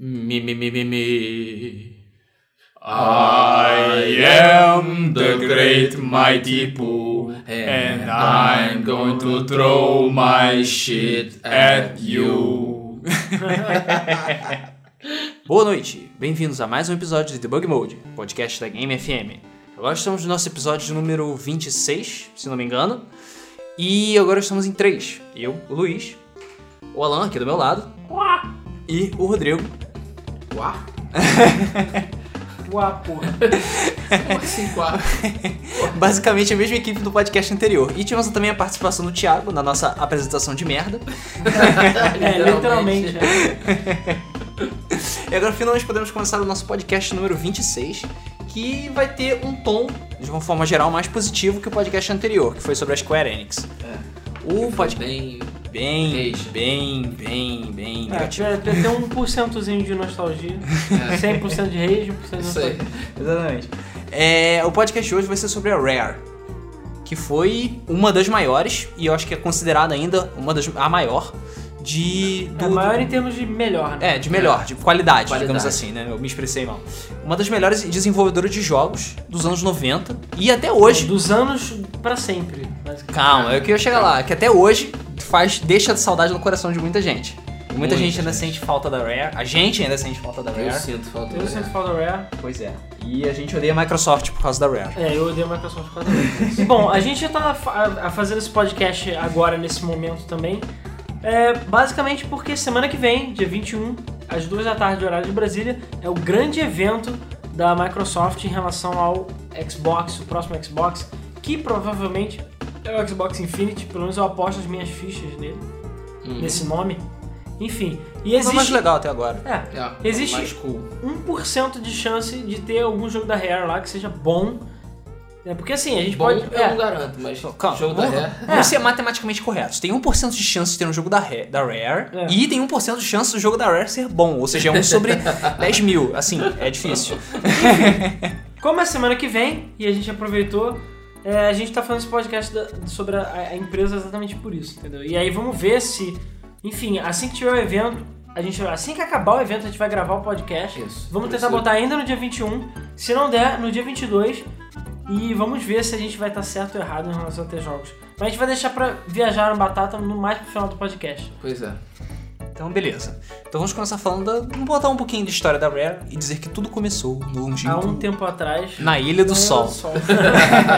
Me, me, me, me, me. I am the great mighty Pooh, and I'm going to throw my shit at you. Boa noite, bem-vindos a mais um episódio de Debug Mode, podcast da Game FM. Agora estamos no nosso episódio número 26, se não me engano, e agora estamos em três. Eu, o Luiz, o Alan aqui do meu lado, e o Rodrigo. Quá? Uá, porra. É. Como assim, quá? Basicamente a mesma equipe do podcast anterior. E tivemos também a participação do Thiago na nossa apresentação de merda. É, literalmente. né? E agora finalmente podemos começar o nosso podcast número 26, que vai ter um tom, de uma forma geral, mais positivo que o podcast anterior, que foi sobre a Square Enix. O Um Pode podcast é. bem. bem, Beijo. bem, bem, bem É, negativo. tinha- tinha até um porcentozinho de nostalgia. É, 100% de rage, 1% de isso aí. nostalgia. Exatamente. É, o podcast de hoje vai ser sobre a Rare, que foi uma das maiores, e eu acho que é considerada ainda uma das a maior de É maior em termos de melhor, né? É, de melhor, de qualidade, Qualidade. digamos assim, né? Eu me expressei mal. Uma das melhores desenvolvedoras de jogos dos anos 90 e até hoje. Dos anos pra sempre, basicamente. Calma, é que eu chegar lá, que até hoje faz deixa saudade no coração de muita gente. E muita Muita gente ainda gente. sente falta da Rare. A gente ainda sente falta da Rare. Eu sinto falta É. Eu sinto falta da Rare. Pois é. E a gente odeia a Microsoft por causa da Rare. É, eu odeio a Microsoft por causa disso. Bom, a gente já tá fa- a- fazendo esse podcast agora, nesse momento também. É, basicamente porque semana que vem, dia 21, às 2 da tarde, horário de Brasília, é o grande evento da Microsoft em relação ao Xbox, o próximo Xbox, que provavelmente é o Xbox Infinity, pelo menos eu aposto as minhas fichas nele, nesse nome. Enfim, e Foi mais existe... legal até agora. É, É, Existe- mais cool. 1% de chance de ter algum jogo da Rare lá que seja bom. É porque assim, a gente Bom, um pode. eu é, não garanto, mas Calma, jogo é. da vamos, ré. vamos ser é matematicamente corretos. Tem 1% de chance de ter um jogo da, Ra- da Rare É. e tem 1% de chance do jogo da Rare ser bom. Ou seja, é um sobre 10 mil. Assim, é difícil. Como é semana que vem, e a gente aproveitou, é, a gente tá fazendo esse podcast da- sobre a, a empresa exatamente por isso, entendeu? E aí vamos ver se, enfim, assim que tiver o evento, a gente, assim que acabar o evento, a gente vai gravar o podcast. Isso. Vamos tentar Precisa. botar ainda no dia 21, se não der, no dia 22, e vamos ver se a gente vai estar certo ou errado em relação a ter jogos. Mas a gente vai deixar pra viajar no Batata no mais pro final do podcast. Pois é. Então, beleza. Então vamos começar falando da... Vamos botar um pouquinho de história da Rare e dizer que tudo começou no Há longínquo... um tempo atrás. Na Ilha do Ilha um Sol.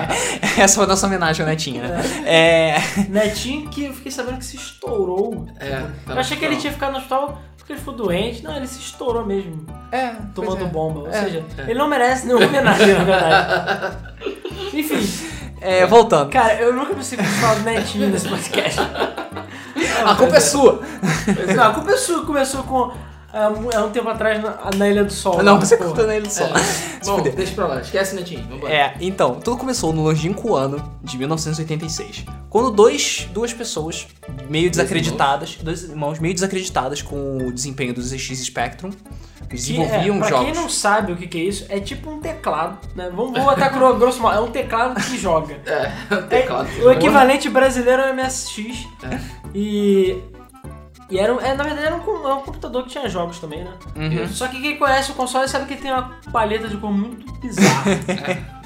Essa foi a nossa homenagem ao Netinho, né? É... Netinho Né, que eu fiquei sabendo que se estourou. É, tá eu achei que ele bom. tinha ficado no hospital porque ele ficou doente. Não, ele se estourou mesmo, É, pois tomando é. bomba. Ou É, seja, ele não merece nenhuma homenagem, na verdade. Enfim, É, voltando. cara, eu nunca pensei que fosse falar do Netinho nesse podcast. A culpa é sua. Não, a culpa é sua. Começou com... Há um há um tempo atrás na, na Ilha do Sol. É. Não, lá, você porra. cortou na Ilha do Sol. É. Bom, fuder. deixa pra lá. Esquece, Netinho. Vambora. É, então, tudo começou no longínquo ano de 1986, quando dois, duas pessoas meio desacreditadas, dois irmãos meio desacreditadas com o desempenho do ZX Spectrum, Que, desenvolviam é, pra jogos. quem não sabe o que, que é isso, é tipo um teclado, né? Vamos botar gro- grosso modo, é um teclado que joga. É, É, teclado. o equivalente brasileiro é o MSX. E. E era, um- é, na verdade era um, com- é um computador que tinha jogos também, né? Uhum. Só que quem conhece o console sabe que ele tem uma paleta de cor muito bizarra.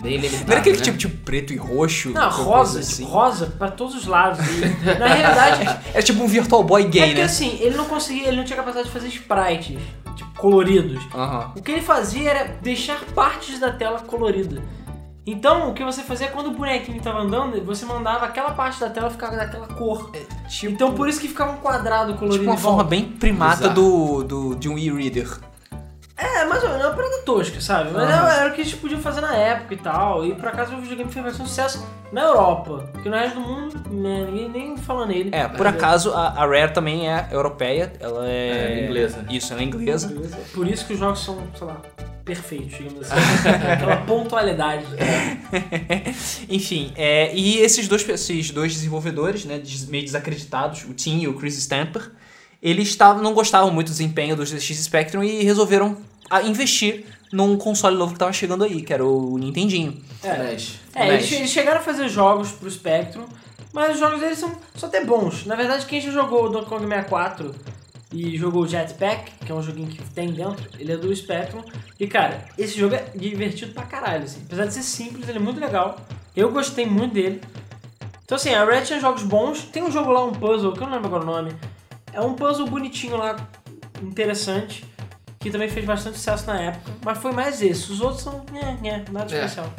Bem limitado, Não era aquele né? tipo, tipo preto e roxo? Não, qualquer rosa, coisa assim. tipo, rosa pra todos os lados. E, na realidade, Era tipo um Virtual Boy é gay, porque né? assim, ele não conseguia, ele não tinha capacidade de fazer sprites, tipo, coloridos. Aham. O que ele fazia era deixar partes da tela colorida. Então, o que você fazia quando o bonequinho tava andando, você mandava aquela parte da tela ficar daquela cor. Tipo, Então, por isso que ficava um quadrado colorido. tipo uma em forma volta. bem primata Bizarro. do, do, de um e-reader. É, mas é uma parada tosca, sabe? Mas é, Aham. era o que eles podiam fazer na época e tal. E por acaso o videogame fez bastante sucesso na Europa. Porque no resto do mundo, né, ninguém nem fala nele. É, por acaso, a, a Rare também é europeia, ela é... É, inglesa. Isso, ela é inglesa. Por isso que os jogos são, sei lá, perfeitos, digamos assim. Aquela pontualidade. Enfim, é, e esses dois, esses dois desenvolvedores, né, des- meio desacreditados, o Tim e o Chris Stamper, eles estavam, não gostavam muito do desempenho do ZX Spectrum e resolveram ah, investir num console novo que estava chegando aí, que era o Nintendinho. É, Mas- É, Mas- eles, eles chegaram a fazer jogos pro Spectrum, mas os jogos deles são só até bons. Na verdade, quem já jogou o Donkey Kong 64 e jogou o Jetpack, que é um joguinho que tem dentro, ele é do Spectrum. E cara, esse jogo é divertido pra caralho, assim. Apesar de ser simples, ele é muito legal. Eu gostei muito dele. Então assim, a Red tinha jogos bons. Tem um jogo lá, um puzzle, que eu não lembro agora o nome. É um puzzle bonitinho lá, interessante, que também fez bastante sucesso na época. Mas foi mais esse. Os outros são, é, é, nada É. especial.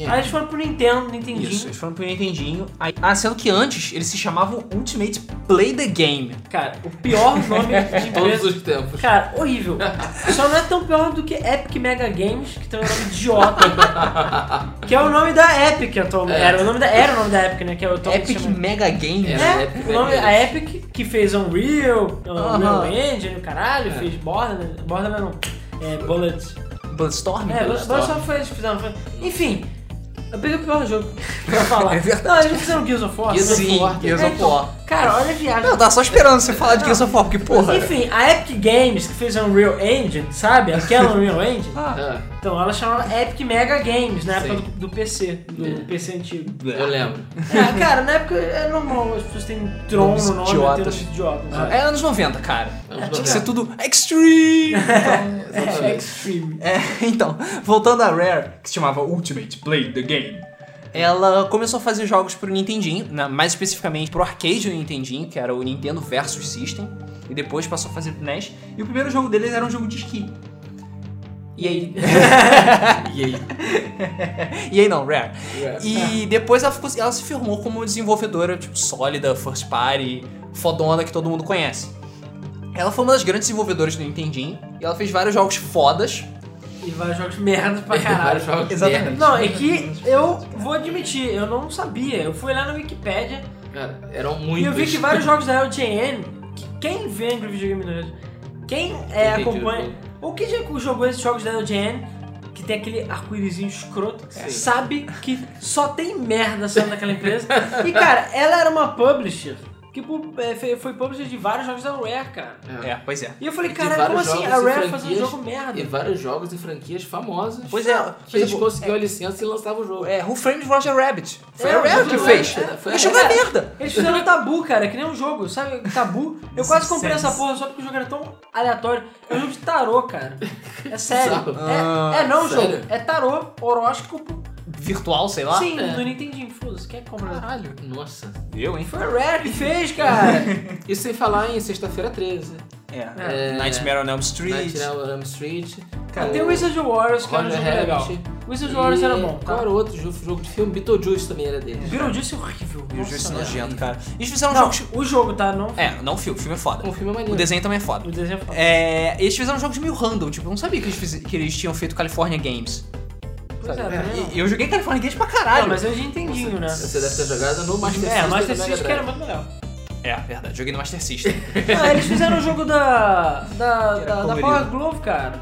É. Aí eles foram pro Nintendo, Nintendinho. Isso, eles foram pro Nintendinho. Aí- ah, sendo que antes eles se chamavam Ultimate Play the Game. Cara, o pior nome de Todos empresa. os tempos. Cara, horrível. Só não é tão pior do que Epic Mega Games, que tem um nome idiota. que é o nome da Epic atualmente. É. Era o nome da, era o nome da Epic, né? Que é o Epic Mega Game. É. É, Epic o nome, Mega a Epic que fez Unreal, Unreal Aham. Engine, o caralho, fez Borderlands, Borderlands não, é, Bullet. Bloodstorm? É, Bullet Bullet só Storm. foi eles que fizeram. foi- Enfim, eu peguei o pior jogo pra falar. É verdade. Não, eles não fizeram Gears of War. Gears of né? Sim, War. Gears É, of então, War. Cara, olha a viagem. Não, eu tava só esperando você falar de Gears of War, porque porra. Enfim, a Epic Games que fez Unreal Engine, sabe? Aquela Unreal Engine. É, Então ela chamava Epic Mega Games na época Sim. do, do PC, do É. PC antigo. eu lembro. É, cara, na época é normal, as pessoas têm Tron Nomes no nome, né? Ah, idiotas. tem nomes idiotas. sabe? É anos 90, cara. Anos Tinha que 90. ser tudo extreme. É, Exatamente. Extreme. É, então, voltando a Rare, que se chamava Ultimate Play the Game, ela começou a fazer jogos pro Nintendinho, na- mais especificamente pro arcade do Nintendinho, que era o Nintendo Versus System, e depois passou a fazer pro NES, e o primeiro jogo deles era um jogo de esqui. E aí? E aí? e aí não, Rare. Rare. E depois ela, ficou- ela se firmou como desenvolvedora, tipo, sólida, first party, fodona, que todo mundo conhece. Ela foi uma das grandes desenvolvedoras do Nintendinho, e ela fez vários jogos fodas, E vários jogos de merda pra Vários caralho. jogos Exatamente. merda. Não, é que eu vou admitir, eu não sabia. Eu fui lá na Wikipédia Cara, eram e muitos. eu vi que vários jogos da LJN, que quem vende videogame hoje, quem é, Entendi, acompanha, entendi. ou quem já jogou esses jogos da LJN, que tem aquele arco-írisinho escroto, Sim. sabe que só tem merda saindo daquela empresa. E cara, ela era uma publisher que pu- é, fe- foi publisher de vários jogos da Rare, cara. É. É, pois é. E eu falei, De caralho, como vários assim? A jogos e Rare fazendo um franquias jogo merda. E vários jogos e franquias famosas. Pois é, Que eles tipo, conseguiam a licença e lançavam o jogo. É, Who Framed Roger Rabbit. Foi É, a Rare o que Roger fez. Rabbit, é, foi a O jogo é Rare. merda. Eles fizeram tabu, cara, que nem um jogo, sabe? Tabu. Eu quase comprei essa porra só porque o jogo era tão aleatório. É um jogo de tarô, cara. É sério. Bizarro. Ah, É, é não um Sério? jogo. É tarô, horóscopo. Virtual, sei lá. Sim, é. do Nintendinho. Foda-se, quer que compra? Caralho. Nossa. Eu, hein? Foi a Rare que fez, cara. E sem falar em Sexta-feira 13. É. É. Nightmare on Elm Street. Night on Elm Street. Cara, Tem o Wizard Warriors, que era um é, Roger jogo legal. Rabbit. Wizard E Warriors era bom, Qual era tá? o outro jogo, jogo de filme? Beetlejuice também era dele. Beetlejuice é horrível. E o jogo é um nossa, nojento, cara. Eles fizeram Não, jogos... o jogo, tá? Não. É, não o filme. O filme é foda. Um filme maneiro. O desenho também é O foda. desenho é foda. É, eles fizeram jogos meio random. Tipo, eu não sabia que eles, fiz- que eles tinham feito California Games. Pois é, sabe? também É, não. E eu joguei California Games pra caralho. Não, mas eu já entendinho, né? Você deve ter jogado no Master É, System. Master do Mega System que era Drive. muito melhor. É, verdade. Joguei no Master System. Ah, eles fizeram o jogo da. da. Que era da, da colorido. Power Glove, cara.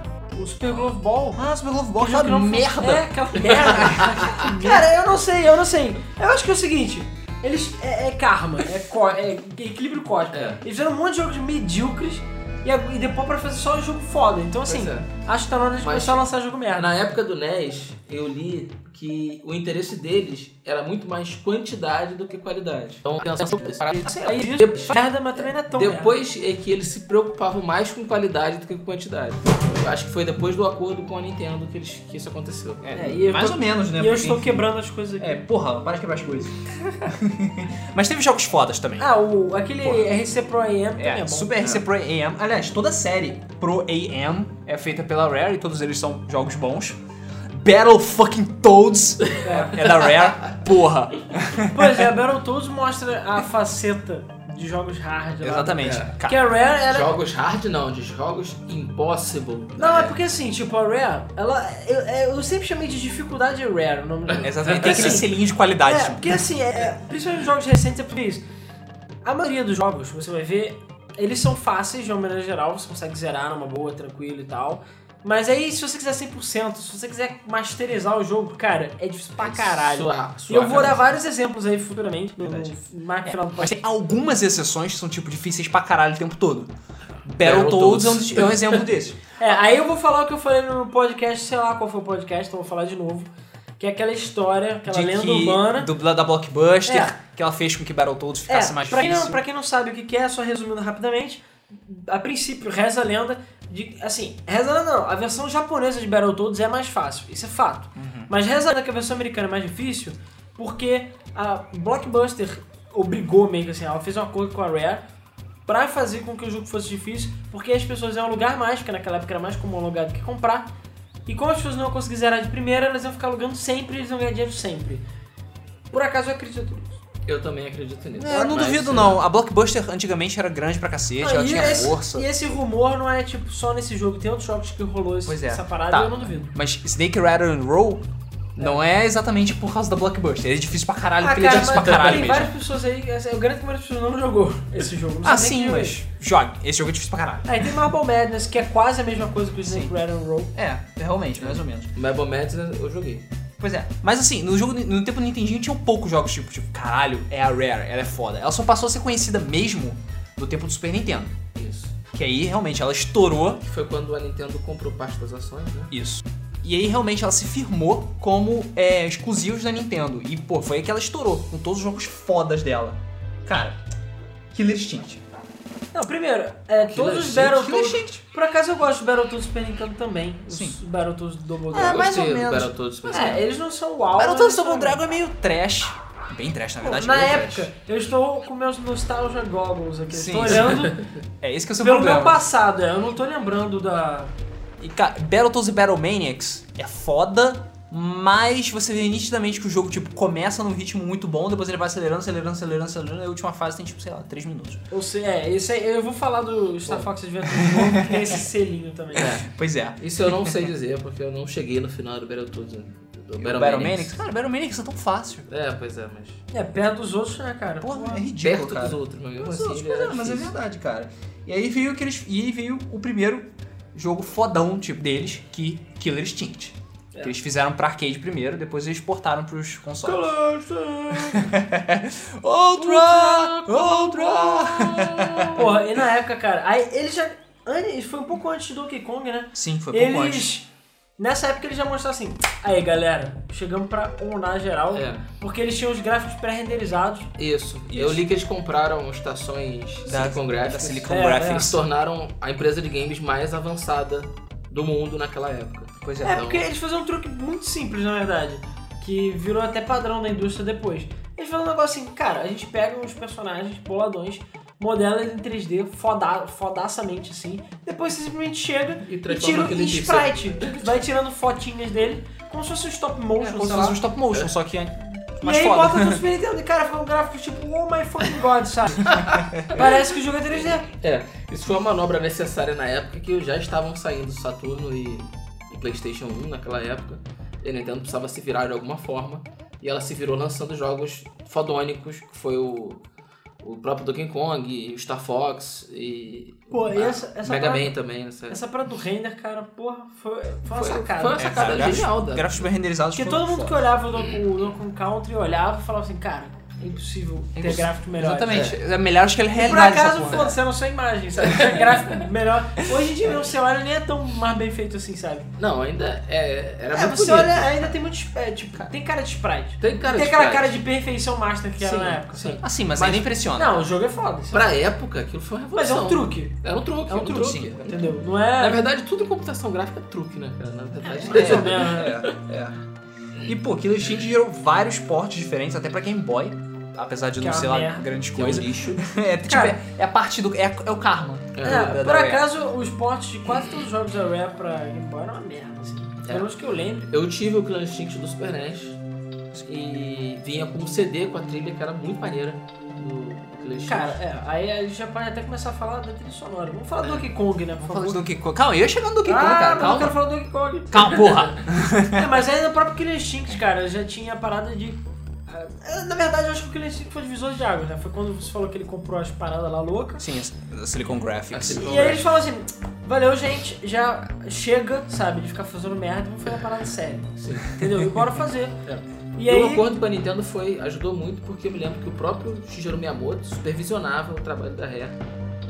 O Super Glove Ball. ah, Super Glove Que Ball. jogo que Aquela não- É, merda. aquela merda. cara, eu não sei, eu não sei. Eu acho que é o seguinte. Eles. É, é karma, é, có- é equilíbrio cósmico. É. Eles fizeram um monte de jogos medíocres e, a- e depois pra fazer só um jogo foda. Então assim, Pois acho que tá na hora de Mas- começar a lançar jogo merda. Na época do NES, eu li que o interesse deles era muito mais quantidade do que qualidade. Então, pensando Assim, aí existe Depois- merda, mas também não é tão Depois é que eles se preocupavam mais com qualidade do que com quantidade. Eu acho que foi depois do acordo com a Nintendo que, eles, que isso aconteceu. É, e eu mais tô- ou menos, né? merda. E eu porque, estou enfim. quebrando as coisas aqui. É, porra, para de quebrar as coisas. Mas teve jogos fodas também. Ah, o, aquele Porra. RC Pro AM também é É, bom. Super RC Pro AM. Aliás, toda a série Pro AM é feita pela Rare e todos eles são jogos bons. Battle fucking Toads é da Rare. Porra. Pois é, Battletoads mostra a faceta de jogos hard. lá. Exatamente. É. Cara, Que a Rare era. Jogos hard não, de jogos impossible. Não, é porque assim, tipo, a Rare, ela. Eu, é- eu sempre chamei de dificuldade Rare o nome dela. Exatamente. Tem aquele Assim, selinho de qualidade. tipo, É, porque assim, é, é, principalmente jogos recentes é por isso. A maioria dos jogos, você vai ver, eles são fáceis de uma maneira geral, você consegue zerar numa boa, tranquilo e tal. Mas aí, se você quiser 100%, se você quiser masterizar o jogo, cara, é difícil pra caralho. Sua- E sua eu vou dar cabeça. vários exemplos aí futuramente, no, no, Verdade. mais final do Mas podcast. tem algumas exceções que são, tipo, difíceis pra caralho o tempo todo. Battletoads. Battletoads é um dos- é um exemplo desses. É, aí eu vou falar o que eu falei no podcast, sei lá qual foi o podcast, então eu vou falar de novo. Que é aquela história, aquela De lenda que- urbana. do- da Blockbuster, É. que ela fez com que Battletoads É, ficasse mais pra quem, difícil. não, pra quem não sabe o que que é, só resumindo rapidamente, a princípio, reza a lenda de. Assim, reza a lenda não. A versão japonesa de Battletoads é mais fácil, isso é fato. Uhum. Mas reza a lenda que a versão americana é mais difícil porque a Blockbuster obrigou meio que assim, ela fez um acordo com a Rare pra fazer com que o jogo fosse difícil, porque as pessoas iam alugar mais, porque naquela época era mais comum alugar do que comprar. E como as pessoas não iam conseguir zerar de primeira, elas iam ficar alugando sempre e eles iam ganhar dinheiro sempre. Por acaso eu acredito nisso. Eu também acredito nisso. É, eu não Mas, duvido, é, não. A Blockbuster antigamente era grande pra cacete, Ah, ela e tinha esse- força. E esse rumor não é tipo só nesse jogo, tem outros jogos que rolou esse- Pois é. essa parada Tá. e eu não duvido. Mas Snake Rattle and Roll não é exatamente por causa da Blockbuster. Ele é difícil pra caralho, porque ele é difícil pra Ah, mas caralho tem mesmo. várias pessoas aí, assim, eu garanto que várias pessoas não jogou esse jogo. não Ah, sei nem sim, que mas jogue. Esse jogo é difícil pra caralho. Aí tem Marble Madness, que é quase a mesma coisa que o Snake Sim. Rattle and Roll. É, realmente, mais ou menos. Marble Madness eu joguei. Pois é. Mas assim, no jogo no tempo do Nintendinho tinham poucos jogos tipo, tipo, caralho, é a Rare, ela é foda. Ela só passou a ser conhecida mesmo no tempo do Super Nintendo. Isso. Que aí realmente ela estourou Que foi quando a Nintendo comprou parte das ações, né? isso. E aí realmente ela se firmou como é, exclusivos da Nintendo. E pô, foi aí que ela estourou, com todos os jogos fodas dela. Cara, Killer Instinct. Não, primeiro, é, todos os Battletoads... Killer Instinct. Por acaso eu gosto de Battletoads do Super Nintendo também. Os Sim. Battletoads do Double É, Dragon. mais ou Gostei do menos. Battletoads, mas É, eles não são uau. Battletoads mas Double eles Dragon é meio trash. Bem trash, na são- verdade. Na meio época, trash. eu estou com meus nostalgia goggles aqui. Eu Sim, estou sim. olhando É esse que é o seu pelo problema. meu passado. é, Eu não tô lembrando da... E, cara, Battletoads e Battlemaniacs é foda, mas você vê nitidamente que o jogo, tipo, começa num ritmo muito bom, depois ele vai acelerando, acelerando, acelerando, acelerando, e a última fase tem, tipo, sei lá, 3 minutos. Ou seja, é, esse aí, eu vou falar do Star Fox Adventure de novo, que tem esse selinho também. Pois é. Isso eu não sei dizer, porque eu não cheguei no final do Battletoads. né? Do E o Battlemaniacs. Battlemaniacs, cara, Battlemaniacs é tão fácil. É, pois é, mas... É, perto dos outros, né, cara? Porra, é ridículo, Perto cara. dos outros, mas mesmo Mas, assim outros, ele pois era é, mas é difícil. verdade, cara. E aí veio aqueles. E aí veio o primeiro jogo fodão, tipo, deles, que Killer Instinct. É. Que eles fizeram pra arcade primeiro, depois eles exportaram pros consoles. Ultra! Ultra! Porra, e na época, cara, aí eles já. antes- Foi um pouco antes do Donkey Kong, né? Sim, foi um pouco antes. Eles. Nessa época eles já mostraram assim. Aí galera, chegamos pra onar geral. É. Porque eles tinham os gráficos pré-renderizados. Isso. Eu li que eles compraram estações Da- Silicon Graphics. da Silicon É, E Graphics. se tornaram a empresa de games mais avançada do mundo naquela época. Pois É, é. porque eles faziam um truque muito simples, na verdade. Que virou até padrão da indústria depois. Eles faziam um negócio assim, cara, a gente pega uns personagens boladões, modela eles em 3D, foda, fodaçamente assim, depois você simplesmente chega E e, transforma tira em aquele pixel. sprite. Vai tirando fotinhas dele, como se fosse um stop motion, É como sei se lá. fosse um stop motion, só que é mais e aí foda. bota no Super Nintendo e cara, fica um gráfico tipo, oh my fucking god, sabe? Parece que o jogo é 3D. É, isso foi uma manobra necessária na época que já estavam saindo Saturno e, e PlayStation 1 naquela época. E a Nintendo precisava se virar de alguma forma. E ela se virou lançando jogos fodônicos, que foi o, o próprio Donkey Kong, e o Star Fox e. Pô, e ah, essa- essa Mega parada- Man também, nessa Essa parada do render, cara, porra, foi, foi uma Foi- sacada. foi uma É, sacada cara, gráficos- genial da- Gráficos bem renderizados. Porque foi todo mundo foda. que olhava o Donkey Country olhava e falava assim, cara, é impossível ter imposs- gráfico melhor. Exatamente. É melhor acho que ele Por realidade. acaso, foda-se, era só imagem, sabe? Tinha gráfico melhor. Hoje em dia, mesmo, você olha, nem é tão mais bem feito assim, sabe? Não, ainda é, era É, muito você bonito. olha, ainda tem muito. É, tipo, tem cara de sprite. Tem cara tem de aquela sprite. cara de perfeição master que era Sim, na época. sim. sabe? Assim, mas, ainda impressiona. Não, o jogo é foda. sabe? Pra época, aquilo foi uma Mas é revolução. um truque, Era um truque, É um era truque, sim. Era um truque. entendeu? Não Na é. verdade, tudo em computação gráfica é truque, né, cara? Na verdade. mais ou menos, né? É, é. E pô, Killer Instinct gerou vários portes diferentes, até pra Game Boy. Apesar de Que não é ser uma lá merda. grandes Que é um coisas. lixo. É, tipo, Cara. é, é a parte do. É, é o karma. Da- É, da- por da- acaso, os portes de quase todos os jogos da Rare pra Game Boy eram uma merda, assim. Pelo menos que eu lembro. Eu tive o Clan Instinct do Super NES e vinha com um CD com a trilha que era muito maneira do do Clan Instinct. Cara, é, aí a gente já pode até começar a falar da trilha sonora. Vamos falar do Donkey Kong, né, por Vamos falar favor? de Donkey Kong. Calma, eu ia chegar no Donkey Kong, Ah, cara. mas eu quero Calma. falar do Donkey Kong. Calma, porra. É, mas aí no próprio Killer Instinct, cara, já tinha a parada de... Ah, Na verdade, eu acho que o Killer Instinct foi divisor de águas, né? Foi quando você falou que ele comprou as paradas lá loucas. Sim, a É Silicon Graphics. Assim, E aí eles falam assim, valeu, gente, já chega, sabe, de ficar fazendo merda, vamos fazer uma parada séria. Entendeu? E bora fazer. É. E E o aí... acordo com a Nintendo foi, ajudou muito porque eu me lembro que o próprio Shigeru Miyamoto supervisionava o trabalho da Rare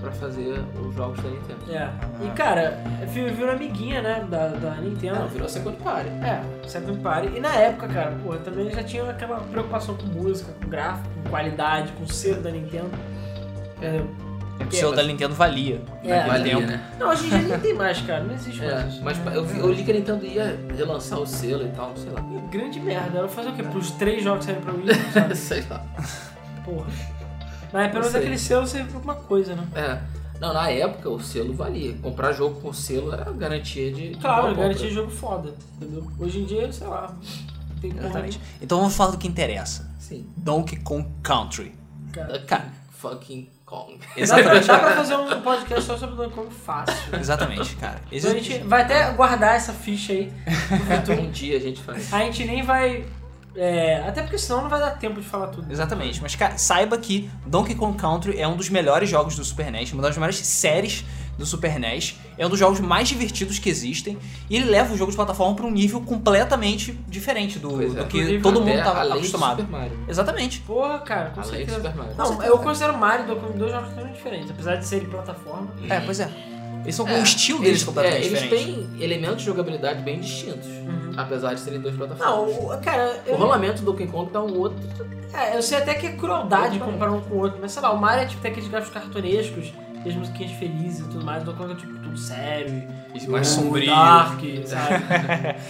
pra fazer os jogos da Nintendo. É. E, cara, vi- virou amiguinha, né, da, da Nintendo. Ah, Não, virou second party. É, Second Party. E na época, cara, porra, também já tinha aquela preocupação com música, com gráfico, com qualidade, com selo da Nintendo. É, É O seu da Nintendo valia. É, naquele Valia, tempo. né? Não, hoje em dia nem tem mais, cara. Não existe mais. É, isso. mas eu, vi- eu li que a Nintendo ia relançar o selo e tal, sei lá. Grande merda. Ela fazer o quê? Pros três jogos que saíram pra Wii, sabe? sei lá. Porra. Mas pelo Não menos sei. aquele selo serve pra alguma coisa, né? É. Não, na época o selo valia. Comprar jogo com selo era garantia de. de boa Claro, compra. garantia jogo foda, entendeu? Hoje em dia, sei lá, não tem porra Exatamente. nenhuma. Então vamos falar do que interessa. Sim. Donkey Kong Country. Cara, Duck fucking Kong. Dá pra, Exatamente, dá pra cara. fazer um podcast só sobre o Donkey Kong fácil. Exatamente, cara. Então a gente vai até guardar essa ficha aí. um dia a gente faz. A gente nem vai. é, até porque senão não vai dar tempo de falar tudo. Exatamente, mas cara, saiba que Donkey Kong Country é um dos melhores jogos do Super NES, uma das melhores séries do Super NES, é um dos jogos mais divertidos que existem, e ele leva o jogo de plataforma para um nível completamente diferente do, Pois é. do Um que nível todo mundo Até estava além do acostumado. Super Mario. Exatamente. Porra, cara, com Além do certeza. Super Mario. Não, eu considero Mario e Donkey Kong dois jogos totalmente diferentes, apesar de serem plataforma. É, pois é. Eles são com É, o estilo Eles, deles completamente é, eles diferente. têm elementos de jogabilidade bem distintos. Apesar de serem duas plataformas. Não, o- cara, o eu, rolamento do Donkey Kong dá um outro. é, eu sei até que é crueldade Eu comparar um com o outro, mas sei lá, o Mario é tipo tem aqueles gráficos cartunescos, e as musiquinhas felizes e tudo mais, o Donkey Kong é tipo tudo sério. Mais o sombrio. Dark, sabe?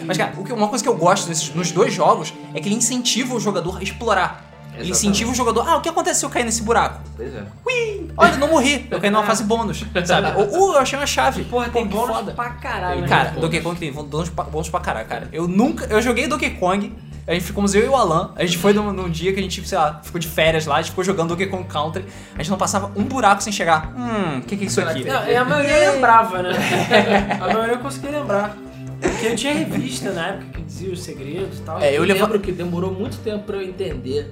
Mas, cara, o que- uma coisa que eu gosto nesses, nos dois jogos é que ele incentiva o jogador a explorar. Exatamente. Ele incentiva o jogador, ah, o que acontece se eu cair nesse buraco? Pois é. Olha, eu não morri, eu caí numa fase bônus, sabe? Ou, uh, eu achei uma chave. Porra, tem Pô, que bônus foda. pra caralho. né? Cara, bônus. Donkey Kong tem bônus pra, bônus pra caralho, cara. Eu nunca. Eu joguei Donkey Kong, a gente ficamos eu e o Alan. A gente foi num, num dia que a gente, sei lá, ficou de férias lá, a gente ficou jogando Donkey Kong Country. A gente não passava um buraco sem chegar. Hum, o que, que é isso aqui? Não, e a maioria lembrava, né? A maioria eu consegui lembrar. Porque eu tinha revista na época que dizia os segredos e tal. É, eu lembro. lembro que demorou muito tempo pra eu entender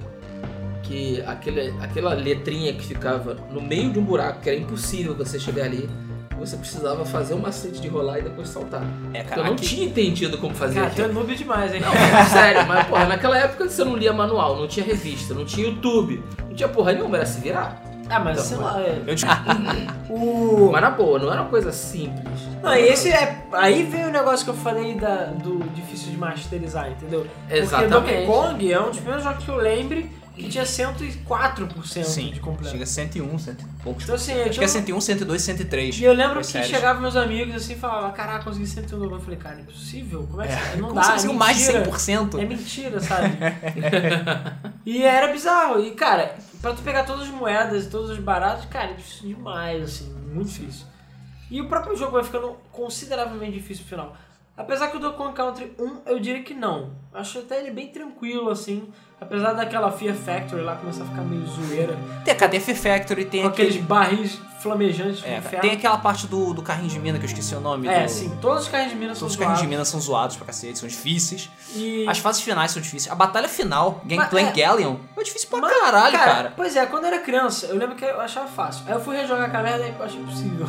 que aquele, aquela letrinha que ficava no meio de um buraco, que era impossível você chegar ali, você precisava fazer um macete de rolar e depois saltar. É, eu cara, não aqui. tinha entendido como fazer Cara, tu é um aquilo. noob demais, hein? Não, sério, mas porra, naquela época você não lia manual, não tinha revista, não tinha YouTube, não tinha porra nenhuma, era se virar. Ah, mas Então, sei lá, é. Eu te... O. Mas na boa, não era uma coisa simples. Não, e esse é. Aí vem o negócio que eu falei da, do difícil de masterizar, entendeu? Porque Donkey Exatamente. Kong é um dos primeiros jogos que eu lembre que tinha 104% Sim, de completo. chega a 101, 100 e poucos. Então assim, eu, Acho que é tinha- 101, 102, 103. E eu lembro Foi que sério. chegava meus amigos assim e falava, caraca, consegui 101. Eu falei, cara, impossível? Como é que É, não como dá? você é conseguiu mais de mentira." 100%? É mentira, sabe? e era bizarro. E, cara, pra tu pegar todas as moedas e todos os baratos, cara, é difícil demais, assim, muito difícil. E o próprio jogo vai ficando consideravelmente difícil no final. Apesar que o Donkey Kong Country 1, eu diria que não. Acho até ele bem tranquilo, assim. Apesar daquela Fear Factory lá começar a ficar meio zoeira. Tem, cara, tem a Fear Factory, tem com aqueles aquele. barris flamejantes do É, cara, inferno. tem aquela parte do, do carrinho de mina que eu esqueci o nome. É, do- sim, todos os carrinhos de Minas Todos os são carrinhos de zoados. mina são zoados pra cacete, são difíceis. E... As fases finais são difíceis. A batalha final, Mas, Gangplank é- Galleon, é difícil pra caralho, cara. Pois é, quando eu era criança, eu lembro que eu achava fácil. Aí eu fui rejogar aquela merda e eu achei impossível.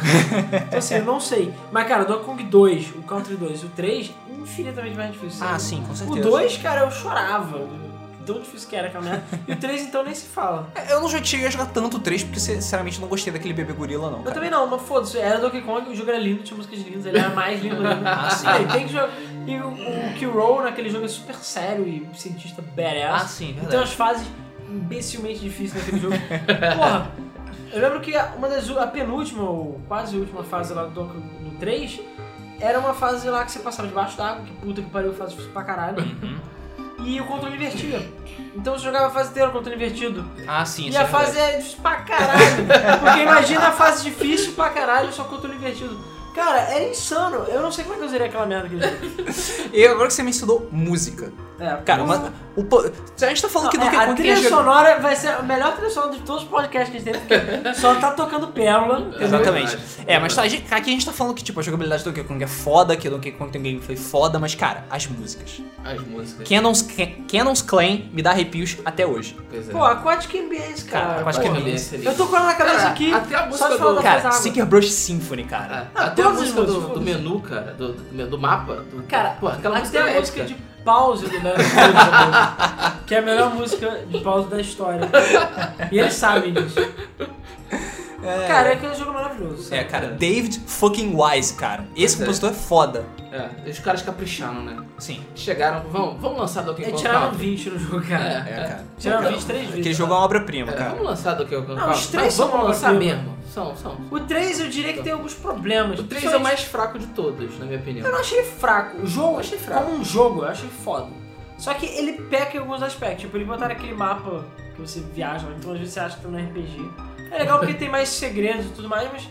então assim, eu não sei. Mas cara, o Donkey Kong 2, o Country 2 e o 3, infinitamente mais difícil. Ah, sabe? sim, com O certeza. 2, cara, eu chorava. de Tão difícil que era aquela merda. E o 3, então, nem se fala. É, Eu não cheguei a jogar tanto o 3, porque sinceramente não gostei daquele bebê gorila, não. Eu cara. também não, mas foda-se. Era Donkey Kong, o jogo era lindo, tinha músicas lindas, ele era mais lindo ainda. Ah, sim. Aí, tem que jogar... E o, o Kirou naquele jogo é super sério e cientista badass. Ah, sim, Tem verdade. umas Então fases imbecilmente difíceis naquele jogo. Porra, eu lembro que uma das, a penúltima, ou quase última fase lá do Donkey Kong 3, era uma fase lá que você passava debaixo d'água, que puta que pariu, fase difícil pra caralho. E o controle invertia. Então você jogava a fase inteira com o controle invertido. Ah, sim, e a fase é difícil pra caralho. Porque imagina a fase difícil pra caralho, só com o controle invertido. Cara, era insano. Eu não sei como é que eu zerei aquela merda que jogo. E agora que você mencionou música. É, Cara, mas. O, po- a gente tá falando que Não, Donkey é, a Kong trilha queria jogar- sonora vai ser a melhor trilha sonora de todos os podcasts que a gente tem, porque só tá tocando pérola. Exatamente. verdade. É, mas tá, a gente- aqui a gente tá falando que, tipo, a jogabilidade do Donkey Kong é foda, que Donkey Kong tem gameplay foda, mas, cara, as músicas. As músicas. Canon's, Can- Canon's Claim me dá arrepios até hoje. Pois é. Pô, Aquatic Ambience, Cara, cara. Aquatic pô. Ambience. Eu tô com ela na cabeça Cara, aqui, até a só música de falar do- da Cara, fase água. Sticker Brush Symphony, cara. Ah, Ah, até a todas música as do, músicas. do menu, cara, do, do, do mapa. Do, Cara, pô, aquela música até a é música de épica. pause do Leonard Cohen, que é a melhor música de pause da história. E eles sabem disso. É, Cara, aquele jogo é maravilhoso. sabe? é, cara, David fucking Wise, cara. Pois Esse é. compositor é foda. É, e os caras capricharam, né? Sim. Chegaram, vamos, vamos lançar Donkey É, Kong tiraram Country. 20 no jogo, cara. É, cara. Tiraram Então, 23 vezes. Aquele jogo é uma obra-prima, É, cara. vamos lançar Donkey Kong Não, Country. os três Mas são Vamos lançar problema. mesmo. São, são. O 3 eu diria que tem alguns problemas. O 3 é o principalmente- mais fraco de todos, na minha opinião. Eu não achei ele fraco. O jogo, Eu achei fraco. como um jogo, eu achei foda. Só que ele peca em alguns aspectos. Tipo, eles botaram aquele mapa que você viaja, então às vezes você acha que tá no RPG. É legal porque tem mais segredos e tudo mais, mas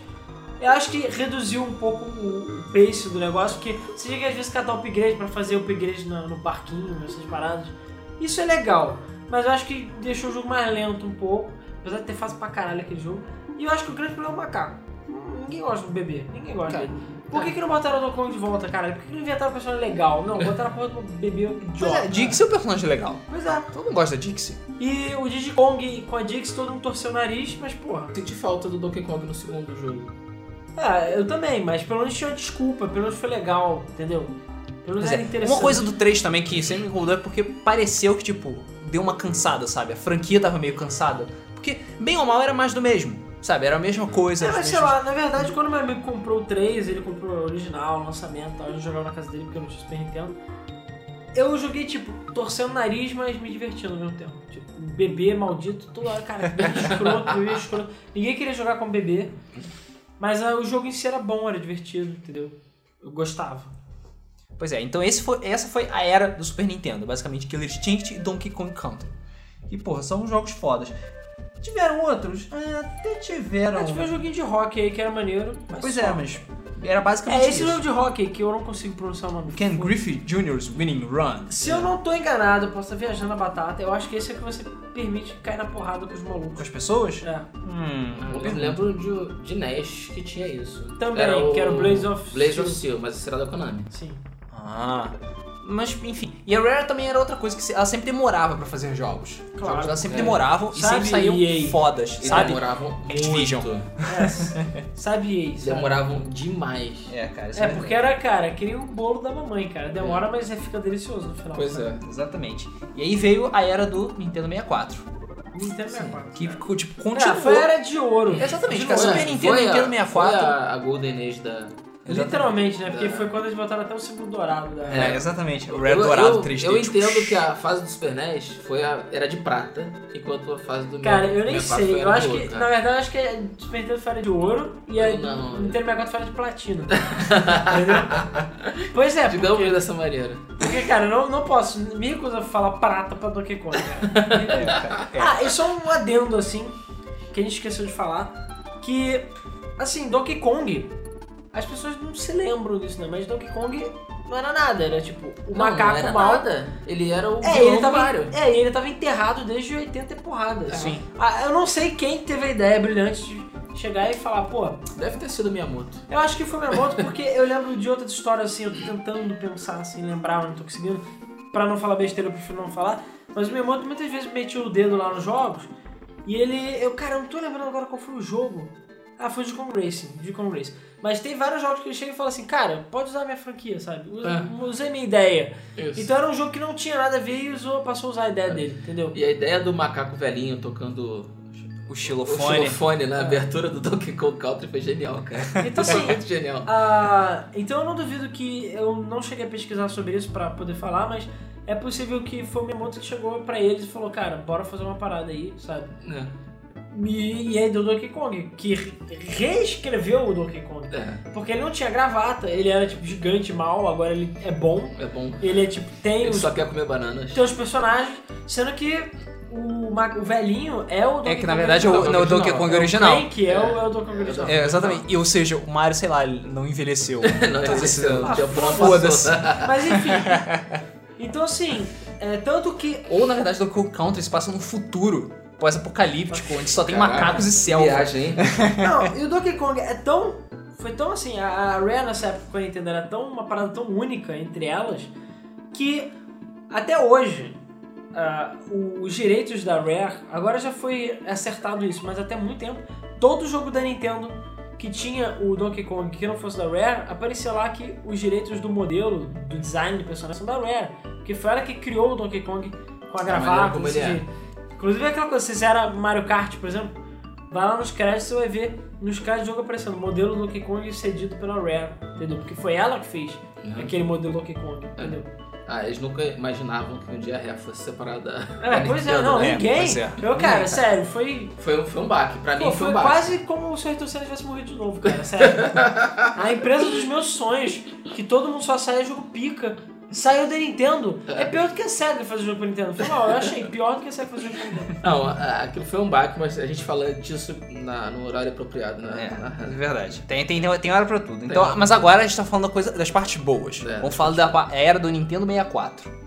eu acho que reduziu um pouco o o pace do negócio, porque você chega às vezes catar upgrade pra fazer upgrade no, no barquinho, nessas paradas. Isso é legal, mas eu acho que deixou o jogo mais lento um pouco, apesar de ter fase pra caralho aquele jogo. E eu acho que o grande problema é o macaco. Ninguém gosta do bebê, ninguém gosta Cara, dele. Por que, que não botaram o Donkey Kong de volta, cara? Por que, que não inventaram um personagem legal? Não, botaram a porra do bebê Mas idiota. é, Dixie é um personagem legal. Pois é. Todo mundo gosta da Dixie. E o Digi Kong com a Dix, todo mundo torceu o nariz, mas porra. Senti falta do Donkey Kong no segundo jogo. É, eu também, mas pelo menos tinha uma desculpa, pelo menos foi legal, entendeu? Pelo menos Mas era é, interessante. uma coisa do 3 também que sempre me incomodou é porque pareceu que, tipo, deu uma cansada, sabe? A franquia tava meio cansada. Porque, bem ou mal, era mais do mesmo. Sabe? Era a mesma coisa. É, os mas sei mesmos- lá, na verdade, quando meu amigo comprou o 3, ele comprou o original, o lançamento e tal, eu jogava na casa dele porque eu não tinha Super Nintendo. Eu joguei, tipo, torcendo o nariz, mas me divertindo ao mesmo tempo. Tipo, um bebê maldito, toda hora, cara, que bebê escroto, bebê escroto. Ninguém queria jogar com bebê, mas ah, o jogo em si era bom, era divertido, entendeu? Eu gostava. Pois é, então esse foi- essa foi a era do Super Nintendo. Basicamente, Killer Instinct e Donkey Kong Country. E, porra, são jogos fodas. Tiveram outros? Ah, Até tiveram. Ah, tive um joguinho de rock aí que era maneiro, mas Pois só. é, mas era basicamente É, esse isso. jogo de rock aí que eu não consigo pronunciar o nome. Ken Foda-se. Griffey Jr.'s Winning Run. Se eu não tô enganado, eu posso estar viajando a batata, eu acho que esse é o que você permite cair na porrada com os Com as malucos. pessoas? É. Hum, boa Eu pergunta. lembro de, de NES que tinha isso. Também, que era o Blaze of Blaze Steel. of Steel, mas esse era da Konami. Sim. Ah. Mas, enfim. E a Rare também era outra coisa que se- ela sempre demorava pra fazer jogos. Os Claro. jogos dela sempre É. demoravam e Sabe, sempre saíam EA? fodas, E sabe? demoravam Activision. muito. É. Sabe isso? Demoravam demais. É, cara. isso né? É, porque era, cara, queria um bolo da mamãe, cara. Demora, mas é, fica delicioso no final. né? Pois é. Exatamente. E aí veio a era do Nintendo 64. Nintendo 64. É. Que, cara. tipo, Ah, continuou... foi a era de ouro. Exatamente, De cara. ouro. Super Nintendo, foi a- Nintendo 64. Foi a, a Golden Age da... Literalmente, né? Porque É. foi quando eles botaram até o símbolo dourado da. É, exatamente. O Eu- Rare eu- Dourado eu, 3D. Eu tipo, entendo que a fase do Super NES foi a, era de prata, enquanto a fase do Cara, meu- eu nem meu papo sei. era Eu de acho que, ouro, na cara. verdade, eu acho que é Super Nintendo foi a era de ouro e a Não. né? Nintendo 64 foi a era de platina. Entendeu? Pois é, Digamos porque, dessa maneira. porque, cara, eu não, não posso. Me recusa a falar prata pra Donkey Kong, cara. É, cara. É. Ah, e só um adendo, assim, que a gente esqueceu de falar, que, assim, Donkey Kong, as pessoas não se lembram disso, né? Mas Donkey Kong não era nada, era tipo o Não, não macaco era mal. nada. Ele era o É vilão ele, do tava, Mario. é, ele tava enterrado desde 80 e porrada. Sim. Ah, eu não sei quem teve a ideia brilhante de chegar e falar, pô, Deve ter sido Miyamoto. eu acho que foi meu voto porque eu lembro de outras histórias assim, eu tô tentando pensar assim, lembrar, mas não tô conseguindo. Pra não falar besteira, eu prefiro não falar. Mas o Miyamoto muitas vezes metia o dedo lá nos jogos e ele. Eu, cara, eu não tô lembrando agora qual foi o jogo. Ah, foi o G-Con Racing, G-Con Racing. Mas tem vários jogos que ele chega e fala assim, cara, pode usar minha franquia, sabe? Usa, É. Usei minha ideia. Isso. Então era um jogo que não tinha nada a ver e usou, passou a usar a ideia dele, entendeu? É. E a ideia do macaco velhinho tocando O o xilofone. xilofone na abertura do Donkey Kong Country foi genial, cara. Então foi assim, muito genial. Ah, então eu não duvido que eu não cheguei a pesquisar sobre isso pra poder falar, mas é possível que foi o Miyamoto que chegou pra eles e falou, cara, bora fazer uma parada aí, sabe? É. E, e aí deu Donkey Kong, que re- reescreveu o Donkey Kong. É, Porque ele não tinha gravata, ele era tipo gigante mal, agora ele é bom. é bom. Ele é tipo, tem Ele os só quer comer bananas. teus personagens, sendo que o, ma- o velhinho é o Donkey É que, na Kong verdade, é o, original. não, é o Donkey Kong É o original. Crank, é, o, é o Donkey Kong original. É, exatamente. E, ou seja, o Mario, sei lá, ele não envelheceu. Não, Todos esses esse anos. tempo não Foda-se. passou. Mas enfim. Então assim, é, tanto que Ou, na verdade, Donkey Kong Country se passa num futuro pós-apocalíptico, onde só tem Caraca, macacos e selva. Viagem, hein? Não, e o Donkey Kong é tão. Foi tão assim. A a Rare nessa época com a Nintendo era tão uma parada tão única entre elas que até hoje ah, o- os direitos da Rare, agora já foi acertado isso, mas até muito tempo, todo jogo da Nintendo que tinha o Donkey Kong que não fosse da Rare, aparecia lá que os direitos do modelo, do design do personagem são da Rare, porque foi ela que criou o Donkey Kong com a maneira gravata, É, como desse ele é. jeito. Inclusive aquela coisa, se era Mario Kart, por exemplo, Vai lá nos créditos, você vai ver nos créditos do jogo aparecendo modelo Donkey Kong cedido pela Rare, entendeu? Porque foi ela que fez Uhum. aquele modelo Donkey Kong, entendeu? Ah, eles nunca imaginavam que um dia a Rare fosse separada. É, da pois é, Nintendo, não, né? é, ninguém. pois é. Eu, cara, sério, foi. Foi um, foi um baque. Pra mim Pô, foi foi um baque. quase como se o Ayrton Senna tivesse morrido de novo, cara, sério. A empresa dos meus sonhos, que todo mundo só sai jogo pica, saiu da Nintendo. É pior do que a SEGA fazer jogo pra Nintendo. Foi mal, eu achei pior do que a SEGA fazer jogo pra Nintendo. Não, a- aquilo foi um baque, mas a gente fala disso na- no horário apropriado, né? É, é Na- verdade. Tem, tem, tem hora pra tudo. Então, hora. mas agora a gente tá falando da coisa, das partes boas. É, Vamos falar da pa- era do Nintendo 64.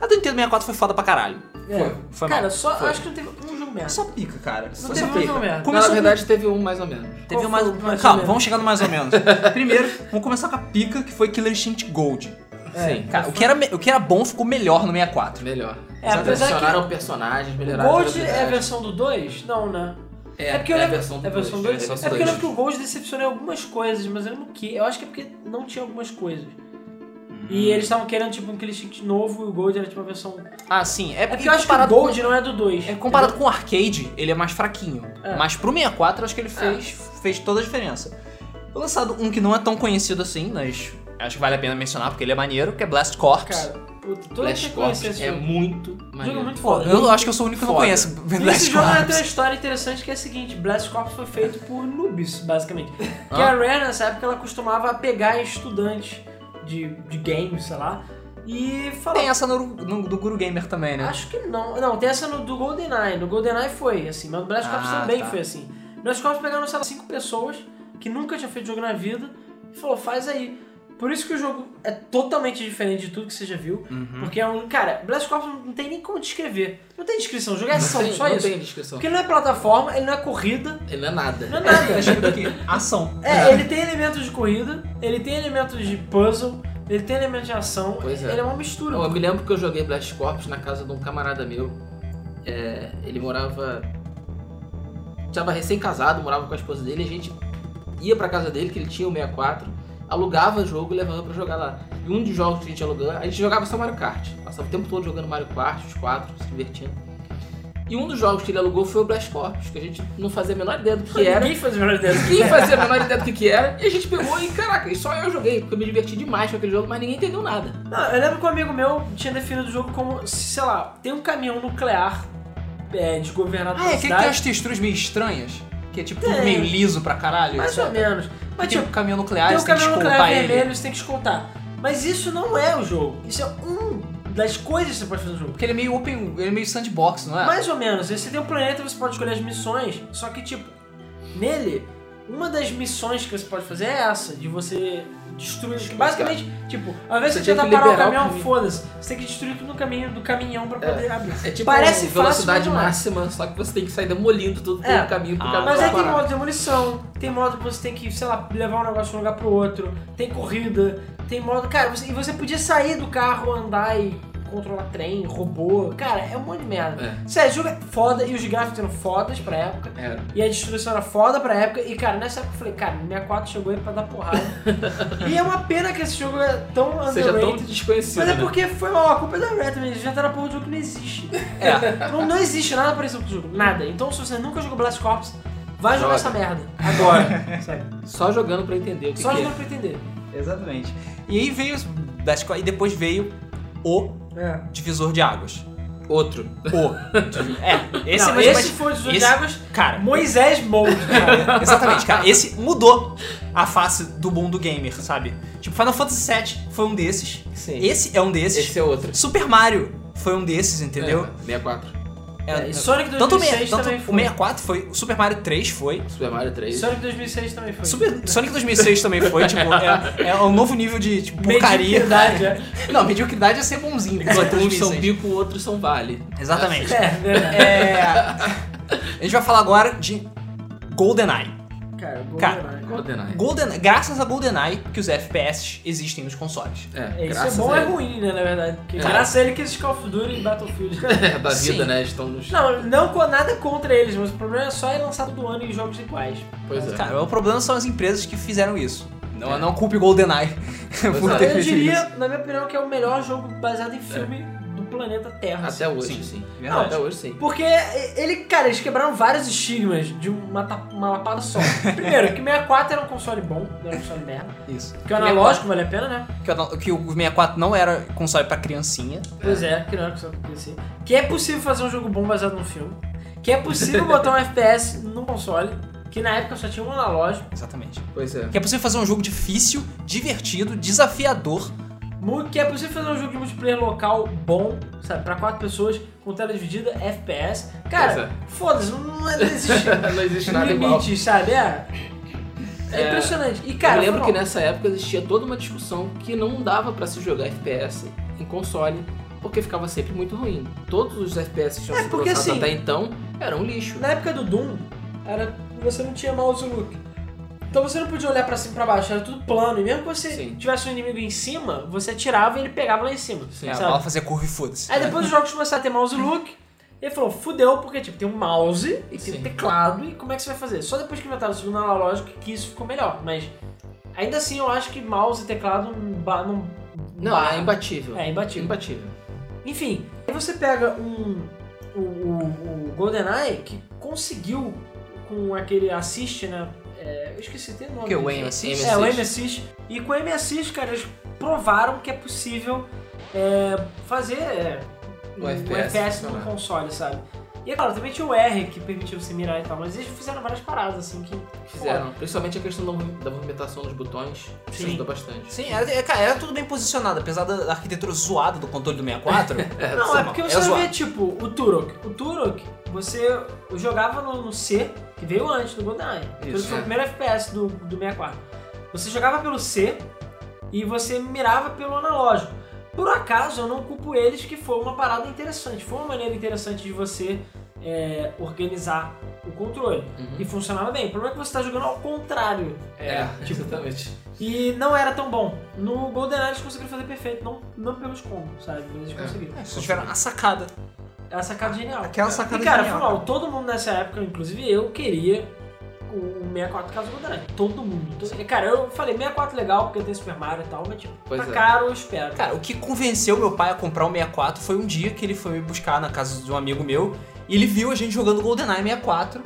A do Nintendo 64 foi foda pra caralho. Foi. Foi É. cara, mal. só acho que não teve um jogo merda. Só pica, cara. não teve um jogo merda. Na Começou verdade, teve um mais ou menos. Teve Qual mais, foi o mais ou Calma, menos? vamos chegar no mais ou menos. Primeiro, vamos começar com a pica, que foi Killer Instinct Gold. Sim. Cara, o que, era, me- o que era bom ficou melhor no 64. Melhor. É, Eles apesar que- adicionaram personagens, O melhoraram Gold é a jogabilidade. versão do 2? Não, né? É, porque eu é a lembro- versão do É a versão dois, é a 2? É, versão porque eu dois. lembro que o Gold decepcionou em algumas coisas, mas eu lembro que. Eu acho que é porque não tinha algumas coisas. E Hum. eles estavam querendo, tipo, um Killer Instinct novo e o Gold era, tipo, uma versão... Ah, sim. É É porque porque eu acho que o comparado com- Gold não é do 2. É, comparado com o arcade, ele é mais fraquinho. É. Mas pro 64, acho que ele fez, fez toda a diferença. Foi lançado um que não é tão conhecido assim, mas acho que vale a pena mencionar porque ele é maneiro, que é Blast Corps. Cara, puta, todo mundo Flash tem que Corps conhecer esse é jogo. muito maneiro. Jogo muito Pô, foda. eu acho que eu sou o único que não Foda. conhece E esse Blast jogo é tem uma Corps. história interessante que é a seguinte, Blast Corps foi feito por noobs, basicamente. Que a Rare, nessa época, ela costumava pegar estudantes de, de games, sei lá, e falar, Tem essa no, no- do Guru Gamer também, né? Acho que não. Não, tem essa no, do GoldenEye. No GoldenEye foi assim, mas no Blast Corps Ah, também tá. foi assim. Blast Corps pegaram, sei lá, cinco pessoas que nunca tinham feito jogo na vida e falou, faz aí. Por isso que o jogo é totalmente diferente de tudo que você já viu. Hum? Uhum. Porque é um. Cara, Blast Corps não tem nem como descrever. Não tem descrição, o jogo é ação, Não tem, só não isso. tem descrição. Porque ele não é plataforma, ele não é corrida, Ele não é nada. não é nada. Tá escrito aqui, ação. É, ele tem elementos de corrida, ele tem elementos de puzzle, ele tem elementos de ação, Pois é. ele é uma mistura. Não, eu me lembro que eu joguei Blast Corps na casa de um camarada meu. É, ele morava. Tava recém-casado, morava com a esposa dele. A gente ia pra casa dele, que ele tinha o 64, alugava jogo e levava pra jogar lá. E um dos jogos que a gente alugava, a gente jogava só Mario Kart. Passava o tempo todo jogando Mario Kart, os quatro, se divertindo. E um dos jogos que ele alugou foi o Blast Corps, que a gente não fazia a menor ideia do que era. Ninguém faz o melhor ideia do que Ninguém fazia a menor ideia do que, que era, e a gente pegou e caraca, e só eu joguei, porque eu me diverti demais com aquele jogo, mas ninguém entendeu nada. Não, eu lembro que um amigo meu tinha definido o jogo como, sei lá, tem um caminhão nuclear é, desgovernado Ah, pela é aquele que tem cidade. umas texturas meio estranhas. Que é tipo tudo Tem. meio liso pra caralho. Mais ou sabe? menos. E Mas tem tipo, um caminhão nuclear, tem um você tem que caminhão nuclear escoltar ele. vermelho, você tem que escoltar. Mas isso não é o jogo. Isso é um das coisas que você pode fazer no jogo. Porque ele é meio open, ele é meio sandbox, não é? Mais ou menos. Você tem um planeta, você pode escolher as missões. Só que, tipo, nele, uma das missões que você pode fazer é essa, de você destruir. que basicamente, tipo, ao invés de Você você tem que tentar parar o liberar o caminhão, caminho. foda-se. Você tem que destruir tudo no caminho do caminhão pra É. poder abrir. É tipo Parece uma velocidade fácil, mas não é. máxima, só que você tem que sair demolindo todo É. o caminho pro Ah, caminho Mas pra aí tem parar. modo de demolição, tem modo que você tem que, sei lá, levar um negócio de um lugar pro outro, tem corrida, tem modo. Cara, você- e você podia sair do carro, andar e controlar trem, robô. Cara, é um monte de merda. É. Sério, o jogo é foda e os gráficos eram fodas pra época. É. E a destruição era foda pra época. E, cara, nessa época eu falei, cara, 64 chegou aí pra dar porrada. e é uma pena que esse jogo é tão Seja tão underrated. tá desconhecido, Mas é né? porque foi mal, a culpa é da Rare também, eles inventaram a porra de jogo que não existe. Então, É. Não, não existe nada parecido com o jogo, nada. Então se você nunca jogou Blast Corps, vai Joga. jogar essa merda. Agora. Sério. Só jogando pra entender o que, Só que é. jogando pra entender. Exatamente. E aí veio os Blast Corps, e depois veio o É. divisor de águas. é. Outro. O. é, esse Esse, é não, mais esse foi o Desenho de esse- Águas Cara, Moisés Mold, cara. exatamente, cara. Esse mudou a face do mundo gamer, sabe? Tipo, Final Fantasy VII foi um desses. Sim. Esse é um desses. Esse é outro. Super Mario foi um desses, entendeu? É, 64. É, e Sonic Tanto, o, meia- 2006 tanto também o foi. 64 foi, o Super Mario 3 foi. Super Mario 3. Sonic 2006 também foi. Super- Sonic 2006 também foi, tipo, é, é um novo nível de tipo, porcaria. Mediocridade, é. Não, mediocridade é ser bonzinho. Uns Sonic são 2006. bico, outros são vale. Exatamente. É, verdade. É, a gente vai falar agora de GoldenEye. Cara, Cara, GoldenEye. GoldenEye. GoldenEye graças a GoldenEye que os FPS existem nos consoles. É, É, Isso é graças bom a é ele. ruim, né, na verdade. Porque É. graças a ele que esses Call of Duty e Battlefield. É, da vida, Sim. né? Estão nos... não, não com nada contra eles, mas o problema é só é lançar todo ano em jogos iguais. Pois é. Cara, o problema são as empresas que fizeram isso. Não, não culpe GoldenEye por é. ter Eu feito diria, isso. na minha opinião, que é o melhor jogo baseado em filme do planeta Ah, Terra. assim. Até hoje, Sim. sim. Verdade. Até hoje, sim. Porque ele, cara, eles quebraram vários estigmas de uma, ta- uma lapada só. Primeiro, que 64 era um console bom, não era um console merda. Isso. Que o analógico vale a pena, né? Que, o- que o 64 não era console pra criancinha. Pois é, que não era console PC. Que é possível fazer um jogo bom baseado num filme. Que é possível botar um FPS num console, que na época só tinha um analógico, Exatamente. Pois é. Que é possível fazer um jogo difícil, divertido, desafiador. mu- que é possível fazer um jogo de multiplayer local bom, sabe, pra quatro pessoas, com tela dividida, FPS. Pois Cara, é. foda-se, não, não existe Não existe nada igual. limite, sabe? É, é É. impressionante. E Cara, cara, eu lembro foi que mal. nessa época existia toda uma discussão que não dava pra se jogar FPS em console, porque ficava sempre muito ruim. Todos os FPS que tinham É, sido porque lançados assim- até então eram lixo. Na época do Doom, era, você não tinha mouse look. Então você não podia olhar pra cima e pra baixo, era tudo plano. E mesmo que você Sim. tivesse um inimigo em cima, você atirava e ele pegava lá em cima. Sim. É, sabe? a bala fazia curva e foda-se. Aí depois os jogos começaram a ter mouse look. E ele falou, fudeu, porque tipo, tem um mouse e tem um Sim. teclado, e como é que você vai fazer? Só depois que inventaram o segundo analógico que isso ficou melhor. Mas ainda assim eu acho que mouse e teclado não. ba- não, Não, ba- é imbatível. é imbatível. imbatível. Enfim, aí você pega um. O, o, o GoldenEye que conseguiu com aquele assist, né? É, eu esqueci tem nome. Que o né? aim assist? É, o aim assist. E com o aim assist, cara, eles provaram que é possível é, fazer é, O um FPS FPS no funcionar. console, sabe? E é claro, também tinha o R que permitia você mirar e tal, mas eles fizeram várias paradas assim que. Fizeram. Principalmente a questão da mov- da movimentação dos botões Sim. ajudou bastante. Sim, era, é, cara, era tudo bem posicionado, apesar da arquitetura zoada do controle do 64. É, Não, é zoado, porque é você zoado. vê, tipo, o Turok. O Turok, você jogava no, no C, que veio antes do GoldenEye. O Turok Isso, foi o é. primeiro FPS do, do 64. Você jogava pelo C e você mirava pelo analógico. Por acaso, eu não culpo eles que foi uma parada interessante. Foi uma maneira interessante de você é, organizar o controle. E Uhum. funcionava bem. O problema é que você tá jogando ao contrário. É, tipo, exatamente. E não era tão bom. No GoldenEye eles conseguiram fazer perfeito. Não, não pelos combos, sabe? Mas eles É. conseguiram. Só tiveram a sacada. É. Essa sacada genial. Aquela sacada E cara, genial, foi mal. Todo mundo nessa época, inclusive eu, queria o 64 Casa do Guarani. Todo mundo. Todo... Cara, eu falei 64 legal porque tem Super Mario e tal, mas tipo, Pois tá é. caro, eu espero. Cara, o que convenceu meu pai a comprar o 64 foi um dia que ele foi me buscar na casa de um amigo meu e ele viu a gente jogando GoldenEye 64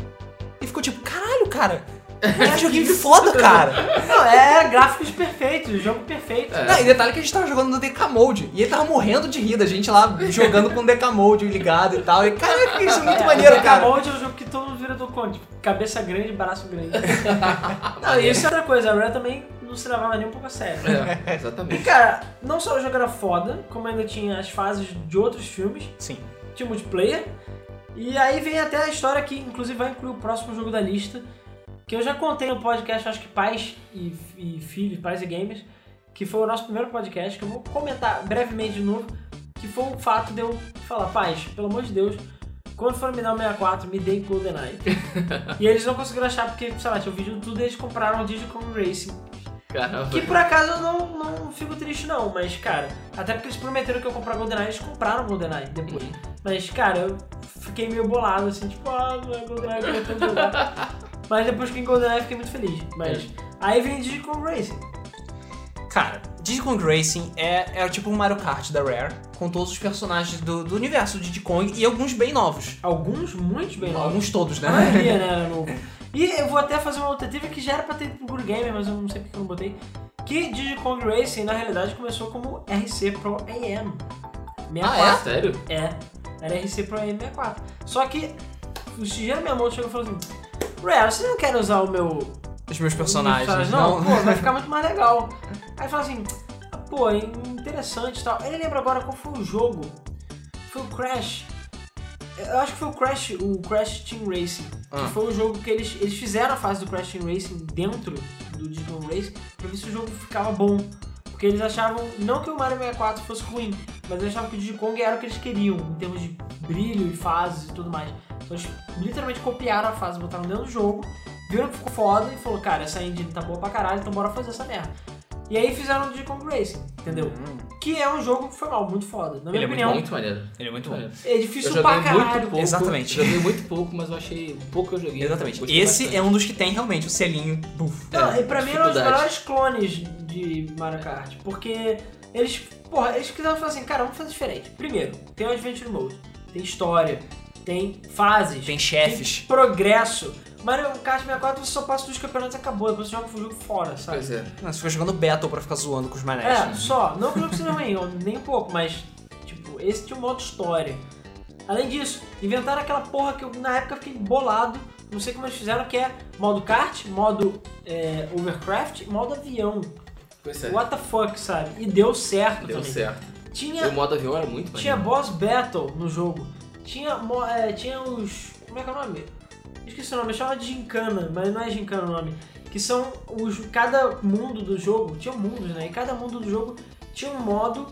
e ficou tipo, caralho, cara, é joguinho foda, cara. Não, é gráficos perfeitos, jogo perfeito. É. Não, e detalhe que a gente tava jogando no Deca Mode e ele tava morrendo de rir da gente lá jogando com o Deca Mode ligado e tal. E caralho, que isso é muito maneiro, cara. Acabou de um jogo que todo mundo vira do conte. Cabeça grande, braço grande. Ah, não, e isso é outra coisa. A Rare também não se levava nem um pouco a sério. É, E exatamente. cara, não só o jogo era foda, como ainda tinha as fases de outros filmes. Sim. tinha multiplayer. E aí vem até a história que, inclusive, vai incluir o próximo jogo da lista. Que eu já contei no podcast, acho que Pais e, e Filhos, Pais e Gamers, que foi o nosso primeiro podcast, que eu vou comentar brevemente de novo, que foi o fato de eu falar, pais, pelo amor de Deus, quando for me dar o 64, me deem GoldenEye. e eles não conseguiram achar, porque, sei lá, tinha o vídeo de tudo, e eles compraram o Digicom Racing. Caramba. Que por acaso eu não, não fico triste não, mas cara, até porque eles prometeram que eu comprar GoldenEye, eles compraram GoldenEye depois. Uhum. Mas cara, eu fiquei meio bolado assim, tipo, ah, não é GoldenEye que eu tô jogando. mas depois que em GoldenEye eu fiquei muito feliz. Mas É. aí vem Digicom Racing. Cara, Diddy Kong Racing é, é tipo um Mario Kart da Rare, com todos os personagens do, do universo de Diddy Kong e alguns bem novos. Alguns muito bem novos. Alguns todos, A né? maioria, né, era novo. E eu vou até fazer uma outra teve que já era pra ter pro Guru Gamer, mas eu não sei porque eu não botei. Que Digicong Racing, na realidade, começou como RC Pro AM. 64. Ah, é? Sério? É, era RC Pro M64. Só que o Shigeru Miyamoto chegou e falou assim: Rare, você não quer usar o meu. Os meus personagens. Não, Não, pô, vai ficar muito mais legal. Aí falou assim: "Ah, pô, é interessante e tal. Ele lembra agora qual foi o jogo? Foi o Crash. Eu acho que foi o Crash, o Crash Team Racing. Ah. Que foi o jogo que eles, eles fizeram a fase do Crash Team Racing dentro do Digimon Race pra ver se o jogo ficava bom. Porque eles achavam, não que o Mario 64 fosse ruim, mas eles achavam que o Digimon era o que eles queriam, em termos de brilho e fases e tudo mais. Então eles literalmente copiaram a fase, botaram dentro do jogo, viram que ficou foda e falou, cara, essa engine tá boa pra caralho, então bora fazer essa merda. E aí fizeram o Digimon Racing, entendeu? Que é um jogo que foi mal, muito foda. Na minha Ele é muito opinião, Muito maneiro. Ele é muito bom. Maneiro. é Eu difícil joguei um pra muito caralho. pouco. Exatamente. Joguei muito pouco, mas eu achei o pouco que eu joguei. Exatamente. gostei Esse bastante. é um dos que tem realmente o selinho. Buf. Não, É, e pra mim era um dos dificuldade. melhores clones de Mario Kart, porque Eles, porra, eles quiseram falar assim, cara, vamos fazer diferente. Primeiro, tem o Adventure Mode, tem história, tem fases, Tem chefes. progresso. Mario Kart 64 você só passa dos campeonatos e acabou, depois você joga o jogo fora, sabe? Pois é. Não, você fica jogando Battle pra ficar zoando com os manés. É, só. Não que o jogo seja ruim, ou nem um pouco, mas, tipo, esse tinha um modo história. Além disso, inventaram aquela porra que eu na época fiquei bolado, não sei como eles fizeram, que é modo kart, modo é, overcraft e modo avião. Pois é. What the fuck, sabe? E deu certo Deu também. certo. E Tinha, o modo avião era muito tinha maneiro. boss battle no jogo. Tinha, mo- é, tinha os. Como é que é o nome? Esqueci o nome, chama de Gincana, mas não é Gincana o nome. Que são os. Cada mundo do jogo. Tinha mundos, né? E cada mundo do jogo tinha um modo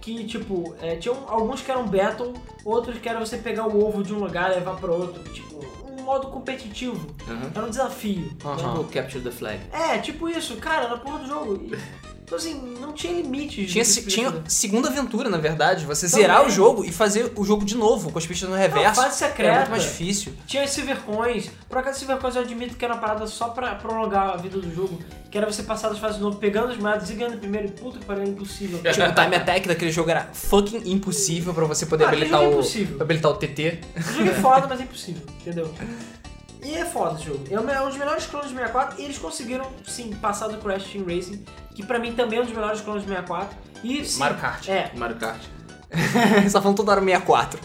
que, tipo, é, tinha um- alguns que eram battle, outros que era você pegar o ovo de um lugar e levar pra outro. Tipo, um modo competitivo. Aham. Era um desafio. Lembra o Capture the Flag? É, tipo isso, cara, na porra do jogo. E- Então assim, não tinha limite. de Tinha, do que se- podia fazer. tinha segunda aventura, na verdade. Você Também. zerar o jogo e fazer o jogo de novo, com as pistas no Não, reverso. fase é secreta. muito mais difícil. Tinha as Silvercoins. Por acaso, Silvercoins eu admito que era uma parada só pra prolongar a vida do jogo. Que era você passar das fases de novo, pegando os matos e ganhando primeiro. E puta que pariu, era impossível. Tipo, o time attack daquele jogo era fucking impossível pra você poder Ah, aquele habilitar jogo é o. impossível. habilitar o TT. O jogo é foda, mas é impossível, entendeu? E é foda esse jogo. É um é um dos melhores clones do 64 e eles conseguiram, sim, passar do Crash Team Racing, que pra mim também é um dos melhores clones do 64. E, sim, Mario Kart. É, Mario Kart. Você tá falando toda hora 64.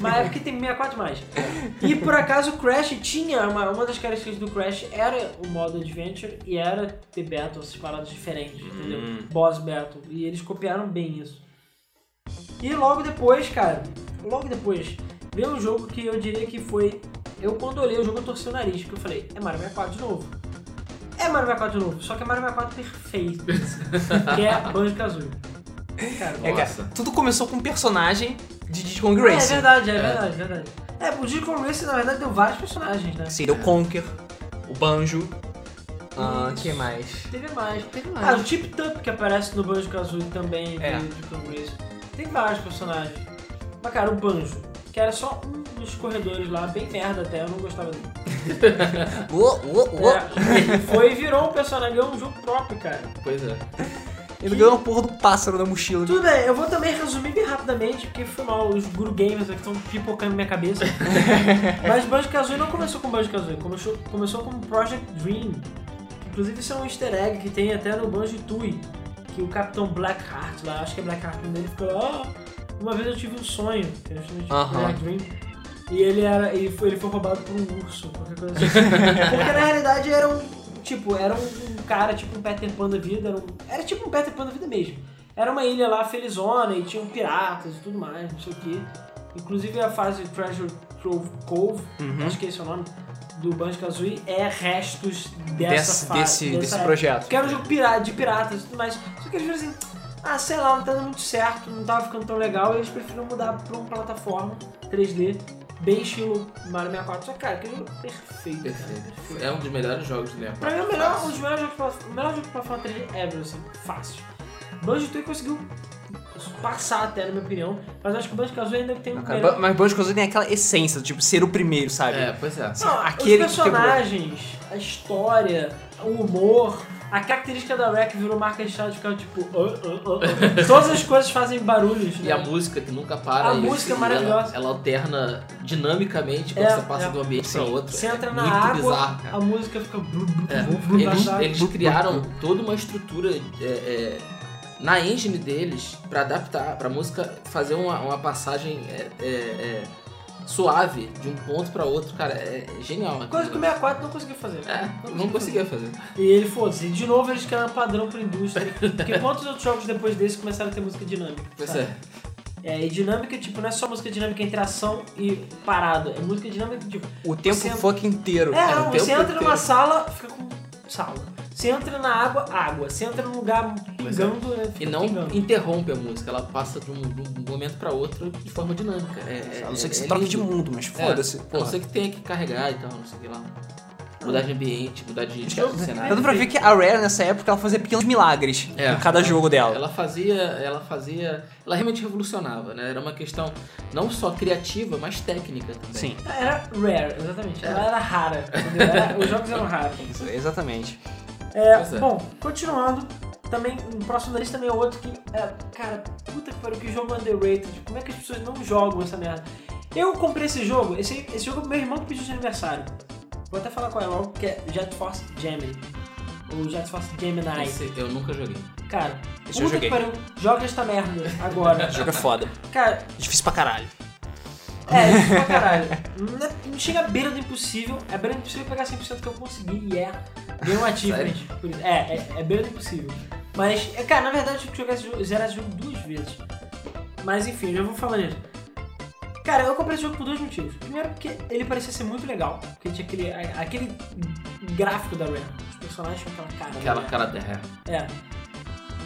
Mas é porque tem 64 mais. E por acaso o Crash tinha, uma, uma das características do Crash era o modo Adventure e era ter Battle, essas paradas diferentes, entendeu? Boss Battle. E eles copiaram bem isso. E logo depois, cara, logo depois, veio um jogo que eu diria que foi. Eu quando olhei o jogo eu torci o nariz, porque eu falei, é Mario 64 de novo. É Mario 64 de novo, só que é Mario 64 perfeito. que é Banjo-Kazooie. Cara, É, cara, Nossa. tudo começou com um personagem de Diddy Kong é, Racing. verdade, é, verdade, é verdade. É, o Diddy Kong Racing, na verdade, deu vários personagens, né? Seria o Conker, o Banjo. Ah, que mais? Teve mais. Ah, o Tip Tup que aparece no Banjo Kazooie também, É. do Diddy Kong Racing. Tem vários personagens. Mas, cara, o Banjo, que era só um dos corredores lá, bem merda até, eu não gostava dele. Uou, uou, uou. É, ele foi e virou um personagem, ganhou um jogo próprio, cara. Pois é. Ele ganhou uma porra do pássaro na mochila. Tudo bem, eu vou também resumir bem rapidamente, porque foi mal, os guru gamers aqui estão pipocando minha cabeça. Mas Banjo Kazooie não começou com Banjo Kazooie, começou, começou com Project Dream. Inclusive, isso é um easter egg que tem até no Banjo Tui, que o Capitão Blackheart lá, acho que é Blackheart o nome dele, ficou lá. "Ah, uma vez eu tive um sonho, que eu chamo de Aham. Project Dream. E ele era. Ele foi, ele foi roubado por um urso, qualquer coisa assim. Porque na realidade era um. Tipo, era um, um cara, tipo um Peter Pan da vida, era, um- era tipo um Peter Pan da vida mesmo. Era uma ilha lá felizona e tinham piratas e tudo mais, não sei o que. Inclusive a fase Treasure Trove Cove, Hum? Uhum. acho que esse é o nome, do Banjo Kazooie, é restos dessa Desse, fase. desse, dessa desse época. projeto. Porque era um jogo pirata, de piratas e tudo mais. Só que eles viram assim, ah, sei lá, não tá dando muito certo, não tava ficando tão legal, e eles preferiram mudar pra uma plataforma 3D, bem estilo Mario 64. Só que, cara, aquele jogo é perfeito, cara. Perfeito. É um dos melhores jogos do Leopard. Pra mim, o melhor, um dos melhores jogos de plataforma- o melhor jogo de plataforma 3D ever, assim, fácil. Banjo Tooie conseguiu passar até, na minha opinião, mas eu acho que o Banjo Kazooie ainda tem um Cara, melhor- Ba- Mas Banjo Kazooie tem aquela essência, tipo, ser o primeiro, sabe? É, pois é. Não, aquele os que quebrou. personagens, a história, o humor, a característica da Rack virou marca de estado de ficar tipo. "Ah, ah, ah, ah". Todas as coisas fazem barulhos. E né? a música que nunca para. A e música é ela- maravilhosa. Ela, alterna dinamicamente quando É, você passa é. de um ambiente para outro. Você entra é na muito água, bizarro, cara. a música fica. blu, blu, É, blu, blu, eles, blá, blá. eles criaram toda uma estrutura é, é, na engine deles pra adaptar, pra música fazer uma, uma passagem é, é, é, suave de um ponto pra outro, cara, é genial. Coisa que o 64 não conseguiu fazer. É, não conseguia fazer. E ele, foda-se, de novo eles criaram padrão pra indústria. Porque quantos outros jogos depois desse começaram a ter música dinâmica? Pois sabe? é. É, e dinâmica, tipo, não é só música dinâmica entre ação e parada. É música dinâmica, tipo, O tempo Você- fucking inteiro. É, o não, tempo você entra inteiro. numa sala, fica com sala. Você entra na água, água. Você entra num lugar Pois é. pingando, né? E fica não pingando. interrompe a música, ela passa de um, de um momento pra outro de forma dinâmica. É, é, A não ser que é você troque de lindo. mundo, mas É, foda-se. a não porra. ser que tenha que carregar e tal, não sei o que lá. Mudar de ambiente, mudar de, é de cenário. Dando pra ver que a Rare nessa época ela fazia pequenos milagres É. em cada jogo dela. Ela fazia, ela fazia, ela realmente revolucionava, né? Era uma questão não só criativa, mas técnica também. Sim, Era rare, exatamente. É. Ela era rara. entendeu? Era- os jogos eram raros. exatamente. É, Tá Pois é. Bom, continuando. Também, o próximo da lista também é outro que. é, cara, puta que pariu, que jogo underrated. Como é que as pessoas não jogam essa merda? Eu comprei esse jogo, esse, esse jogo é meu irmão que pediu de aniversário. Vou até falar qual é logo, que é Jet Force Gemini. Ou Jet Force Gemini. Esse Então, eu nunca joguei. Cara, Esse eu puta que joguei. pariu, joga esta merda agora. Jogo é foda. Cara, Difícil pra caralho. É, isso pra caralho. Não é- Não chega à beira do impossível. É beira do impossível pegar 100% que eu consegui e é. Deu um ativo. Sério? É, é, é beira do impossível. Mas, é, cara, na verdade eu tive que jogar esse jogo, zerar esse jogo duas vezes. Mas enfim, já vou falar nisso. Cara, eu comprei esse jogo por dois motivos. Primeiro, porque ele parecia ser muito legal. Porque tinha aquele, a- aquele gráfico da Rare. Os personagens com aquela cara. da Aquela Rare. cara terra. É.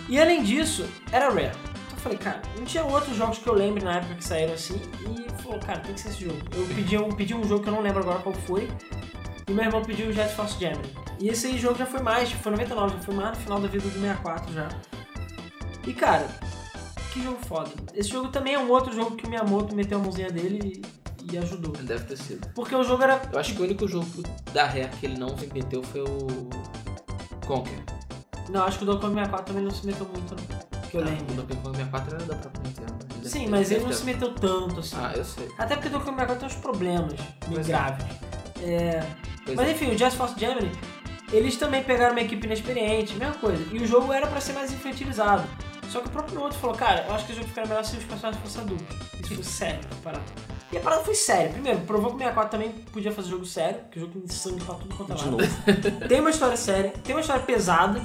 E além disso, era Rare. Então eu falei, cara, não tinha outros jogos que eu lembro na época que saíram assim. E falou, cara, tem que ser esse jogo. Eu pedi, um- pedi um jogo que eu não lembro agora qual foi. E meu irmão pediu o Jet Force Gemini. E esse aí jogo já foi mais, tipo, foi 99, já foi mais no final da vida do 64 já. E cara, que jogo foda. Esse jogo também é um outro jogo que o Miyamoto meteu a mãozinha dele e, e ajudou. Deve ter sido. Porque o jogo era. Eu acho que o único jogo da Rare que ele não se meteu foi o. Conker. Não, acho que o Donkey Kong 64 também não se meteu muito, não. Que eu Ah, lembro. O Donkey Kong 64 era da própria Nintendo. Deve Sim, ter- mas deve ele não ter- se meteu tanto assim. Ah, eu sei. Até porque o Donkey Kong Macaco tem uns problemas meio Pois é. graves. É, Pois Mas é. enfim, o Just Force Gemini, eles também pegaram uma equipe inexperiente, mesma coisa. E o jogo era pra ser mais infantilizado. Só que o próprio outro falou, cara, eu acho que o jogo ficaria melhor se os personagens fossem adultos. Isso foi sério, a parada. E a parada foi séria. Primeiro, provou que o 64 também podia fazer jogo sério, que o jogo tem sangue pra tudo quanto é lado. Tem uma história séria, tem uma história pesada,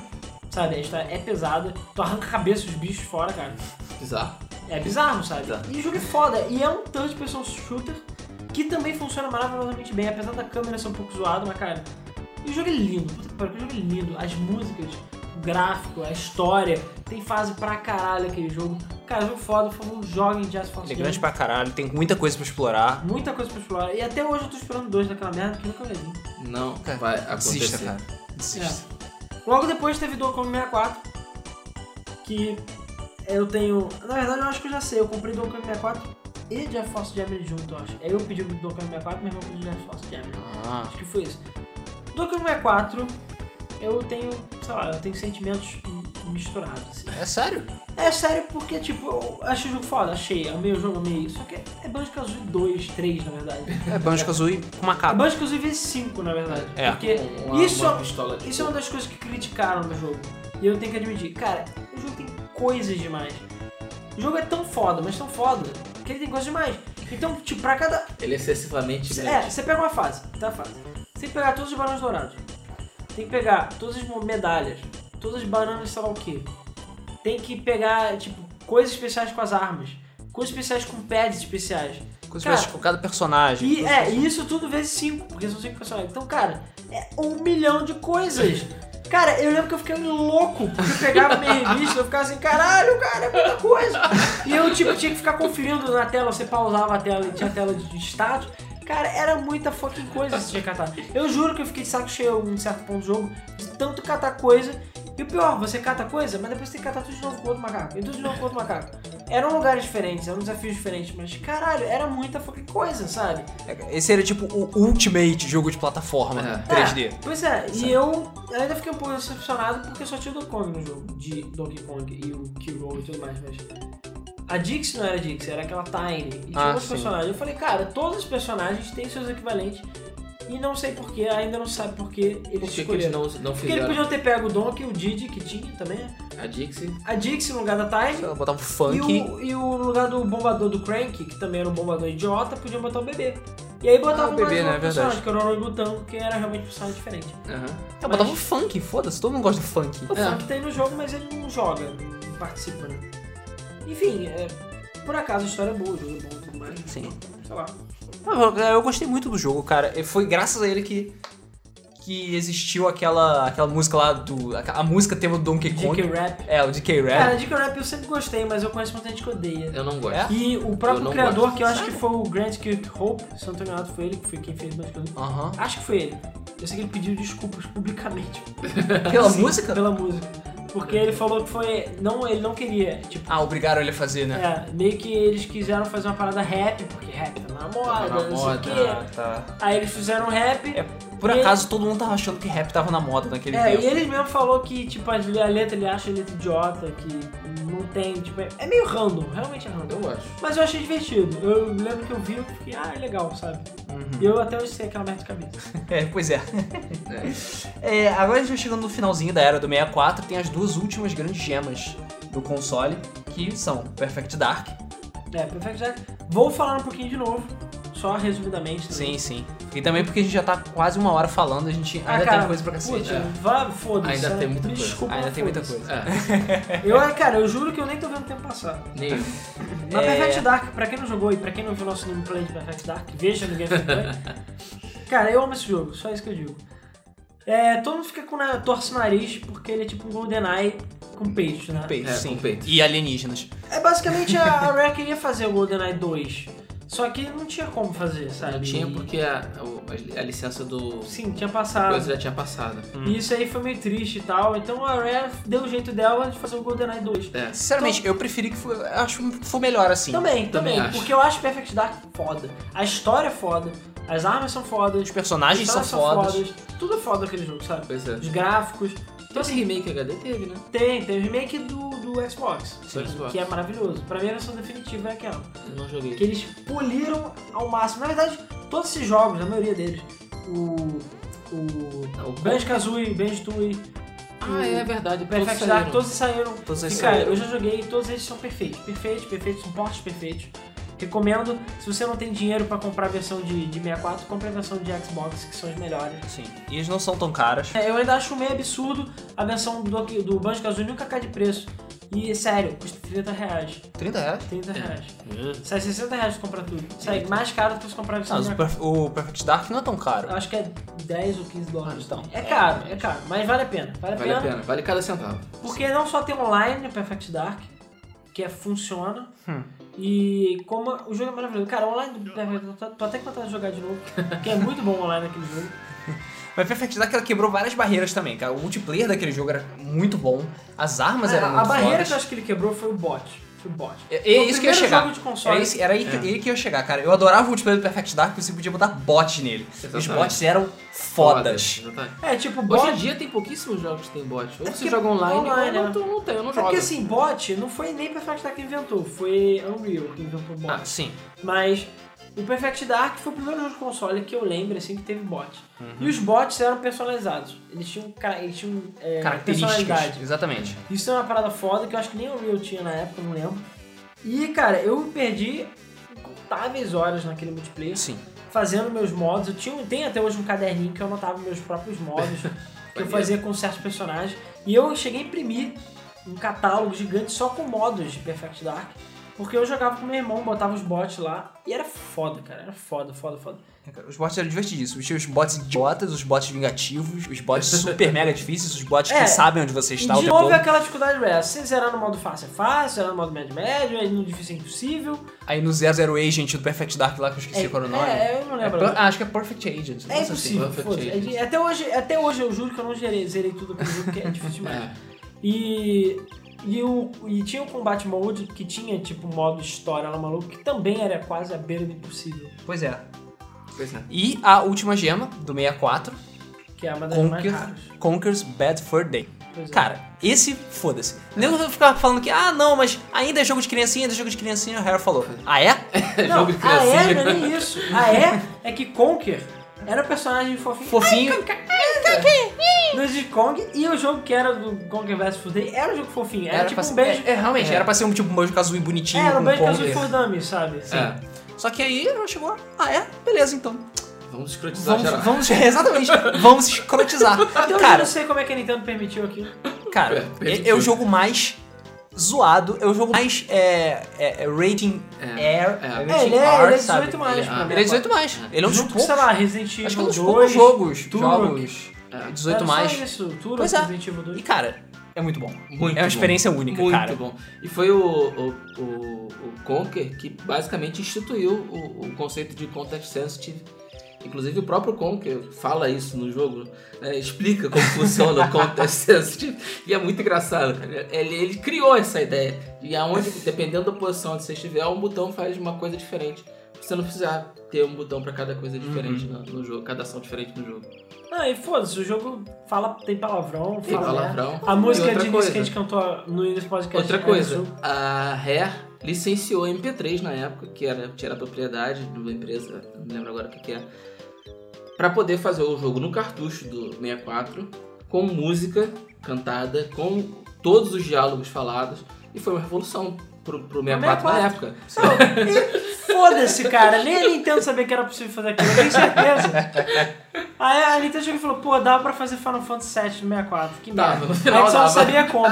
sabe? A história é pesada. Tu arranca a cabeça dos bichos fora, cara. Bizarro. É bizarro, sabe? Bizarro. E o jogo é foda. E é um third person shooter que também funciona maravilhosamente bem, apesar da câmera ser um pouco zoada, mas cara. E o jogo é lindo, puta que pariu, o jogo é lindo. As músicas, o gráfico, a história. Tem fase pra caralho aquele jogo. Cara, jogo é foda, por favor, joguem Just Force Ele é grande Game. pra caralho, tem muita coisa pra explorar. Muita coisa pra explorar. E até hoje eu tô esperando dois daquela merda que nunca vai vir. Não Cara, vai acontecer. Desista, cara. Desista. Logo depois teve Donkey Kong 64, que eu tenho... Na verdade, eu acho que eu já sei. Eu comprei Donkey Kong 64 e Jeff Force Gemini junto, eu acho. Aí eu pedi o Donkey Kong 64, meu irmão pediu o Jeff Force Gemini. Ah, Acho que foi isso. Donkey Kong 64, eu tenho, sei lá, eu tenho sentimentos mi- misturados, assim. é sério? É sério porque, tipo, eu achei o jogo foda, achei, amei o jogo, amei. Só que é Banjo-Kazooie 2, 3, na verdade. É Banjo-Kazooie com uma Ah. A capa. Banjo-Kazooie V5, na verdade. É. Porque Uma- isso uma pistola de isso é uma das coisas que criticaram no jogo. E eu tenho que admitir, cara, o jogo tem coisas demais. O jogo é tão foda, mas tão foda, que ele tem coisas demais. Então, tipo, pra cada Ele é excessivamente é, grande. você pega uma fase, tá fase. Você tem que pegar todos os barões dourados. Tem que pegar todas as medalhas, todas as bananas, sei lá o que. Tem que pegar, tipo, coisas especiais com as armas, coisas especiais com pads especiais. Coisa Cara, pra com cada personagem. E é, e isso tudo vezes 5, porque são 5 personagens. Então, cara, é um milhão de coisas. Cara, eu lembro que eu fiquei louco, porque eu pegava minha revista, eu ficava assim, caralho, cara, é muita coisa. E eu, tipo, tinha que ficar conferindo na tela, você pausava a tela e tinha a tela de de status. Cara, era muita fucking coisa que você tinha que catar. Eu juro que eu fiquei de saco cheio em um certo ponto do jogo, de tanto catar coisa. E o pior, você cata coisa, mas depois você tem que catar tudo de novo com outro macaco. E tudo de novo com outro macaco. Eram lugares diferentes, eram desafios diferentes, mas caralho, era muita fucking coisa, sabe? Esse era tipo o ultimate jogo de plataforma É. 3D. É, pois é, e eu ainda fiquei um pouco decepcionado porque só tinha o Donkey Kong no jogo, de Donkey Kong e o Kiro e tudo mais, mas. A Dix não era Dix, era aquela Tiny. E tinha Ah, outros sim. personagens. Eu falei, cara, todos os personagens têm seus equivalentes. E não sei porquê, ainda não sabe porquê Por eles que que eles escolheram. não, não Porque eles fizeram podiam ter pego o Donkey, o Didi, que tinha também, né? a Dixie? a Dix no lugar da Tiny. Ela botava um E funk. o, e o lugar do bombador do Crank, que também era um bombador idiota, podia botar o bebê. E aí botava Ah, o bebê, mais um né? outro É verdade. personagem, que era o Orangutão, que era realmente um personagem diferente. Aham. Ela botava um funk, foda-se, todo mundo gosta de funk. O É. Funk tem no jogo, mas ele não joga, não participa, né? Enfim, é, por acaso a história é boa, o jogo é bom e tudo mais. Sim. Sei lá. Eu, eu gostei muito do jogo, cara. E Foi graças a ele que, que existiu aquela, aquela música lá do. A, a música tema do Donkey Kong. DK Rap. É, o DK Cara, Rap. DK Rap eu sempre gostei, mas eu conheço muita gente que odeia. Eu não gosto. É? E o Eu próprio não criador, gosto. que eu acho que foi o Grant Kirkhope, se eu não tô enganado, foi ele que foi quem fez o Bandicoot. Aham. Acho que foi ele. Eu sei que ele pediu desculpas publicamente Aquela música? pela música. Porque ele falou que foi. Não, ele não queria. Tipo, Ah, obrigaram ele a fazer, né? é, meio que eles quiseram fazer uma parada rap, porque rap tá na moda, Tá na não sei o moda, quê. Ah, tá. Aí eles fizeram rap, Por E ele- acaso todo mundo tava achando que rap tava na moda naquele É, tempo. e ele mesmo falou que, tipo, a a letra ele acha a letra idiota, que não tem, tipo, é, é meio random, realmente é random. Eu acho. Mas eu achei divertido. Eu lembro que eu vi e fiquei, ah, é legal, sabe? Uhum. E eu até hoje sei aquela merda de cabeça. É, pois é. É, agora a gente vai chegando no finalzinho da era do 64, tem as duas últimas grandes gemas do console, que são Perfect Dark. É, Perfect Jack. Vou falar um pouquinho de novo, só resumidamente. Sim, também. sim. E também porque a gente já tá quase uma hora falando, a gente Ah, ainda cara, tem coisa pra cacete. né? Putz, vá, foda-se. Ainda sabe? tem muita Me coisa. Desculpa, Ainda mas tem muita foda-se. coisa. É, Eu, é, cara, eu juro que eu nem tô vendo o tempo passar. nem Na É. Perfect Dark, pra quem não jogou e pra quem não viu nosso gameplay de Perfect Dark, veja no gameplay. Cara, eu amo esse jogo, só isso que eu digo. É, todo mundo fica com na, torce o nariz porque ele é tipo um GoldenEye com peixe, né? Peito, É, com sim. peito. E alienígenas. É basicamente a, a Rare queria fazer o GoldenEye 2, só que não tinha como fazer, sabe? não tinha E- porque é. a, a- a licença do Sim, tinha passado. coisa já tinha passado. E isso aí foi meio triste e tal, então a Rare deu o jeito dela de fazer o GoldenEye 2. É. Sinceramente, eu preferi que foi, eu acho que foi melhor assim. Então- Também, também, Também acho. porque eu acho Perfect Dark foda. A história é foda, as armas são fodas, Os personagens são Histórias tá fodas. Então, Tudo é foda aquele jogo, sabe? Pois é. Os gráficos. Então esse remake HD teve, né? Tem, tem o remake do, do Xbox, Sim. Xbox. que é maravilhoso. Pra mim a versão definitiva é aquela. Eu não joguei. Que eles poliram ao máximo. Na verdade, todos esses jogos, a maioria deles, o. O. Ah, o- Banjo Kazooie, Banjo Tooie, Ah, é verdade. o todos Perfect Dark, saíram. todos eles saíram. Todos E esses cara, saíram. eu já joguei e todos eles são perfeitos. Perfeitos, perfeitos, são portes perfeitos. Recomendo, se você não tem dinheiro pra comprar a versão de, de 64, compre a versão de Xbox, que são as melhores. Sim. E eles não são tão caras. É, eu ainda acho meio absurdo a versão do, do Banjo Kazooie nunca cai de preço. E sério, custa 30 reais. 30 é. reais? 30 reais. Sai 60 reais se comprar tudo. Sai mais caro do que se comprar a versão É. Não, de mas o Perf- o Perfect Dark não é tão caro. Acho que é 10 ou 15 dólares. Ah, então. É caro, é caro. Mas vale a pena. Vale a Vale pena. a pena, vale cada centavo. Porque não só tem online Perfect Dark, que é, funciona. Hum. E como o jogo é maravilhoso. Cara, o online do Perfect Dark, tô- tô até com vontade de jogar de novo. Porque é muito bom o online aquele jogo. Mas Perfect Dark ela quebrou várias barreiras também, cara. O multiplayer daquele jogo era muito bom, as armas a, eram É, a muito barreira fodas. que eu acho que ele quebrou foi o bot. Foi o bot. É, Foi é o isso que eu ia primeiro chegar. jogo de É. console. Era, isso- era aí que, aí que eu ia chegar, cara. Eu adorava o multiplayer do Perfect Dark, porque você podia botar bot nele. Os Exatamente. bots eram fodas. Exatamente. É, tipo, Hoje bot. em dia tem pouquíssimos jogos que tem bot. Ou porque você joga online, online, ou né? não, tu não tem, eu não É jogo. porque assim, bot não foi nem Perfect Dark que inventou, foi Unreal que inventou bot. Ah, sim. Mas o Perfect Dark foi o primeiro jogo de console que eu lembro assim que teve bot. Uhum. E os bots eram personalizados. Eles tinham, cara- eles tinham é, Características. personalidade. Exatamente. Isso é uma parada foda que eu acho que nem o Unreal tinha na época, não lembro. E cara, eu perdi incontáveis horas naquele multiplayer Sim. fazendo meus mods. Eu tinha, tenho até hoje um caderninho que eu anotava meus próprios mods, que eu fazia com certos personagens. E eu cheguei a imprimir um catálogo gigante só com mods de Perfect Dark, porque eu jogava com meu irmão, botava os bots lá, e era foda, cara. Era foda, foda, foda. Os bots eram divertidíssimos. Tinha os bots idiotas, os bots vingativos, os bots super mega difíceis, os bots É. que sabem onde você E está o de tempo novo é todo. aquela dificuldade rare. Se zerar no modo fácil é fácil, zerar no modo médio é médio, aí no difícil é impossível. Aí no 00 Agent do Perfect Dark lá, que eu esqueci é, qual era o nome. é, eu não É lembro. per- ah, acho que é Perfect Agent. É Nossa, assim. impossível, Perfect foda-se. É Agent. de- Até hoje, até hoje eu juro que eu não zerei, zerei tudo aquele jogo, porque é difícil demais. É, E, e, o, e tinha o Combat Mode, que tinha tipo modo história lá maluco, que também era quase a beira do impossível. Pois é. pois é. E a última gema, do 64, Que é uma das mais Conquer, raras. Conker's Bad Fur Day. Pois é. Cara, esse, foda-se. Nem eu ficava falando que, ah, não, mas ainda é jogo de criancinha, ainda é jogo de criancinha, o Harry falou. Ah, é? não, jogo de a criancinha. é não é nem isso. A é é que Conker era o personagem fofinho. Fofinho. é? do Diddy Kong e o jogo que era do Conker vs Fudei era um jogo fofinho. Era, tipo pra ser- um beijo. É, é, realmente, era pra ser um tipo um beijo casuí bonitinho. era um com beijo Conker. Kazooie for Dummies, sabe? É, Só que aí ela chegou, ah, é? Beleza, então. vamos escrotizar Vamos, geral. vamos exatamente, vamos escrotizar. Até hoje eu Cara, não sei como é que a Nintendo permitiu aquilo. cara, Per- é, é o jogo mais zoado, é o jogo mais é, é, é rating É. R, É. rating É, ele é, R, ele é sabe? 18 mais, Ele- pra ah, mim. Ele é 18 mais. Ele é um dos Junto com, poucos. sei lá, Resident Acho que é um Evil dos poucos 2. jogos, Turok. jogos É. 18 Era mais. Só isso, Turok, Pois é. Resident Evil 2. E cara, é muito bom. Muito é uma bom. experiência única, Muito cara. bom. E foi o, o, o, o Conker que basicamente instituiu o, o conceito de context sensitive. Inclusive o próprio Conker fala isso no jogo, né? explica como funciona o context sensitive. E é muito engraçado, cara. Ele, ele criou essa ideia. E aonde, dependendo da posição onde você estiver, um botão faz uma coisa Uhum. diferente. Você não precisa ter um botão pra cada coisa diferente no, no jogo, cada ação diferente no jogo. Não, e foda-se, o jogo fala, tem palavrão, Tem fala. palavrão. A música E outra de é início coisa. que a gente cantou no início do podcast. Outra é coisa, isso. a Rare licenciou a MP3 na época, que era, que era propriedade de uma empresa, não lembro agora o que, que é, pra poder fazer o jogo no cartucho do 64, com música cantada, com todos os diálogos falados, e foi uma revolução pro, pro 64 na época. Foda-se, cara. Nem a Nintendo sabia que era possível fazer aquilo, eu tenho certeza. Aí a Nintendo chegou e falou, pô, dava pra fazer Final Fantasy VII no 64. Que merda. Dava, no a final gente só não dava. sabia como.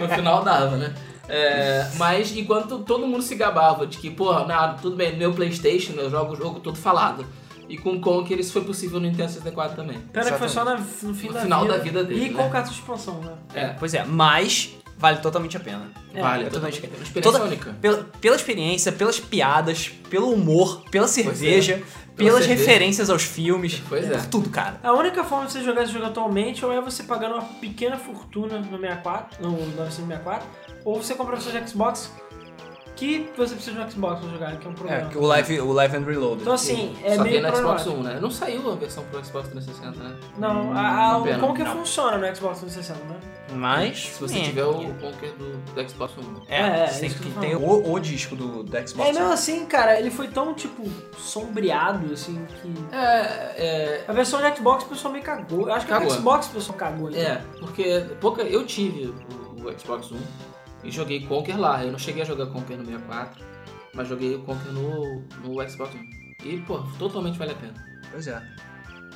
No final dava, né? É, mas enquanto todo mundo se gabava de que, porra, nada, tudo bem, no meu Playstation eu jogo o jogo todo falado. E com o Conker isso foi possível no Nintendo 64 também. Pena que foi Exatamente. só na- no fim No da final vida. da vida dele, E né? com o cartucho de expansão, né? É, Pois é, mas vale totalmente a pena. vale, é totalmente. totalmente- Uma experiência Toda- única. Pela, pela experiência, pelas piadas, pelo humor, pela cerveja, é. Pela pelas cerveja. referências aos filmes. Pois é. Por tudo, cara. A única forma de você jogar esse jogo atualmente ou é você pagando uma pequena fortuna no 64, no 964, ou você comprar versão de Xbox, que você precisa de um Xbox pra jogar, que é um problema. o live, o live and Reloaded. Então assim, é Só meio tem no Xbox problemático. One, né? Não saiu a versão pro Xbox 360, né? Não, a, a- Uma pena. como que Não. funciona no Xbox 360, né? Mas. Se você é. tiver o Conker do, do Xbox One. É, É, é, você tem isso que que eu tô ter o, o disco do, do Xbox. um. É, mesmo assim, cara, ele foi tão, tipo, sombreado, assim, que... É, é, A versão de Xbox o pessoal meio cagou. Eu acho que a Cagou. Xbox o pessoal cagou. né? é, porque pouca, eu tive o, o Xbox One e joguei Conker lá. Eu não cheguei a jogar Conker no 64, mas joguei o Conker no, no Xbox One. E, pô, totalmente vale a pena. Pois é.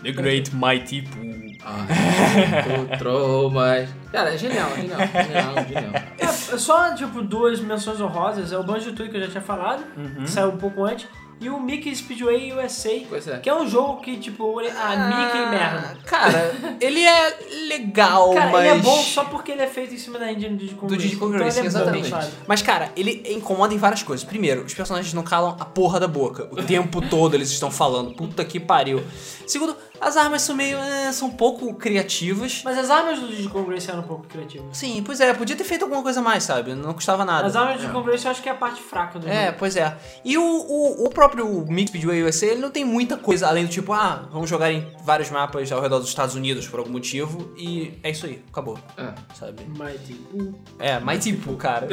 The Great Mighty Pooh. Ah, Control, mas... Cara, é genial, é genial, é genial, é genial. É, só, tipo, duas menções honrosas. É o Banjo Tooie, que eu já tinha falado, Uhum. que saiu um pouco antes. E o Mickey Speedway USA, Pois é. que é um jogo que, tipo, ele- ah, Mickey merda. Cara, ele é legal, Cara, mas. ele é bom só porque ele é feito em cima da engine do Diddy Kong Do Diddy Racing. Kong Então Racing, ele é bom, exatamente. sabe? Mas, cara, ele incomoda em várias coisas. Primeiro, os personagens não calam a porra da boca. O tempo todo eles estão falando. Puta que pariu. Segundo, as armas são meio. eh, são um pouco criativas. Mas as armas do Diddy Kong Racing eram um pouco criativas. Sim, pois é, podia ter feito alguma coisa a mais, sabe? Não custava nada. As armas do Diddy Kong Racing eu acho que é a parte fraca do É, jogo. pois é. E o, o, o próprio Mix Speedway USA, ele não tem muita coisa além do tipo, ah, vamos jogar em vários mapas ao redor dos Estados Unidos por algum motivo e é isso aí, acabou, É. sabe? Mighty Boo. É, mas tipo, cara.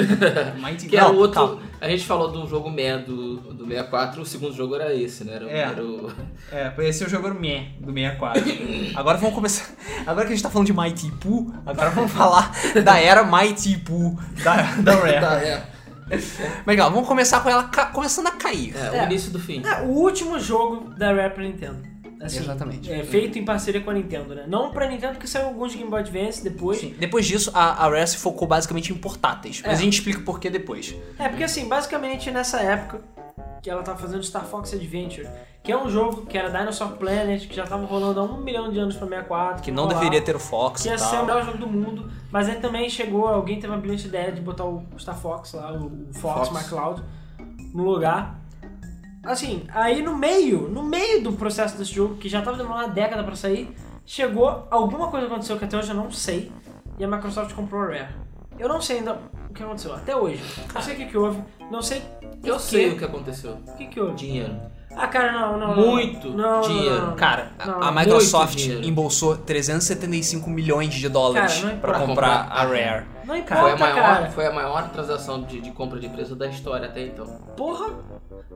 Mas tipo, Que era não, o outro. calma. A gente falou do jogo meia do, do 64, o segundo jogo era esse, né? Era, o- É. era o. É, esse é o jogo do Meh, do 64. agora vamos começar. Agora que a gente tá falando de Mighty Poo, agora vamos falar da era Mighty Poo da, da Rare. Tá, é. Mas legal, vamos começar com ela ca- começando a cair. É, É. o início do fim. É, o último jogo da Rare pra Nintendo. Assim, Exatamente. É feito em parceria com a Nintendo, né? Não pra Nintendo, porque saiu alguns de Game Boy Advance depois. Sim, Depois disso, a, a Rare se focou basicamente em portáteis. Mas a gente explica o porquê depois. É, porque assim, basicamente nessa época que ela tava fazendo Star Fox Adventure, que é um jogo que era Dinosaur Planet, que já tava rolando há um milhão de anos pra 64. Que não pra lá, deveria ter o Fox Que e ia ser um o tal. melhor jogo do mundo, mas aí também chegou, alguém teve uma brilhante ideia de botar o Star Fox lá, o o Fox, Fox. McCloud, no lugar. Assim, aí no meio, no meio do processo desse jogo, que já tava demorando uma década pra sair, chegou, alguma coisa aconteceu que até hoje eu não sei, e a Microsoft comprou a Rare. Eu não sei ainda o que aconteceu, até hoje. Não sei o que, que houve, não sei Eu por sei o quê. que aconteceu. o que, que houve. Dinheiro. Ah, cara, não, não. não. Muito não, não, dinheiro. não, não. Cara, a- Não, a muito Microsoft dinheiro. embolsou 375 milhões de dólares Cara, não é pra importa. comprar a Rare. Não importa, Foi a, maior, cara. foi a maior transação de, de compra de empresa da história até então. Porra!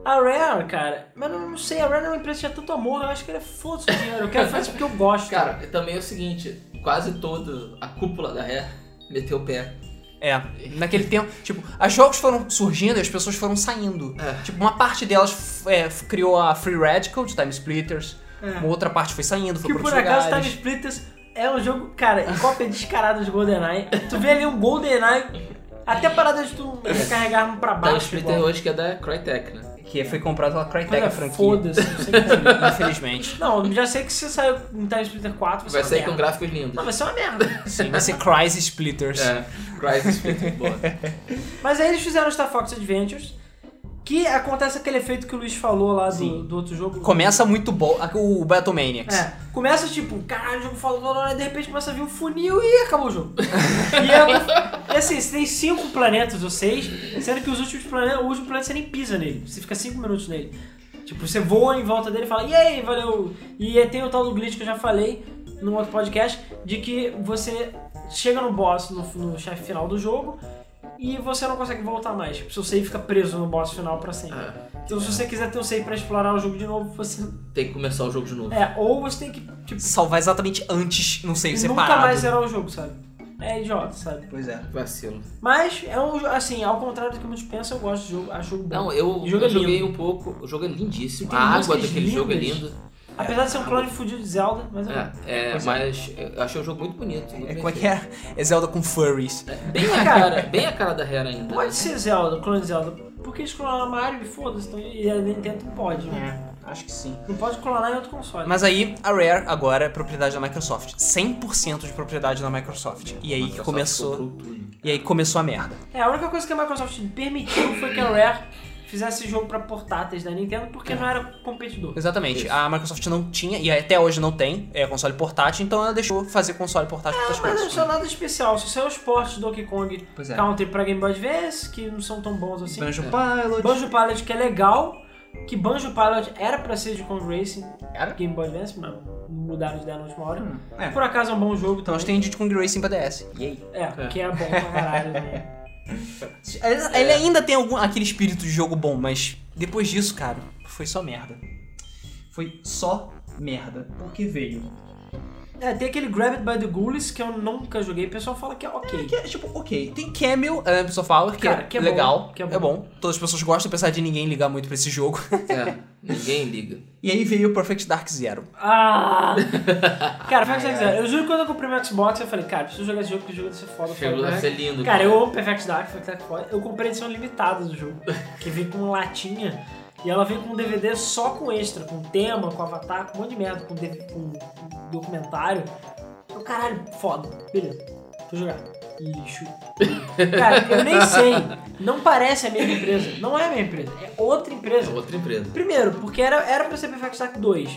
A Rare, cara, mas eu não sei, a Rare é uma empresa que tinha tanto amor, eu acho que ele é foda o dinheiro, eu quero fazer isso porque eu gosto. Cara, e também é o seguinte: quase toda a cúpula da Rare meteu o pé. É, naquele tempo, tipo, as jogos foram surgindo e as pessoas foram saindo. É. Tipo, uma parte delas f- é, f- criou a Free Radical de Time Splitters, É. uma outra parte foi saindo, foi que para por outros acaso Time lugares. Splitters é um jogo, cara, e cópia descarada de GoldenEye. Tu vê ali um GoldenEye, até a parada de tu carregar pra Tá o baixo. Splitter hoje que é da Crytek, né? Que foi comprado pela Crytek a Olha, franquia. foda-se, não sei o que fazer. Infelizmente. Não, já sei que se saiu em Time Splitter 4, Vai ser sair uma com merda. gráficos lindos. Não, vai ser uma merda. Sim, vai ser Crysis Splitters. É, Crysis Splitter, boa. Mas aí eles fizeram Star Fox Adventures, que acontece aquele efeito que o Luiz falou lá do, do outro jogo. Começa muito bom, a- o Battlemaniacs. É, começa tipo, caralho, o jogo falou, falou, falou, de repente começa a vir um funil e acabou o jogo. e, é- e assim, você tem cinco planetas ou seis, sendo que os últimos planetas, o último planeta você nem pisa nele, você fica cinco minutos nele. Tipo, você voa em volta dele e fala, e aí, valeu! E é, tem o tal do glitch que eu já falei num outro podcast, de que você chega no boss, no, no chefe final do jogo, e você não consegue voltar mais. Tipo, seu save fica preso no boss final pra sempre. Ah, Então se você quiser ter um save pra explorar o jogo de novo, você... tem que começar o jogo de novo. É, ou você tem que, tipo, Salvar exatamente antes, não sei, nunca separado. mais zerar o jogo, sabe? É idiota, sabe? Pois é. Vacilo. Mas é um jo- assim, ao contrário do que muitos pensam, eu gosto do jogo, acho o jogo bom. Não, eu, O jogo é eu joguei lindo. um pouco. O jogo é lindíssimo. Tem A água músicas daquele jogo é lindas. lindo. Apesar de ser um clone fudido de Zelda, mas é. bom. É, é, Pois é. mas eu achei o jogo muito bonito. muito É, bem como é que feito. é? É Zelda com furries. É. Bem a cara, bem a cara da Hera ainda. né? Pode ser Zelda, clone de Zelda. Porque eles clonaram Mario e foda-se, então, e a Nintendo não pode, né? Acho que sim. Não pode clonar em outro console. Mas aí, a Rare agora é propriedade da Microsoft. 100% de propriedade da Microsoft. E aí que Microsoft começou. comprou tudo. E aí começou a merda. É, a única coisa que a Microsoft permitiu foi que a Rare fizesse jogo pra portáteis da Nintendo, porque não era competidor. Exatamente. A Microsoft não tinha, e até hoje não tem, é console portátil, então ela deixou fazer console portátil Ah, para as Mas não coisas. são nada especial, é só saiu os portes do Donkey Kong Pois é. Então, Country pra Game Boy Advance, que não são tão bons assim. Banjo Pilot. Banjo Pilot que é legal, que Banjo Pilot era pra ser de Kong Racing, Game Boy Advance, mas mudaram de ideia na última hora. é. Por acaso é um bom jogo Então a também. gente tem Diddy Kong Racing pra DS. E aí? É, que é bom pra caralho. Né? é, Ele ainda tem algum, aquele espírito de jogo bom, mas depois disso, cara, foi só merda. Foi só merda. Porque veio. É, tem aquele Grab It By The Ghoulies que eu nunca joguei, o pessoal fala que é ok. Que é, tipo, ok. Tem Camel, a pessoa fala, que, Cara, é, que é legal, bom, que é é, bom. bom. Todas as pessoas gostam, apesar de ninguém ligar muito pra esse jogo. É, ninguém liga. E aí veio o Perfect Dark Zero. Ah! Cara, faz o que você quiser. Eu juro que quando eu comprei meu Xbox, eu falei, cara, preciso jogar esse jogo porque o jogo deve ser foda. Chegou foda, a né? ser lindo. Cara, eu amo Perfect Dark, Perfect Dark é foda. Eu comprei a edição limitada do jogo, que vem com latinha. E ela vem com um DVD só com extra, com tema, com avatar, com um monte de merda, com, DVD com com documentário. Eu, caralho, foda. Beleza, vou jogar. Lixo. Cara, eu nem sei. Não parece a mesma empresa. Não é a mesma empresa, é outra É empresa. outra empresa. Primeiro, porque era, era pra ser Perfect Dark 2.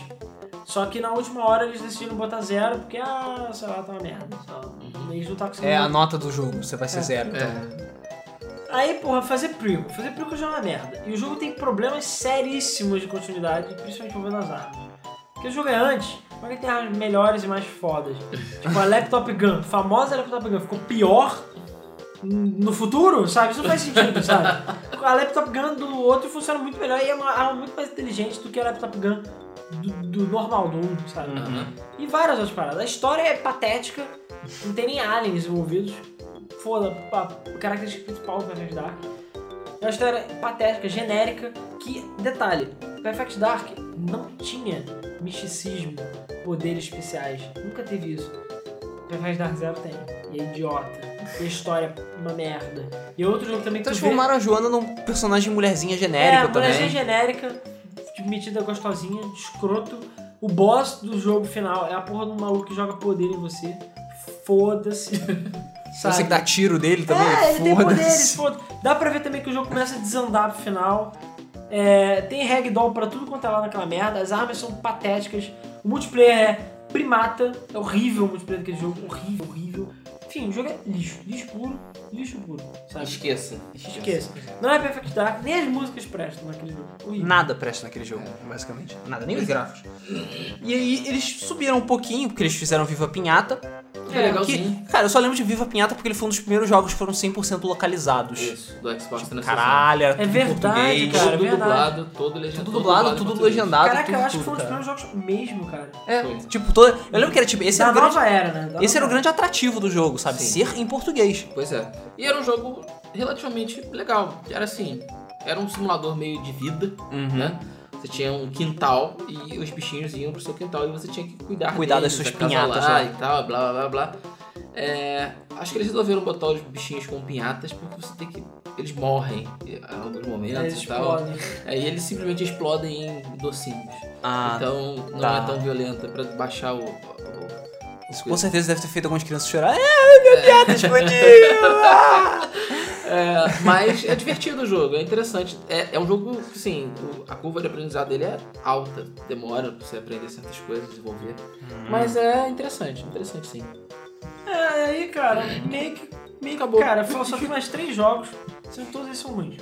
Só que na última hora eles decidiram botar zero, porque, ah, sei lá, tá uma merda. sei lá. Eles não tá conseguindo. É a nota do jogo, você vai ser É. zero. então. É, Aí, porra, fazer prequel. Fazer prequel já é uma merda. E o jogo tem problemas seríssimos de continuidade, principalmente envolvendo as armas. Porque o jogo é antes, mas ele tem armas melhores e mais fodas. tipo, a Laptop Gun, a famosa Laptop Gun, ficou pior no futuro, sabe? Isso não faz sentido, sabe? A Laptop Gun do outro funciona muito melhor e é uma arma muito mais inteligente do que a Laptop Gun do, do normal, do 1, sabe? aham. E várias outras paradas. A história é patética, não tem nem aliens envolvidos. Foda, a a característica principal do Perfect Dark. É uma história patética, genérica, que, detalhe, Perfect Dark não tinha misticismo, poderes especiais. Nunca teve isso. Perfect Dark Zero tem. E é idiota. E a história é uma merda. E é outro jogo também que tu vê- Transformaram a Joana num personagem mulherzinha é, genérico a também. mulherzinha genérica, de metida gostosinha, de escroto. O boss do jogo final é a porra do maluco que joga poder em você. Foda-se. Sabe? Você que Sabe? dá tiro dele também. é, ele tem foda-se. poderes, foda Dá pra ver também que o jogo começa a desandar pro final. É, tem ragdoll pra tudo quanto é lá naquela merda. As armas são patéticas. O multiplayer é primata. É horrível o multiplayer daquele jogo. Horrível, horrível. Enfim, o jogo é lixo. Lixo puro, lixo puro. Sabe? Esqueça. Esqueça. Não é Perfect Dark, nem as músicas prestam naquele jogo. Horrível. Nada presta naquele jogo, basicamente. Nada, nem os gráficos. E aí eles subiram um pouquinho, porque eles fizeram Viva Pinhata. É, legalzinho. Que, cara, eu só lembro de Viva Pinhata porque ele foi um dos primeiros jogos que foram 100% localizados. Isso, do Xbox 360. Caralho, era É tudo em verdade, português. cara, é Tudo verdade. dublado, todo legendado. Tudo dublado, tudo legendado. Caraca, tudo, eu acho que foi um tudo, dos cara. primeiros jogos mesmo, cara. É, tipo, todo... eu lembro que era tipo, esse da era o grande, nova era, né? Da esse era o nova grande atrativo do jogo, sabe? Sim. Ser em português. Pois é. E era um jogo relativamente legal. Era assim, era um simulador meio de vida, Uhum. né? Você tinha um quintal e os bichinhos iam pro seu quintal e você tinha que cuidar Cuidar deles, das suas acasalar pinhatas, né? e tal, blá blá blá blá. É, acho que eles resolveram botar os bichinhos com pinhatas porque você tem que. Eles morrem em alguns era. É, momentos Eles e tal. explodem. Aí eles simplesmente explodem em docinhos. Ah, então não tá. é tão violenta pra baixar o. o- isso o- com certeza deve ter feito algumas crianças chorar. É, meu teatro explodiu! É, mas é divertido o jogo, é interessante. É, é um jogo, assim, o- a curva de aprendizado dele é alta, demora pra você aprender certas coisas, desenvolver. Mas é interessante, interessante sim. É, aí, cara, meio que. Meio que Acabou. cara, só só tem mais três jogos, sendo que todos eles são ruins.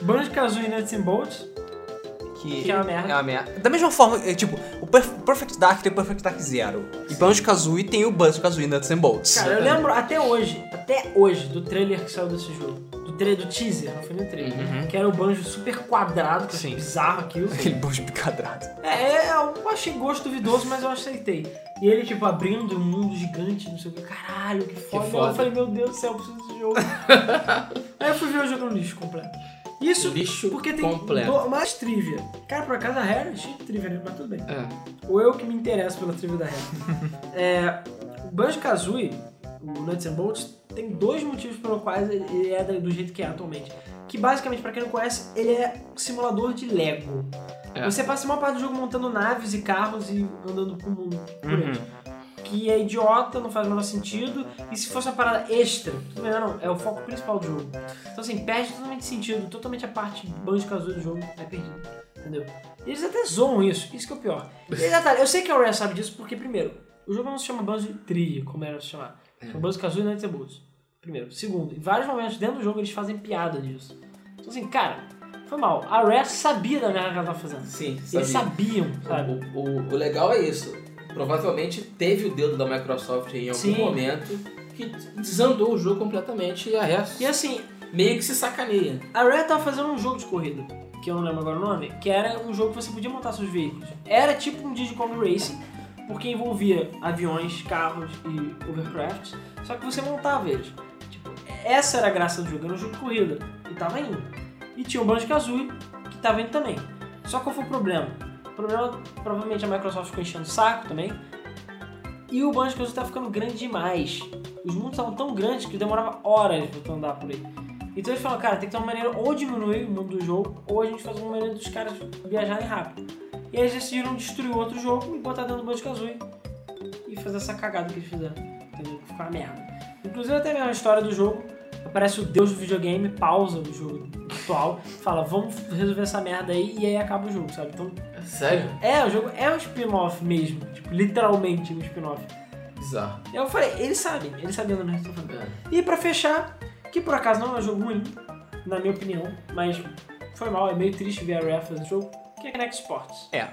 Banjo Kazooie Nuts and Bolts, que, Que é uma merda. É uma merda. Da mesma forma, é, tipo, o Perf- Perfect Dark tem o Perfect Dark Zero. E Banjo Kazooie tem o Banjo Kazooie Nuts and Bolts. Cara, eu lembro até hoje, até hoje, do trailer que saiu desse jogo. Do, tra- do teaser, não foi nem trailer. Uhum. Que era o banjo super quadrado, que eu achei Sim. bizarro aquilo. Aquele banjo bicadrado. É, é, eu achei gosto duvidoso, mas eu aceitei. E ele, tipo, abrindo um mundo gigante, não sei o que. Caralho, que foda. foda. Eu falei, meu Deus do céu, eu preciso desse jogo. Aí eu fui ver o jogo no lixo completo. Isso Lixo porque tem completo. do- mais trivia. Cara, por acaso a Rare é cheia de trivia, né? mas tudo bem. É. Ou eu que me interesso pela trivia da Rare. é, o Banjo-Kazooie, o Nuts and Bolts, tem dois motivos pelos quais ele é da- do jeito que é atualmente. Que basicamente, pra quem não conhece, ele é simulador de Lego. É. Você passa uma parte do jogo montando naves e carros e andando por mundo por Uhum. eles. Que é idiota, não faz o menor sentido. E se fosse uma parada extra, tudo bem, mas não, é o foco principal do jogo. Então assim, perde totalmente sentido, totalmente a parte banjo-kazooie do jogo é perdida. Entendeu? E eles até zoam isso, isso que é o pior. E detalhe, eu sei que a Rare sabe disso porque, primeiro, o jogo não se chama Banjo Tree, como era se chamar. Chama Banjo Kazooie e Nuts and Bolts. Primeiro. Segundo, em vários momentos dentro do jogo eles fazem piada disso. Então assim, cara, foi mal. A Rare sabia da merda que ela tava fazendo. Sim, sabia. Eles sabiam, sabe? O, o- o legal é isso. Provavelmente teve o dedo da Microsoft em algum Sim. momento que desandou o jogo completamente e a resto E assim, meio que se sacaneia. a Rare tava fazendo um jogo de corrida, que eu não lembro agora o nome, que era um jogo que você podia montar seus veículos. Era tipo um Digicom Racing, porque envolvia aviões, carros e overcrafts, só que você montava eles. Tipo, essa era a graça do jogo, era um jogo de corrida, e tava indo. E tinha um o Banjo-Kazooie, que tava indo também. Só qual foi o problema? O problema, provavelmente a Microsoft ficou enchendo o saco também, e o Banjo-Kazooie tava tá ficando grande demais. Os mundos estavam tão grandes que demorava horas pra tu andar por aí. Então eles falaram, cara, tem que ter uma maneira ou diminuir o mundo do jogo, ou a gente faz uma maneira dos caras viajarem rápido. E eles decidiram destruir o outro jogo e botar dentro do Banjo-Kazooie. E fazer essa cagada que eles fizeram. Entendeu? Que Ficou uma merda. Inclusive até mesmo a história do jogo. Aparece o deus do videogame, pausa o jogo atual, fala, vamos resolver essa merda aí, e aí acaba o jogo, sabe? Então, Sério? é, o jogo é um spin-off mesmo, tipo, literalmente um spin-off. Bizarro. Eu falei, eles sabem, eles sabiam da minha situação. É. E pra fechar, que por acaso não é um jogo ruim, na minha opinião, mas foi mal, é meio triste ver a Rare fazendo jogo, que é Kinect Sports. É,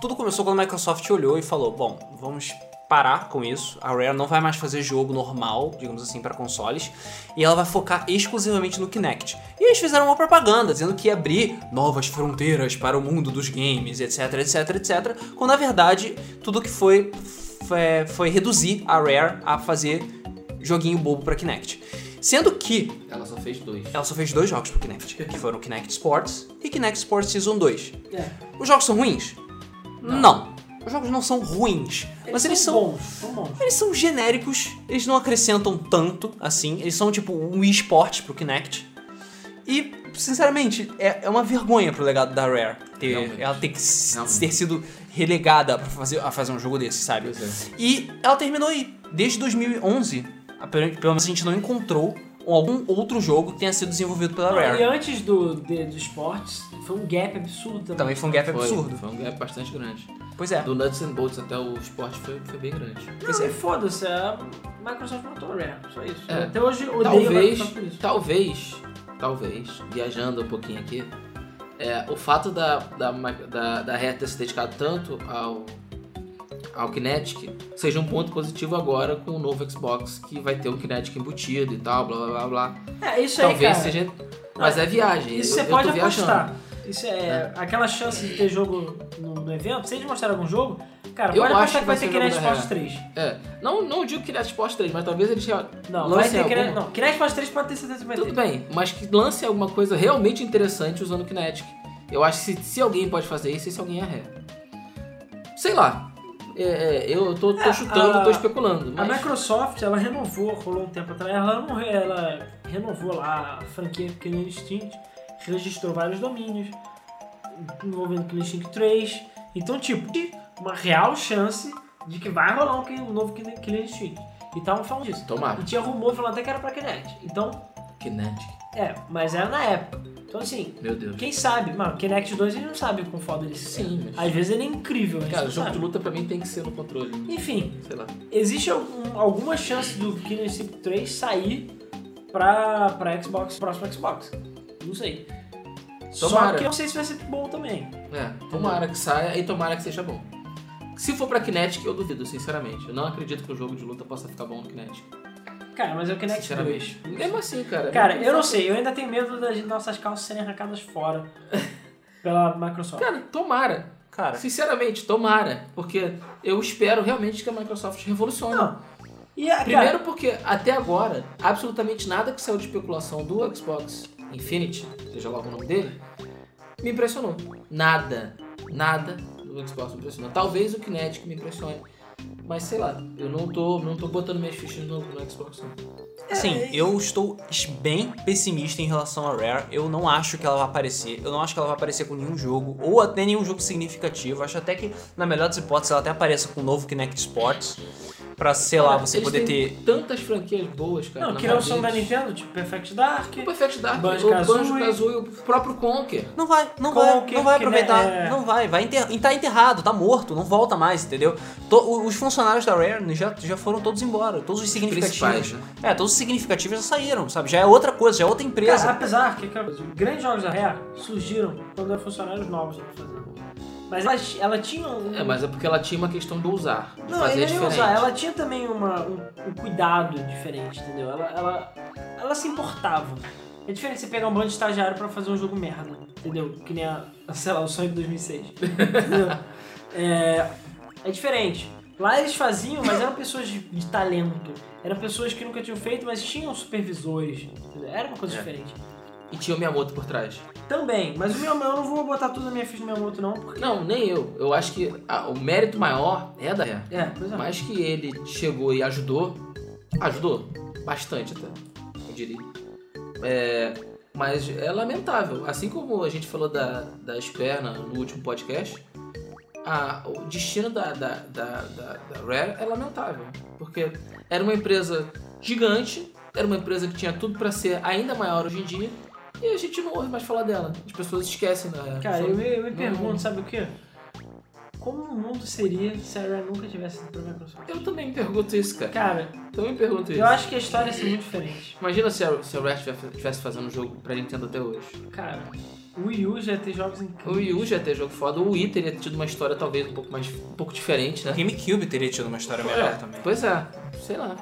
tudo começou quando a Microsoft olhou e falou: bom, vamos parar com isso. A Rare não vai mais fazer jogo normal, digamos assim, pra consoles, e ela vai focar exclusivamente no Kinect. E eles fizeram uma propaganda dizendo que ia abrir novas fronteiras para o mundo dos games, etc, etc, etc, quando na verdade tudo que foi foi, foi reduzir a Rare a fazer joguinho bobo pra Kinect. Sendo que Ela só fez dois. É ela só fez dois jogos pro Kinect, que foram Kinect Sports e Kinect Sports Season 2. É, Os jogos são ruins? Não. Os jogos não são ruins, mas eles são. bons, são bons. Eles são genéricos, eles não acrescentam tanto assim. Eles são tipo um Wii Sports pro Kinect. E, sinceramente, é, é uma vergonha pro legado da Rare. ter- Realmente. ela ter que s- Realmente. ter sido relegada pra fazer, a fazer um jogo desse, sabe? Pois é. E ela terminou aí. Desde 2011, apare- pelo menos a gente não encontrou algum outro jogo que tenha sido desenvolvido pela Rare. E antes do, de- do Sports, foi um gap absurdo também. Também foi um gap Foi, absurdo. Foi um gap bastante grande. Pois é. Do Nuts and Bolts até o esporte foi, foi bem grande. Não, e foda-se, a Microsoft matou a Rare, só isso. É. Até hoje eu odeio a Talvez, Microsoft por isso. talvez, talvez, viajando um pouquinho aqui, é, o fato da, da, ma- da, da Rare ter se dedicado tanto ao, ao Kinetic seja um ponto positivo agora com o novo Xbox que vai ter o Kinetic embutido e tal, blá blá blá blá. É, isso aí, talvez cara. seja. Mas é viagem. Isso eu- você eu tô pode viajando. apostar. Isso é, aquela chance de ter jogo no, no evento. Se eles mostrarem algum jogo, cara, Eu pode acho apostar que que vai vai ter ser jogo Kinect da Sports 3. É. Não, não digo Kinect Sports 3, mas talvez eles rea- Não, vai lancem ter alguma- Kinect. Não, Kinect Sports 3 pode ter certeza que vai ter. Tudo bem, mas que lance alguma coisa realmente interessante usando o Kinetic. Eu acho que se, se alguém pode fazer isso, esse alguém é ré. Sei lá. É, é, eu tô, tô É, chutando, a- tô especulando. A Mas Microsoft, ela renovou, rolou um tempo atrás, ela, não, re- ela renovou lá a franquia Killer Instinct, registrou vários domínios, envolvendo Killer Instinct 3. Então, tipo, uma real chance de que vai rolar um, Ki- um novo Killer Killer Instinct. E estavam falando disso. Tomara. E tinha rumor falando até que era pra Kinect. Então, Kinetic, é, mas era na época. Então, assim, meu Deus. quem sabe, mano, Kinect 2 a gente não sabe com foda ele se- Sim, mas- Às vezes ele é incrível, a gente Cara, não jogo de sabe. luta pra mim tem que ser no controle. né? Enfim, Sei lá. existe algum- alguma chance do Killer Instinct 3 sair pra, pra Xbox, próximo Xbox. Não sei. Só Tomara. que eu não sei se vai ser bom também. É, tomara que saia e tomara que seja bom. Se for pra Kinetic, eu duvido, sinceramente. Eu não acredito que o jogo de luta possa ficar bom no Kinetic. Cara, mas é o Kinect 2. Sinceramente. Mesmo assim, cara. Cara, eu não sei, eu ainda tenho medo das nossas calças serem arrancadas fora pela Microsoft. Cara, tomara. Cara, Ah, Sinceramente, tomara. Porque eu espero realmente que a Microsoft revolucione. Não. E a, cara, Primeiro porque, até agora, absolutamente nada que saiu de especulação do Xbox Infinity, seja lá o nome dele, me impressionou. Nada. Nada do Xbox me impressionou. Talvez o Kinetic me impressione. Mas sei lá, eu não tô, não tô botando minhas fichas no, no Xbox não. é, assim, eu estou bem pessimista em relação à Rare. Eu não acho que ela vai aparecer. Eu não acho que ela vai aparecer com nenhum jogo, ou até nenhum jogo significativo. Acho até que, na melhor das hipóteses, ela até apareça com o novo Kinect Sports. Pra, sei lá, você Eles poder têm ter. Tantas franquias boas, cara. não, na que mão não são da deles. Nintendo, tipo Perfect Dark. O Perfect Dark, o Banjo-Kazooie. Banjo Kazooie, o próprio Conker. Não vai, não Com vai, que- não vai que, né, aproveitar, é. não vai, vai enter, tá enterrado, tá morto, não volta mais, entendeu? To- os funcionários da Rare já, já foram todos embora, todos os significativos. principais, né? É, todos os significativos já saíram, sabe? Já é outra coisa, já é outra empresa. Cara, apesar que cara, os grandes jogos da Rare surgiram quando eram funcionários novos né, pra fazer. Mas ela, ela tinha um. É, mas é porque ela tinha uma questão do usar. De não, fazer ele nem diferente. usar. Ela tinha também uma- um, um cuidado diferente, entendeu? Ela, ela, ela se importava. É diferente você pegar um bando de estagiário pra fazer um jogo merda, entendeu? Que nem a, a, sei lá, o Sonic 2006. entendeu? É, é diferente. Lá eles faziam, mas eram pessoas de, de talento. Eram pessoas que nunca tinham feito, mas tinham supervisores. entendeu? Era uma coisa É. diferente. E tinha o Miyamoto por trás. Também, mas o meu eu não vou botar tudo na minha ficha do Miyamoto, não, porque. Não, nem eu. Eu acho que ah, o mérito maior é da Rare. É, pois é. Mas que ele chegou e ajudou, ajudou bastante até, eu diria. É, mas é lamentável. Assim como a gente falou da, da Square na- no último podcast, a- o destino da, da, da, da- da Rare é lamentável. Porque era uma empresa gigante, era uma empresa que tinha tudo pra ser ainda maior hoje em dia, e a gente não ouve mais falar dela. As pessoas esquecem da Rare. Cara, Só- eu, me- eu me não- pergunto, sabe o quê? Como o mundo seria se a Rare nunca tivesse ido pra Microsoft? eu também me pergunto isso, cara. Cara, Eu também me pergunto isso. eu acho que a história ia ser muito diferente. Imagina se a, se a Rare estivesse fazendo um jogo pra Nintendo até hoje. Cara, o Wii U já tem jogos O incríveis. Wii U já ia ter jogo foda, o Wii teria tido uma história talvez um pouco mais um pouco diferente, né? GameCube teria tido uma história melhor também. Pois é, sei lá.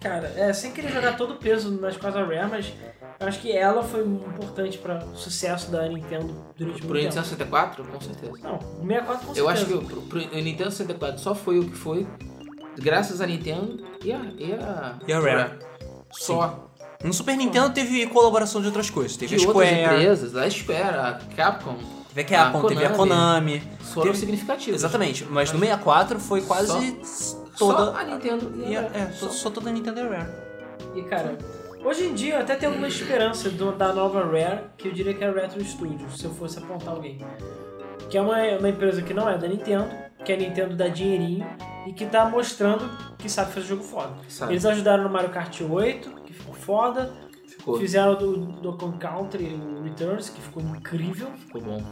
Cara, é, sem querer jogar todo o peso nas costas da Rare, mas eu acho que ela foi importante pra sucesso da Nintendo durante Então. Pro muito Nintendo tempo. 64, com certeza. Não, o 64 com certeza. Eu acho que o pro, pro Nintendo 64 só foi o que foi graças a Nintendo e a. E a, E a Rare. Só. No Super Nintendo teve colaboração de outras coisas. Teve De a outras Square, empresas, a Square, a Capcom, teve a Capcom, a teve a Konami. foram Teve- significativas. Exatamente, mas no 64 foi quase Só a toda. Nintendo e e a- a, é, só. só, só toda a Nintendo e a Rare. E cara, hoje em dia eu até tenho alguma esperança do- da nova Rare, que eu diria que é a Retro Studios, se eu fosse apontar alguém. Que é uma, uma empresa que não é da Nintendo, que a Nintendo dá dinheirinho e que tá mostrando que sabe fazer jogo foda. Sabe? Eles ajudaram no Mario Kart 8, que ficou foda. Ficou, Fizeram do do Donkey Country o Returns, que ficou incrível. ficou bom.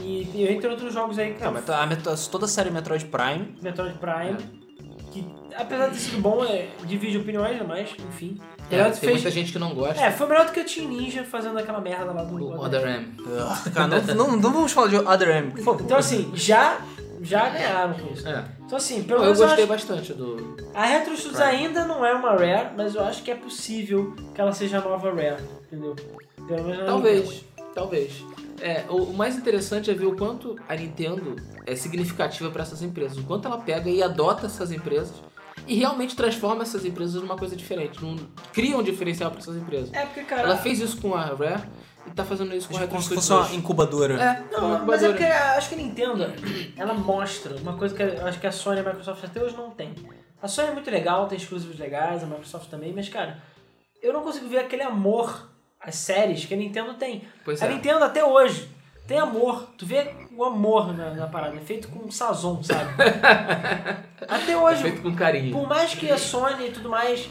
E, e entre outros jogos aí que Não, mas tá- a Metro- toda a série Metroid Prime. Metroid É. Prime. Que apesar de ter sido bom, é, divide opiniões, né, mas enfim. É, Ela tem muita gente que não gosta. É, foi melhor do que a Team Ninja fazendo aquela merda lá do do Other Other M. Ugh, cara, não, não- não vamos falar de Other M, por favor. Então assim, já, já ganharam com isso. É. Então assim, pelo Eu menos eu gostei acho- bastante do. a Retro Studios ainda não é uma Rare, mas eu acho que é possível que ela seja a nova Rare, entendeu? Pelo menos na Nintendo. Talvez, talvez. É, o, o mais interessante é ver o quanto a Nintendo é significativa para essas empresas, o quanto ela pega e adota essas empresas e realmente transforma essas empresas numa coisa diferente, num, cria um diferencial para essas empresas. É porque, cara... Ela fez isso com a Rare e tá fazendo isso com a Retro Tipo, como se Studios. fosse uma hoje. incubadora. É, uma Não, mas é incubadora. porque eu acho que a Nintendo, ela mostra uma coisa que eu acho que a Sony e a Microsoft até hoje não tem. A Sony é muito legal, tem exclusivos legais, a Microsoft também, mas, cara, eu não consigo ver aquele amor às séries que a Nintendo tem. Pois a é. Nintendo até hoje tem amor. Tu vê o amor na, na parada. É feito com sazon, sabe? até É hoje, feito com carinho. por mais que a Sony e tudo mais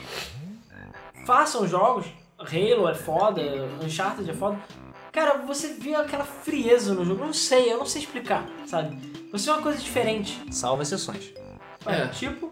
façam jogos, Halo é foda, Uncharted é foda, cara, você vê aquela frieza no jogo. Eu não sei, eu não sei explicar, sabe? Você é uma coisa diferente. Salva exceções. Olha, É. Tipo,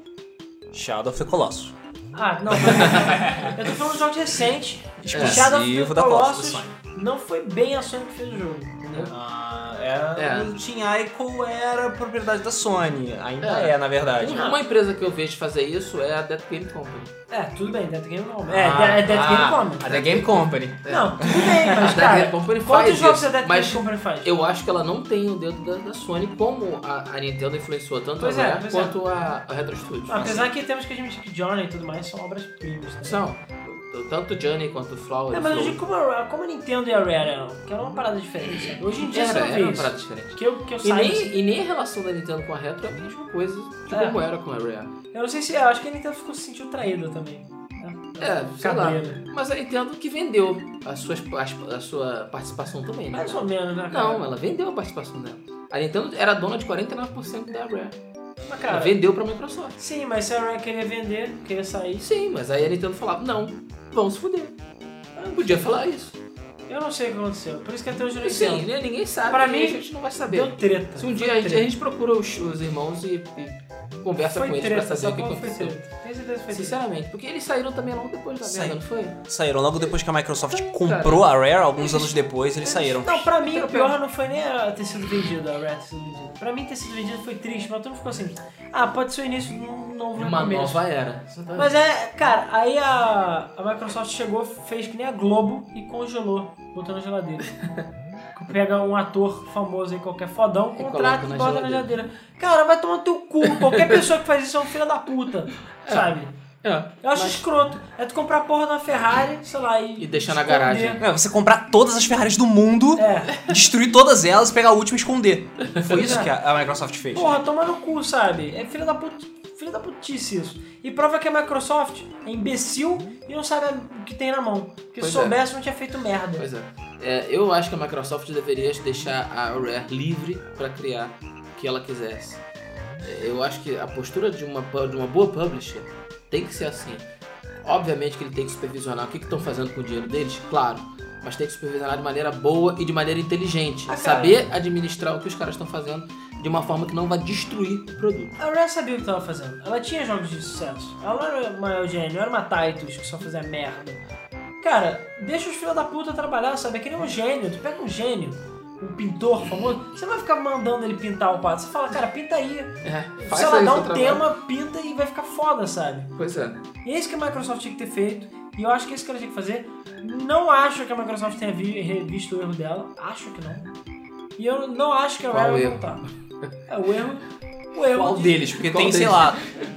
Shadow of the Colossus. ah, não, é. eu tô falando de jogos recentes. Shadow of the É. Exclusivo da Colossus. Colossus. do Sony. não foi bem a Sony que fez o jogo. entendeu? Ah, era, É. O Team Ico era propriedade da Sony. Ainda é, É. na verdade. Uma uma empresa que eu vejo fazer isso é a Death Game Company. É, tudo bem, Death Game Company. Ah, É, é Death ah, Game Company. A The Game Company. Não, tudo bem, A mas Death tá. É. Game cara, Company faz quantos isso, jogos a Death mas Game Company faz? Eu acho que ela não tem o dedo da, da Sony como a, a Nintendo influenciou tanto Pois a é, Rare pois é. quanto a, a Retro Studios. Apesar que temos que admitir que Johnny e tudo mais são obras-primas. né? São. Tanto Johnny quanto Flower. Não, É, mas eu Flow. digo como a, como a Nintendo e a Rare eram, que era uma parada diferente. sabe? Hoje em dia É, você era, não era vê uma isso. parada diferente. Que eu, que eu E saiba, assim, nem, e nem a relação da Nintendo com a Retro é a mesma coisa de É. como era com a Rare. Eu não sei se. Eu acho que a Nintendo ficou se sentiu traída também. né? É, sei lá. Cabreira. Mas a Nintendo que vendeu as suas, as- a sua participação também, né? Mais ou menos, né, cara? Não, ela vendeu a participação dela. A Nintendo era dona de 49% da Rare. Ela Mas, cara, vendeu pra Microsoft. Sim, mas se a Rare queria vender, queria sair. Sim, mas aí a Nintendo falava, não, vão se fuder. Ela não podia falar isso. Eu não sei o que aconteceu. Por isso que até hoje eu não Sim, entendo. né? ninguém sabe, Pra e mim, a gente não vai saber. Deu treta. Se um dia a gente, a gente procura os, os irmãos e, e conversa foi com eles treta, pra essa saber o que porra foi aconteceu. treta. Tenho certeza que foi treta. Sinceramente, porque eles saíram também logo depois da merda, Sim. não foi? Saíram logo depois que a Microsoft Não, comprou a Rare, alguns anos depois eles saíram. Não, pra mim o Tropeiro. pior não foi nem a ter sido vendida, a Rare ter sido vendida. Pra mim ter sido vendida foi triste, mas todo mundo ficou assim. Ah, pode ser o início de um novo Uma começo. nova era. Mas é, cara, aí a, a Microsoft chegou, fez que nem a Globo e congelou, botou na geladeira. Pega um ator famoso aí, qualquer fodão, E contrata coloca e na bota na geladeira. Cara, vai tomar no teu cu. Qualquer pessoa que faz isso é um filho da puta, sabe? É. Eu acho Mas- escroto. É tu comprar a porra da Ferrari, sei lá, e. E deixar na esconder. garagem. É, você comprar todas as Ferraris do mundo, É. destruir todas elas, pegar a última e esconder. Foi isso que a a Microsoft fez. Porra, toma no cu, sabe? É filho da puta. Filho da putice isso. E prova que a Microsoft é imbecil e não sabe o que tem na mão. Porque se Pois é. soubesse, não tinha feito merda. Pois é. É, Eu acho que a Microsoft deveria deixar a Rare livre pra criar o que ela quisesse. É, Eu acho que a postura de uma, pu- de uma boa publisher tem que ser assim. Obviamente que ele tem que supervisionar o que estão fazendo com o dinheiro deles, claro. Mas tem que supervisionar de maneira boa e de maneira inteligente. Ah, cara. Saber administrar o que os caras estão fazendo de uma forma que não vai destruir o produto. A Rare sabia o que estava fazendo. Ela tinha jogos de sucesso. Ela não era uma Eugênio, não era uma Titus que só fazia merda. Cara, deixa os filhos da puta trabalhar, sabe? É que nem um gênio. Tu pega um gênio, um pintor famoso, você não vai ficar mandando ele pintar o quadro. Você fala, cara, pinta aí. É, Se ela aí dá seu um trabalho. tema, pinta e vai ficar foda, sabe? Pois é. E é isso que a Microsoft tinha que ter feito. E eu acho que é isso que ela tinha que fazer. Não acho que a Microsoft tenha vi- revisto o erro dela. Acho que não. E eu não acho que a Qual Rare vai erro? voltar. É o erro. O erro Qual de- deles? Porque Qual tem, sei deles? lá,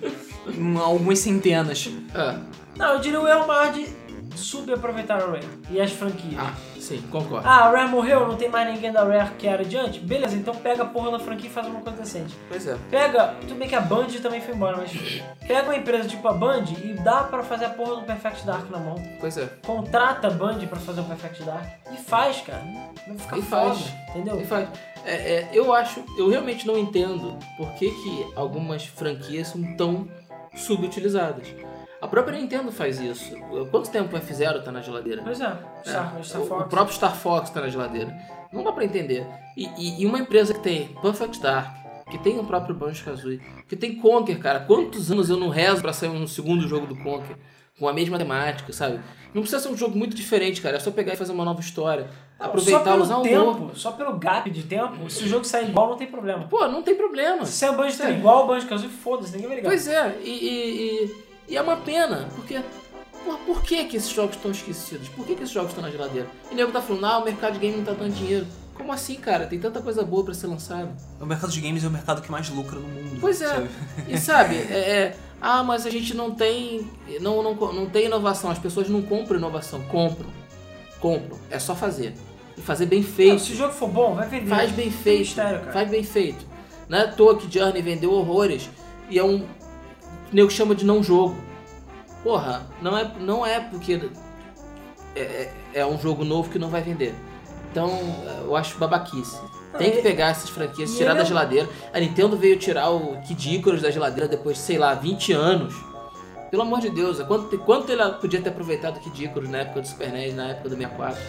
um- algumas centenas. Ah, Não, eu diria o erro maior de subaproveitar a Rare e as franquias. Ah. ah, sim, concordo. a Rare morreu, não tem mais ninguém da Rare que era adiante? Beleza, então pega a porra da franquia e faz uma coisa decente. Pois é. Pega, tudo bem que a Band também foi embora, mas pega uma empresa tipo a Band e dá pra fazer a porra do Perfect Dark na mão. Pois é. Contrata a Band pra fazer o Perfect Dark e faz, cara. Vai ficar E foda, faz. entendeu? Ele faz. É, é, eu acho, eu realmente não entendo por que, que algumas franquias são tão subutilizadas. A própria Nintendo faz isso. Quanto tempo o F-Zero tá na geladeira? Pois é, Star, É, Star o- Fox. O próprio Star Fox tá na geladeira. Não dá pra entender. E, e- e uma empresa que tem Perfect Dark, que tem o próprio Banjo-Kazooie, que tem Conker, cara. Quantos anos eu não rezo pra sair um segundo jogo do Conker? Com a mesma temática, sabe? Não precisa ser um jogo muito diferente, cara. É só pegar e fazer uma nova história. só Aproveitar, pelo usar um tempo, novo. só pelo gap de tempo, se o jogo sair igual, não tem problema. Pô, não tem problema. Se a Band tá igual, o Band Kazooie, foda-se, ninguém vai ligar. Pois é, e, e- e- e é uma pena, porque. Por, por que, que esses jogos estão esquecidos? Por que, que esses jogos estão na geladeira? E nego tá falando, ah, o mercado de game não tá dando dinheiro. Como assim, cara? Tem tanta coisa boa pra ser lançada. O mercado de games é o mercado que mais lucra no mundo. Pois é. sabe? E sabe, é, é, ah, mas a gente não tem. Não, não, co- não tem inovação. As pessoas não compram inovação. Compram. Compram. É só fazer. E fazer bem Não, feito. se o jogo for bom, vai vender. é. Faz bem feito. mistério, cara. Faz bem feito. Não é à toa que Journey vendeu horrores e é um. O nego chama de não jogo. Porra, não é, não é porque é, é- é um jogo novo que não vai vender. Então, eu acho babaquice. Tem que pegar essas franquias, e tirar ele da é- geladeira. A Nintendo veio tirar o Kid Icarus da geladeira depois de, sei lá, 20 anos. Pelo amor de Deus, há quanto, quanto ela podia ter aproveitado o Kid Icarus na época do Super NES, na época do 64?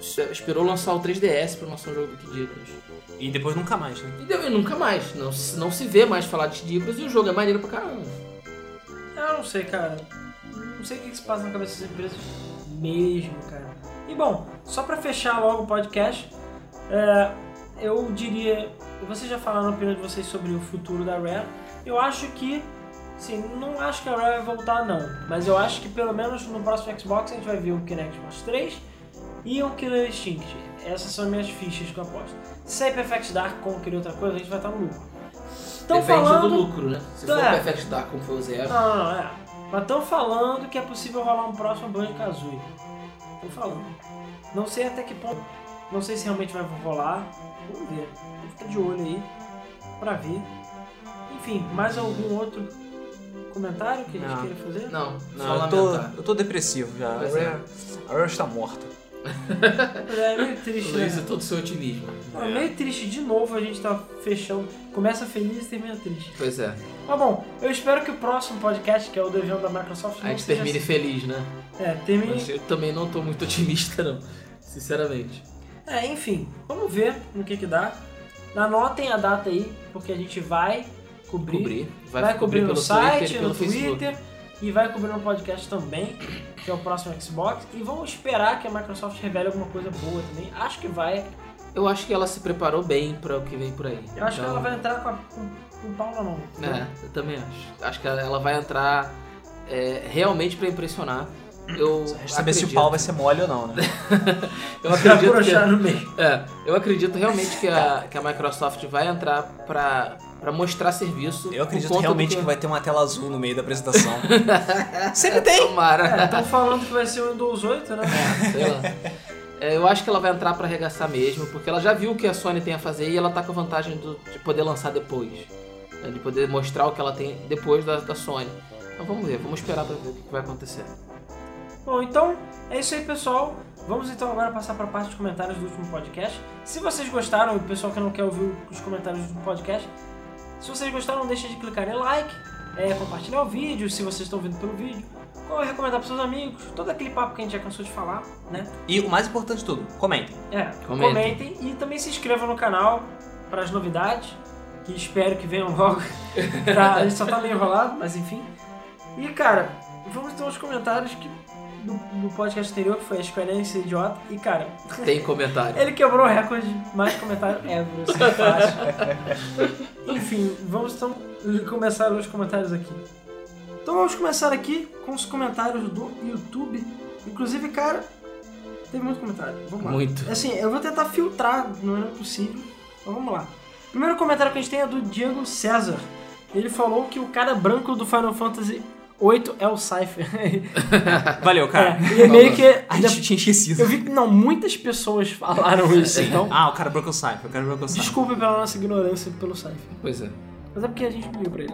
Espe- é, Esperou lançar o 3DS pra lançar o jogo do Kid Icarus. E depois nunca mais, né? E, deu- e nunca mais. Não, se- não se vê mais falar de Kid Icarus e o jogo é maneiro pra caramba. Eu não sei, cara. Não sei o que que se passa na cabeça das empresas mesmo, cara. E bom, Só pra fechar logo o podcast, é, eu diria. Vocês já falaram a opinião de vocês sobre o futuro da Rare. Eu acho que. Sim, não acho que a Rare vai voltar, não. Mas eu acho que pelo menos no próximo Xbox a gente vai ver o Kinect Watch 3 e o Killer Instinct. Essas são as minhas fichas que eu aposto. Se é Perfect Dark como queria outra coisa, a gente vai estar no lucro. Estão Depende falando. do lucro, né? Se for É. o Perfect Dark como foi o Zero, Não, não, não, é. Mas estão falando que é possível rolar um próximo Banjo Kazooie. Estão falando. Não sei até que ponto. Não sei se realmente vai rolar. Vamos ver. Vou ficar de olho aí pra ver. Enfim, mais algum outro comentário que a gente Não. queira fazer? não, Não, é só eu tô, lamentar. eu tô depressivo já. assim. Pois é. A Rare está morta. É meio triste, né? Luiz e todo o seu otimismo. É meio triste de novo a gente tá fechando. Começa feliz e termina triste. Pois é, Mas bom, eu espero que o próximo podcast, que é o do evento da Microsoft, a não gente seja termina assim. feliz, né? É, termine Mas eu também não tô muito otimista, não. Sinceramente. É, enfim, vamos ver no que que dá. Anotem a data aí, porque a gente vai cobrir. Cobrir. Vai, cobrir, no site, no Twitter e vai cobrir no podcast também, que é o próximo Xbox. E vamos esperar que a Microsoft revele alguma coisa boa também. Acho que vai. Eu acho que ela se preparou bem pra o que vem por aí. Eu acho que Então, ela vai entrar com, a, com, com o pau na mão. entendeu? É, eu também acho. Acho que ela- ela vai entrar é, realmente pra impressionar. Eu Só resta saber se o acredito- pau vai ser mole ou não, né? Eu Pra acredito que- brochar no meio. É, eu acredito realmente que a, que a Microsoft vai entrar pra, pra mostrar serviço. Eu acredito por conta realmente do que vai ter uma tela azul no meio da apresentação. Sempre tem! Tomara. né? Estão É, falando que vai ser o Windows 8, né? Sei lá. É, eu acho que ela vai entrar pra arregaçar mesmo, porque ela já viu o que a Sony tem a fazer e ela tá com a vantagem do- de poder lançar depois. né, De poder mostrar o que ela tem depois da, da Sony. Então vamos ver, vamos esperar pra ver o que vai acontecer. Bom, então é isso aí, pessoal. Vamos então agora passar para a parte de comentários do último podcast. Se vocês gostaram, e o pessoal que não quer ouvir os comentários do último podcast, se vocês gostaram, não deixem de clicar em like, é, compartilhar o vídeo, se vocês estão vendo pelo vídeo, ou recomendar para seus amigos, todo aquele papo que a gente já cansou de falar, né? E o mais importante de tudo, comentem. É, Comentem. comentem e também se inscrevam no canal para as novidades, que espero que venham logo. Tá, a gente só tá meio enrolado, mas enfim. E cara, vamos ter uns comentários que do, do podcast anterior, que foi a Square Enix Idiota. E cara, Tem comentário. ele quebrou o recorde de mais comentário ever, assim, fácil. Enfim, vamos então começar os comentários aqui. Então vamos começar aqui com os comentários do YouTube. Inclusive, cara, teve muito comentário. Vamos lá. Muito. Assim, eu vou tentar filtrar, não é possível. Mas vamos lá. Primeiro comentário que a gente tem é do Diego César. Ele falou que o cara branco do Final Fantasy VIII é o Cypher. Valeu, cara. É, e é meio que. A gente tinha esquecido. Eu vi que não, muitas pessoas falaram isso, então. Ah, o cara Broken Cypher, o cara Broken Cypher. Desculpe pela nossa ignorância e pelo Cypher. Pois é. Mas é porque a gente pediu pra ele.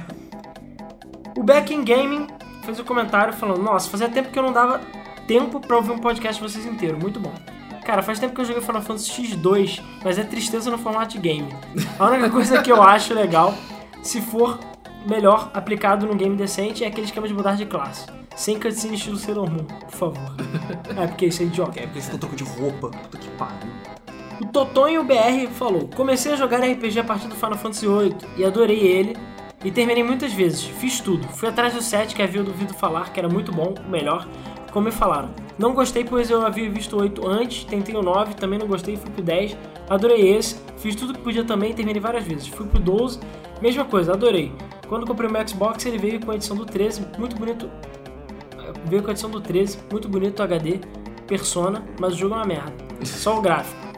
o Back in Gaming fez um comentário falando: Nossa, fazia tempo que eu não dava tempo pra ouvir um podcast de vocês inteiro. Muito bom. Cara, faz tempo que eu joguei Final Fantasy X2, mas é tristeza no formato de game. A única coisa que eu acho legal, se for melhor aplicado num game decente, é aquele esquema de mudar de classe. Sem cutscene estilo Sailor Moon, por favor. É, porque isso é idiota. É, por isso que eu troco de roupa. Puta que pariu. O Totonho BR falou: Comecei a jogar RPG a partir do Final Fantasy VIII e adorei ele. E terminei muitas vezes, fiz tudo. Fui atrás do set que havia ouvido falar, que era muito bom, o melhor, como me falaram. Não gostei, pois eu havia visto o 8 antes, tentei o 9, também não gostei, fui pro 10. Adorei esse, fiz tudo que podia também, terminei várias vezes. Fui pro 12, mesma coisa, adorei. Quando comprei o meu Xbox, ele veio com a edição do 13, muito bonito. eh, Veio com a edição do 13, muito bonito o HD, Persona, mas o jogo é uma merda. Só o gráfico.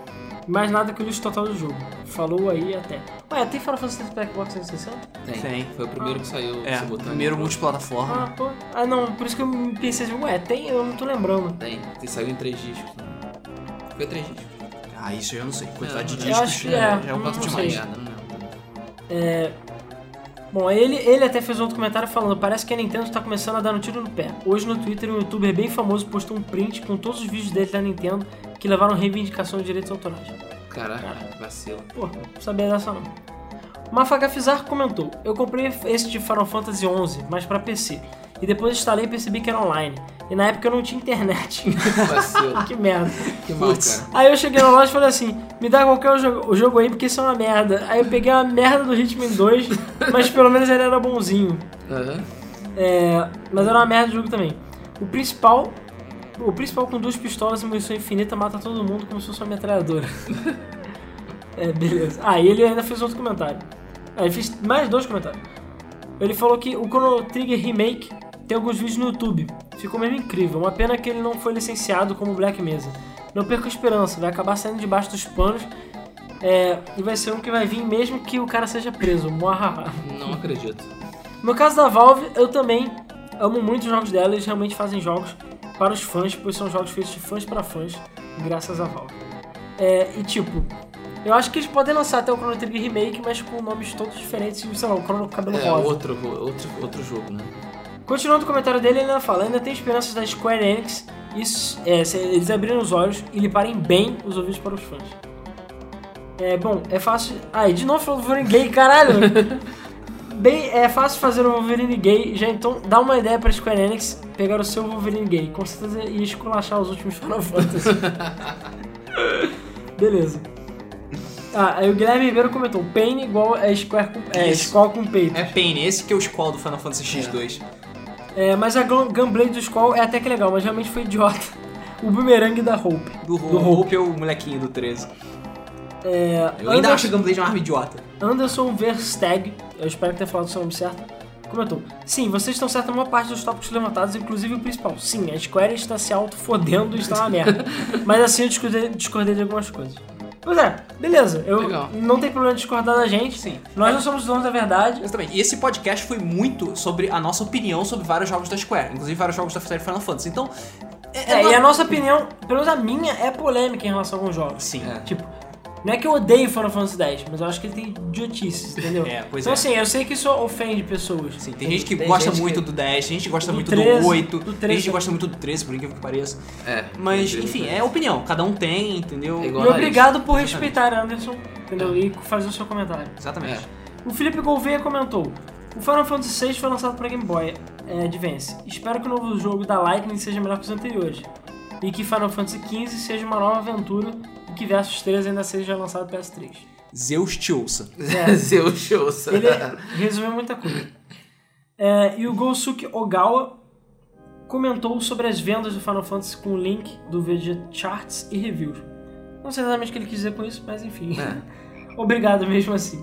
Mais nada que o lixo total do jogo. Falou aí até. Ué, tem Final Fantasy VII pra Xbox 360? Tem. Tem. Foi o primeiro que saiu É, simultâneo. primeiro multiplataforma. Ah, pô. Ah, não, por isso que eu me pensei assim, ué, tem? Eu não tô lembrando. Tem. Tem saiu em três discos. né? Foi três discos. Ah, isso eu já não sei. Quantidade de Eu discos acho que né? é, já é um não quanto sei. demais. Obrigado, não lembro. Bom, ele, ele até fez outro comentário falando: parece que a Nintendo tá começando a dar um tiro no pé. Hoje no Twitter, um youtuber bem famoso postou um print com todos os vídeos dele da Nintendo que levaram reivindicação de direitos autorais. Caraca, vacilo. Pô, não sabia dessa não. Mafagafizar comentou: Eu comprei esse de Final Fantasy XI, mas pra PC. E depois instalei e percebi que era online. E na época eu não tinha internet. Vacilo. que merda. que mal, cara. Aí eu cheguei na loja e falei assim: me dá qualquer jogo, o jogo aí, porque isso é uma merda. Aí eu peguei uma merda do Hitman 2, mas pelo menos ele era bonzinho. Aham. É, mas era uma merda o jogo também. O principal. O principal com duas pistolas e munição infinita mata todo mundo como se fosse uma metralhadora. é, beleza. Ah, e ele ainda fez outro comentário. Ah, ele fez mais dois comentários. Ele falou que o Chrono Trigger Remake tem alguns vídeos no YouTube. Ficou mesmo incrível. Uma pena que ele não foi licenciado como Black Mesa. Não perca a esperança, vai acabar saindo debaixo dos panos. É, e vai ser um que vai vir mesmo que o cara seja preso. Muahaha. Não acredito. No caso da Valve, eu também amo muito os jogos dela, eles realmente fazem jogos para os fãs, pois são jogos feitos de fãs para fãs, graças à Valve. É, e tipo, eu acho que eles podem lançar até o Chrono Trigger Remake, mas com nomes todos diferentes, tipo, sei lá, o Chrono Cabelo É Rosa. outro, outro, outro jogo, né? Continuando o comentário dele, ele ainda fala, ainda tem esperanças da Square Enix, isso, é, se eles abrirem os olhos e limparem bem os ouvidos para os fãs. É, bom, é fácil... Ah, e de novo falou do Wolverine gay, caralho! bem, é fácil fazer um Wolverine gay, já então dá uma ideia pra Square Enix pegar o seu Wolverine gay, com certeza ia esculachar os últimos Final Fantasy. Beleza. Ah, aí o Guilherme Ribeiro comentou, Pain igual é Square com... É, Isso. Skull com peito. É Pain, esse que é o Squall do Final Fantasy X2. É, mas a Gun- Gunblade do Skull é até que legal, mas realmente foi idiota. O boomerang da Hope. Do, Do do Hope é o molequinho do 13. É, Eu ainda Ander- acho que o Gunblade é uma arma idiota. Anderson Versteg, eu espero ter falado o seu nome certo, comentou. Sim, vocês estão certos em uma parte dos tópicos levantados, inclusive o principal. Sim, a Square está se auto-fodendo e está uma merda. mas assim eu discordei, discordei de algumas coisas. Pois é, beleza. Eu Legal. não tem problema de discordar da gente. Sim. Nós não somos donos da verdade. Exatamente. E esse podcast foi muito sobre a nossa opinião sobre vários jogos da Square, inclusive vários jogos da série Final Fantasy. Então, é, É, uma- e a nossa opinião, pelo menos a minha, é polêmica em relação a alguns jogos. Sim. Tipo, não é que eu odeio Final Fantasy X, mas eu acho que ele tem idiotices, entendeu? É, pois então, é. assim, eu sei que isso ofende pessoas. Sim, tem gente que Tem gosta gente muito que- do 10, tem gente que gosta Do muito 13, do 8, do tem 13. gente que gosta muito do 13, por incrível que pareça. É. Mas, incrível. enfim, é opinião. Cada um tem, entendeu? É E igual a isso. obrigado por respeitar, Anderson, É. entendeu? E fazer o seu comentário. Exatamente. O Felipe Gouveia comentou: O Final Fantasy VI foi lançado para Game Boy é, Advance. Espero que o novo jogo da Lightning seja melhor que os anteriores. E que Final Fantasy XV seja uma nova aventura e que Versus 3 ainda seja lançado para PS3. Zeus te ouça. É. Seu Sousa. Ele é resumiu muita coisa. É, e o Gosuke Ogawa comentou sobre as vendas do Final Fantasy com o link do VG Charts e Reviews. Não sei exatamente o que ele quis dizer com isso, mas enfim. É. Obrigado mesmo assim.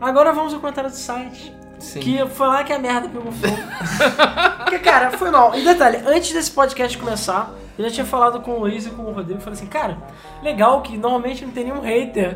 Agora vamos ao comentário do site. Sim. Que foi lá que a merda pegou fogo. Porque, cara, foi mal. E detalhe, antes desse podcast começar, eu já tinha falado com o Luiz e com o Rodrigo. eu Falei assim, cara, legal que normalmente não tem nenhum hater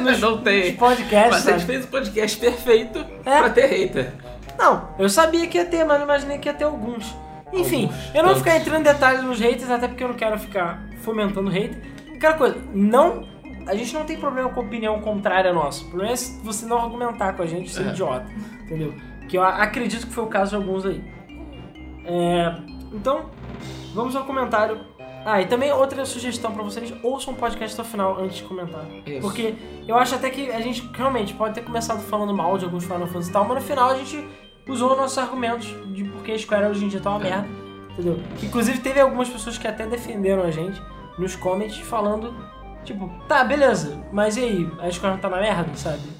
nos, Não tem. nos podcasts. Mas a sabe? gente fez o podcast perfeito É. pra ter hater. Não, eu sabia que ia ter, mas não imaginei que ia ter alguns. Enfim, Alguns, eu não vou tantos. ficar entrando em detalhes nos haters, até porque eu não quero ficar fomentando hater. Aquela coisa, não. A gente não tem problema com opinião contrária nossa. O problema é se você não argumentar com a gente, ser É. idiota. Entendeu? Que eu acredito que foi o caso de alguns aí. É, então, vamos ao comentário. Ah, e também outra sugestão pra vocês: ouçam o podcast até o final antes de comentar. Isso. Porque eu acho até que a gente realmente pode ter começado falando mal de alguns Final Fantasy e tal, mas no final a gente usou nossos argumentos de porque a Square hoje em dia tá uma merda, entendeu? Inclusive teve algumas pessoas que até defenderam a gente nos comments falando, tipo, tá, beleza, mas e aí? A Square não tá na merda, sabe?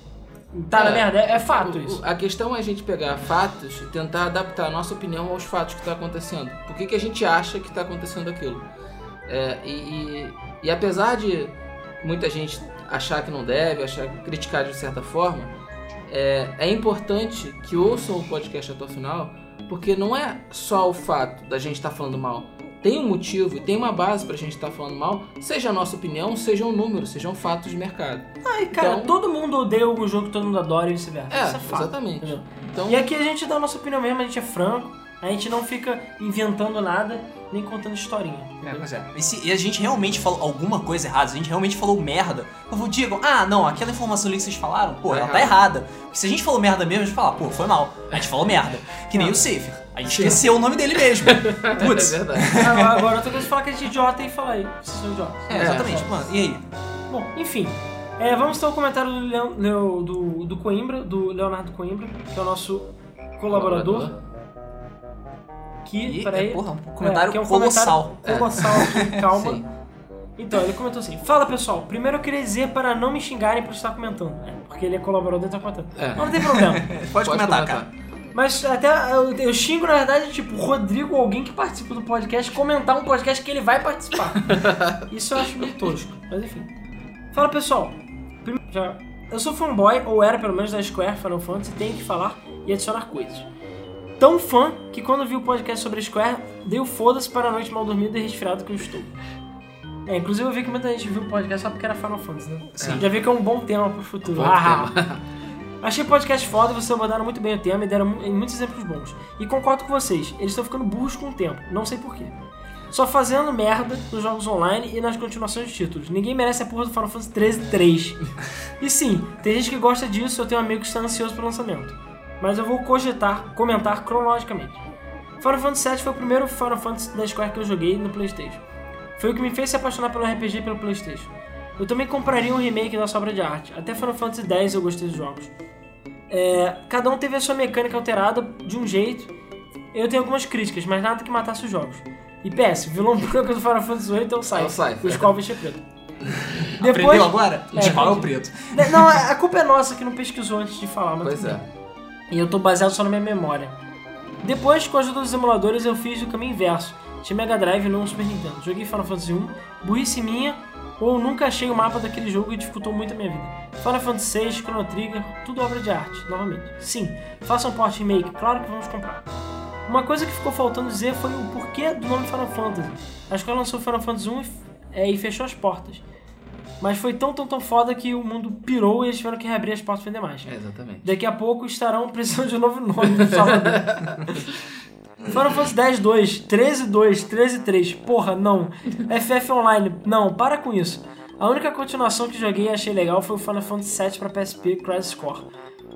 Tá na É. merda, é, é fato O- o- isso. A questão é a gente pegar fatos e tentar adaptar a nossa opinião aos fatos que está acontecendo. Por que, que a gente acha que está acontecendo aquilo? É, e, e- e apesar de muita gente achar que não deve, achar criticar de certa forma, é, é importante que ouçam o podcast até o final, porque não é só o fato da gente estar falando mal. Tem um motivo e tem uma base pra gente estar falando mal, seja a nossa opinião, seja um número, sejam fatos de mercado. Ai, cara, então- todo mundo odeia algum jogo que todo mundo adora e vice-versa. É, isso é fato. exatamente. entendeu? Então, E aqui a gente dá a nossa opinião mesmo, a gente é franco, a gente não fica inventando nada, nem contando historinha. É, pois é. E se e a gente realmente falou alguma coisa errada, se a gente realmente falou merda, eu vou digo, ah, não, aquela informação ali que vocês falaram, pô, Tá ela tá errada. Porque se a gente falou merda mesmo, a gente fala, pô, foi mal. A gente falou merda. Que nem o Safer. A gente esqueceu o nome dele mesmo. Putz. é É, verdade. Agora, agora outra coisa é falar que a gente é idiota e falar aí, vocês são idiotas. É, É, exatamente, mano. E aí? Bom, enfim. É, vamos ter o comentário do, Leon- Leo- do, do Coimbra, do Leonardo Coimbra, que é o nosso colaborador. Que, E, peraí. é, porra, um comentário que é um colossal. comentário colossal aqui, calma. Sim. Então, ele comentou assim: Fala pessoal, primeiro eu queria dizer para não me xingarem por estar comentando. É, porque ele é colaborador e tá comentando. É. Mas não tem problema. Pode, comentar, cara. Mas até eu, eu xingo, na verdade, tipo, Rodrigo ou alguém que participa do podcast comentar um podcast que ele vai participar. Isso eu acho meio tosco. Mas enfim. Fala pessoal. Primeiro, já, eu sou fanboy, ou era pelo menos da Square Final Fantasy, tenho que falar e adicionar coisas. Tão fã que quando vi o podcast sobre Square, dei o foda-se para a noite mal dormida e resfriado que eu estou. É, inclusive eu vi que muita gente viu o podcast só porque era Final Fantasy, né? Sim. Já vi que é um bom tema pro futuro. Bom Haha. Achei o podcast foda, vocês abordaram muito bem o tema e deram mu- muitos exemplos bons. E concordo com vocês, eles estão ficando burros com o tempo, não sei porquê. Só fazendo merda nos jogos online e nas continuações de títulos. Ninguém merece a porra do Final Fantasy 13 3. E sim, tem gente que gosta disso, eu tenho um amigo que está ansioso pro lançamento. Mas eu vou cogitar, comentar cronologicamente. Final Fantasy VII foi o primeiro Final Fantasy da Square que eu joguei no Playstation. Foi o que me fez se apaixonar pelo RPG e pelo Playstation. Eu também compraria um remake da sua obra de arte. Até Final Fantasy X eu gostei dos jogos. É, cada um teve a sua mecânica alterada de um jeito. Eu tenho algumas críticas, mas nada que matasse os jogos. E PS, o vilão branco do Final Fantasy VIII é o É o Scythe, Scythe, é. os quais é preto. Aprendeu agora? É, de pau é o preto. Né, Não, a a culpa é nossa que não pesquisou antes de falar, mas Pois tudo é. bem. E eu tô baseado só na minha memória. Depois, com a ajuda dos emuladores, eu fiz o caminho inverso. Tinha Mega Drive e não Super Nintendo. Joguei Final Fantasy 1, burrice minha, ou nunca achei o mapa daquele jogo e dificultou muito a minha vida. Final Fantasy 6, Chrono Trigger, tudo obra de arte, novamente. Sim, façam port remake, claro que vamos comprar. Uma coisa que ficou faltando dizer foi o porquê do nome Final Fantasy. A escola lançou Final Fantasy 1 e, é, e fechou as portas. Mas foi tão, tão, tão foda que o mundo pirou e eles tiveram que reabrir as portas pra vender mais. É, exatamente. Daqui a pouco estarão precisando de um novo nome pro Salvador. Final Fantasy 10 2, 13 2, 13 3. Porra, não. FF Online, não, para com isso. A única continuação que joguei e achei legal foi o Final Fantasy VII pra PSP Crisis Core,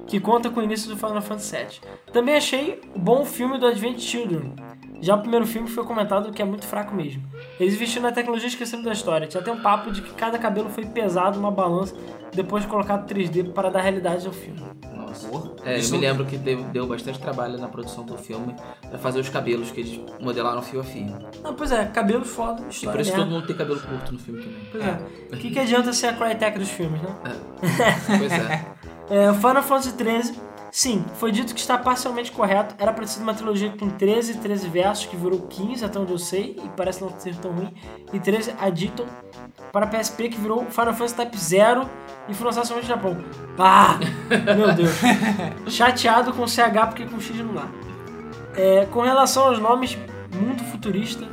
que conta com o início do Final Fantasy VII. Também achei bom o filme do Advent Children. Já o primeiro filme foi comentado que é muito fraco mesmo. Eles investiram na tecnologia esquecendo da história. Tinha até um papo de que cada cabelo foi pesado numa balança depois de colocado 3D para dar realidade ao filme. Nossa. É, eu me um lembro que deu, deu bastante trabalho na produção do filme pra fazer os cabelos que eles modelaram fio a fio. Não, pois é, cabelo foda, E por história isso merda. todo mundo tem cabelo curto no filme também. Pois é. O que, que adianta ser a Crytek dos filmes, né? Pois é. É, Final Fantasy XIII, sim, foi dito que está parcialmente correto. Era pra ser uma trilogia com 13, 13 versos, que virou 15, até onde eu sei, e parece não ser tão ruim. E 13 Adicton para PSP, que virou Final Fantasy Type 0 e foi lançado somente no Japão. Ah! Meu Deus. Chateado com CH porque com X não dá. É, com relação aos nomes, muito futurista,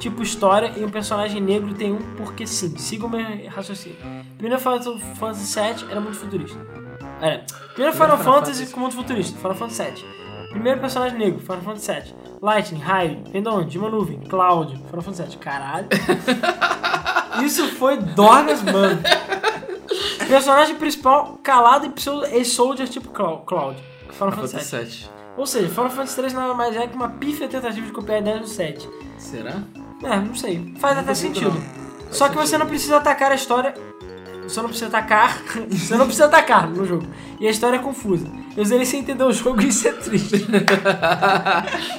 tipo história, e um personagem negro tem um porque sim. Sigam meu raciocínio. Primeiro Final Fantasy VII era muito futurista. É. Primeiro Final, Fantasy, com muito futurista, Final Fantasy VII. Primeiro personagem negro, Final Fantasy VII. Lightning, raio, vem de onde? De uma nuvem, Cláudio, Final Fantasy VII. Caralho. Isso foi Dorgas, mano. Personagem principal, calado e pseudo e soldier tipo Clau- Cláudio. Final Fantasy VII. 7. Ou seja, Final Fantasy III nada mais é que uma pífia tentativa de copiar a ideia do 7. Será? É, não sei. Faz até sentido. Só que sentido. você não precisa atacar a história. Você não precisa atacar. você não precisa atacar no jogo. E a história é confusa. Eu zerei sem entender o jogo e isso é triste.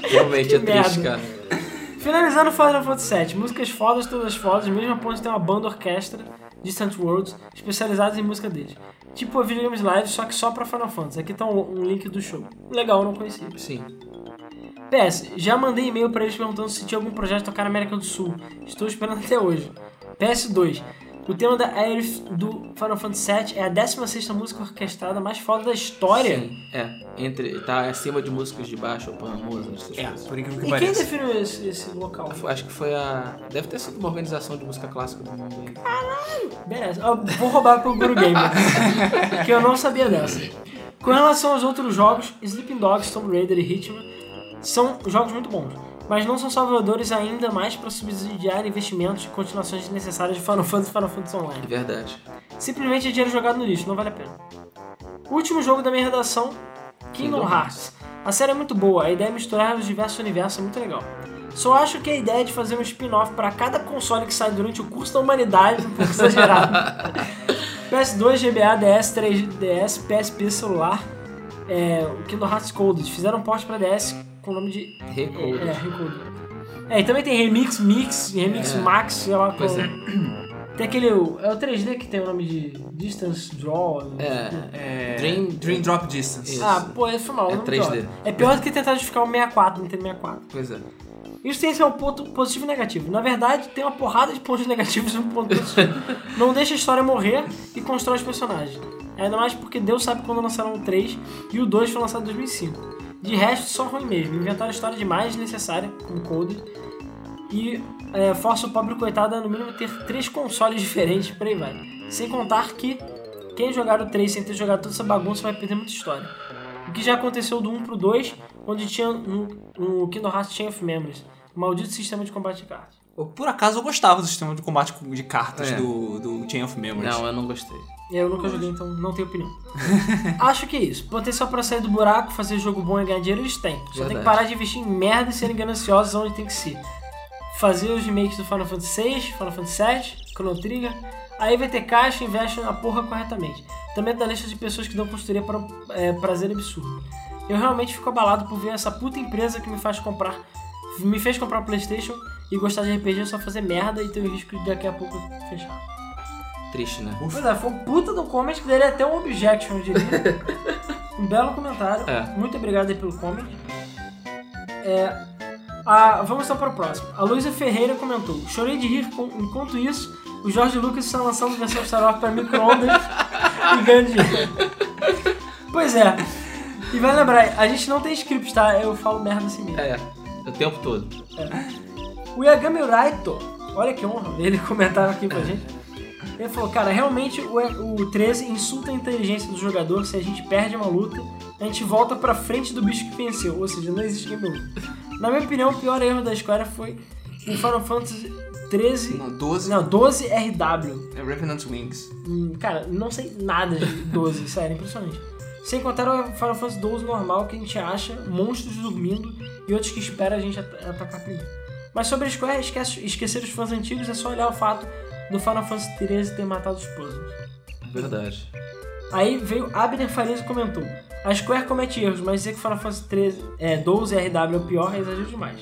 Realmente é triste, merda. cara. Finalizando Final Fantasy VII, músicas fodas, todas fodas, mesmo a ponto de ter uma banda orquestra, Distant Worlds, especializadas em música deles. Tipo a Video Games Live, só que só pra Final Fantasy. Aqui tá um, um link do show. Legal, não conhecia. Sim. PS, já mandei e-mail pra eles perguntando se tinha algum projeto de tocar na América do Sul. Estou esperando até hoje. PS2. O tema da Aerith do Final Fantasy VII é a 16 música orquestrada mais foda da história. Sim, é. Entre, tá acima de músicos de baixo, ou pan, Mozart, essas É, coisas. por incrível E que quem pareça. definiu esse, esse local? Acho que foi a. Deve ter sido uma organização de música clássica do mundo aí. Beleza, eu vou roubar pro Guru Gamer. que eu não sabia dessa. Com relação aos outros jogos, Sleeping Dogs, Tomb Raider e Hitman são jogos muito bons, mas não são salvadores ainda mais para subsidiar investimentos e continuações desnecessárias de Final Fantasy e Final Fantasy Online. De verdade. Simplesmente é dinheiro jogado no lixo, não vale a pena. Último jogo da minha redação, Kingdom Hearts. A série é muito boa, a ideia é misturar os diversos universos é muito legal. Só acho que a ideia de fazer um spin-off para cada console que sai durante o curso da humanidade é um pouco exagerado. PS2, GBA, DS, 3DS, PSP, celular, é, o Kingdom Hearts Cold. Fizeram um port para DS com o nome de Recode. é, Recode. É, e também tem Remix Mix, Remix É. Max, sei lá qual. Pois é. Tem aquele. o- É o 3D que tem o nome de Distance Draw. não sei o quê. É, É... Dream- Dream Drop Distance. Isso. Ah, pô, é foi mal. É não 3D. joga. É pior do que tentar justificar o 64, Nintendo 64. pois é. Isso tem esse é um ponto positivo e negativo. Na verdade, tem uma porrada de pontos negativos e um ponto positivo. Não deixa a história morrer e constrói os personagens. Ainda mais porque Deus sabe quando lançaram o 3 e o 2 foi lançado em 2005. De resto, só ruim mesmo. Inventaram a história demais desnecessária com Cold e é, força o pobre coitado a no mínimo ter três consoles diferentes por aí vai. Sem contar que quem jogar o 3 sem ter jogado toda essa bagunça vai perder muita história. O que já aconteceu do 1 pro 2, onde tinha no, no Kingdom Hearts Chain of Memories. Maldito sistema de combate de cartas. Eu, Por acaso eu gostava do sistema de combate com- de cartas É. do, do Chain of Memories. Não, eu não gostei. Eu nunca joguei, então não tenho opinião. Acho que é isso. Potencial pra sair do buraco, fazer jogo bom e ganhar dinheiro, eles têm. Só tem que Verdade. parar de investir em merda e serem gananciosos onde tem que ser. Fazer os remakes do Final Fantasy VI, Final Fantasy VII, Chrono Trigger. Aí vai ter caixa e investe na porra corretamente. Também é da lista de pessoas que dão consultoria para é, prazer absurdo. Eu realmente fico abalado por ver essa puta empresa que me faz comprar. Me fez comprar o Playstation e gostar de RPG é só fazer merda e ter o risco de daqui a pouco fechar. Triste, né? Pois é, foi um puta do comment que daria até um objection, eu diria. um belo comentário. É. Muito obrigado aí pelo comment. É, a- vamos então para o próximo. A Luísa Ferreira comentou: Chorei de rir com- enquanto isso. O Jorge Lucas está lançando versão Star Wars para micro-ondas e ganha dinheiro. Pois é. E vai lembrar, a gente não tem script, tá? Eu falo merda assim mesmo. É, o tempo todo. O Yagami Raito, olha que honra, ele comentava aqui pra gente. Ele falou, cara, realmente o, o 13 insulta a inteligência do jogador se a gente perde uma luta, a gente volta pra frente do bicho que venceu, ou seja, não existe game over. Na minha opinião, o pior erro da história foi o Final Fantasy 13, Não, 12 não, 12 RW. é Revenant Wings. Hum, Cara, não sei nada de 12, sério, impressionante. Sem contar o Final Fantasy 12 normal que a gente acha, monstros dormindo e outros que espera a gente at- atacar primeiro. Mas sobre a Square, esquece, esquecer os fãs antigos é só olhar o fato do Final Fantasy 13 ter matado os puzzles. Verdade. Aí veio Abner Farias e comentou: A Square comete erros, mas dizer que Final Fantasy 13, é, 12 RW é o pior é exagero demais.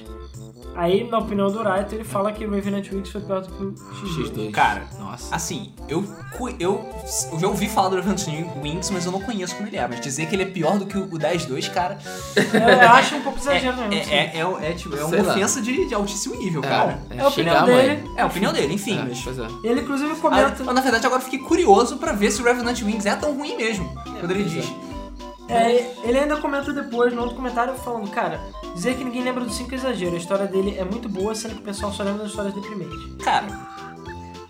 Aí, na opinião do Raito, ele fala que o Revenant Wings foi pior do que o X2. X2. Cara, Nossa. Assim, eu, cu- eu, eu já ouvi falar do Revenant Wings, mas eu não conheço como ele é. Mas dizer que ele é pior do que o 10-2, cara, Eu, eu acho um pouco é, exagero mesmo. é, é, é, é, tipo, é Sei uma lá. ofensa de, de altíssimo nível, cara. é, é a opinião xingar a dele. mãe. É a opinião dele, enfim. É, mas... pois é. Ele, inclusive, Ah, comenta. mas na verdade, agora eu fiquei curioso pra ver se o Revenant Wings é tão ruim mesmo. quando ele pois diz. É, ele ainda comenta depois, no outro comentário, falando, cara, dizer que ninguém lembra do 5 é exagero, a história dele é muito boa, sendo que o pessoal só lembra das histórias deprimentes. Cara,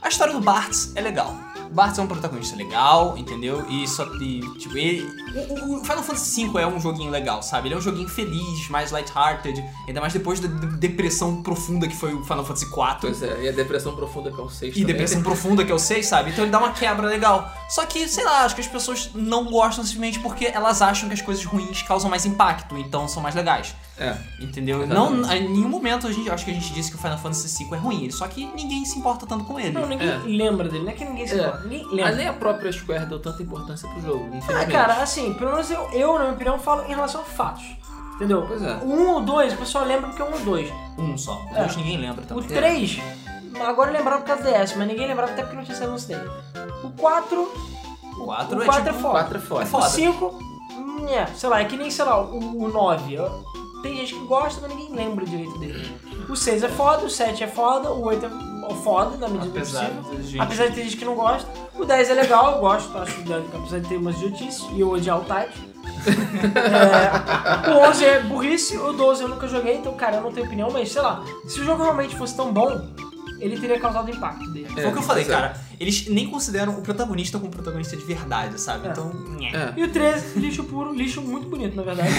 a história do Bartz é legal. O Bartz é um protagonista legal, entendeu? E só e, tipo, ele. O, o- o Final Fantasy V é um joguinho legal, sabe? Ele é um joguinho feliz, mais lighthearted, ainda mais depois da de- depressão profunda que foi o Final Fantasy IV. Pois é, e a depressão profunda que é o sexto. E também. depressão profunda que eu sei, sabe? Então ele dá uma quebra legal. Só que, sei lá, acho que as pessoas não gostam simplesmente porque elas acham que as coisas ruins causam mais impacto, então são mais legais. É. Entendeu? Exatamente. Não, em nenhum momento a gente acho que a gente disse que o Final Fantasy V é ruim, só que ninguém se importa tanto com ele. Não, ninguém É. lembra dele, não é que ninguém se É. importa, ninguém Mas lembra. nem a própria Square deu tanta importância pro jogo, Ah, infelizmente. cara, assim, pelo menos eu, eu, na minha opinião, falo em relação a fatos. Entendeu? Pois é. O 1 ou 2, o pessoal lembra porque é um ou dois. Um só. O É. dois ninguém lembra O também. 3, agora lembrava por causa do DS, mas ninguém lembrava até porque não tinha saído no ocidente. O 4, O 4 o é 4 é tipo... foda. Quatro é foda. É O foda. 5, é, sei lá, é que nem, sei lá, o 9. Tem gente que gosta, mas ninguém lembra direito dele. O 6 é foda, o 7 é foda, o 8 é foda, na medida do Apesar possível. de gente- Apesar de ter gente que não gosta. O 10 é legal, eu gosto, acho que apesar de ter umas idiotices, e eu odiar o Tide. É, o 11 é burrice, o 12 eu nunca joguei, então, cara, eu não tenho opinião, mas sei lá, se o jogo realmente fosse tão bom, ele teria causado impacto dele. Foi o que eu É, falei, pois é. cara. Eles nem consideram o protagonista como protagonista de verdade, sabe? É. Então. nhé. É. E o 13, lixo puro, lixo muito bonito, na verdade.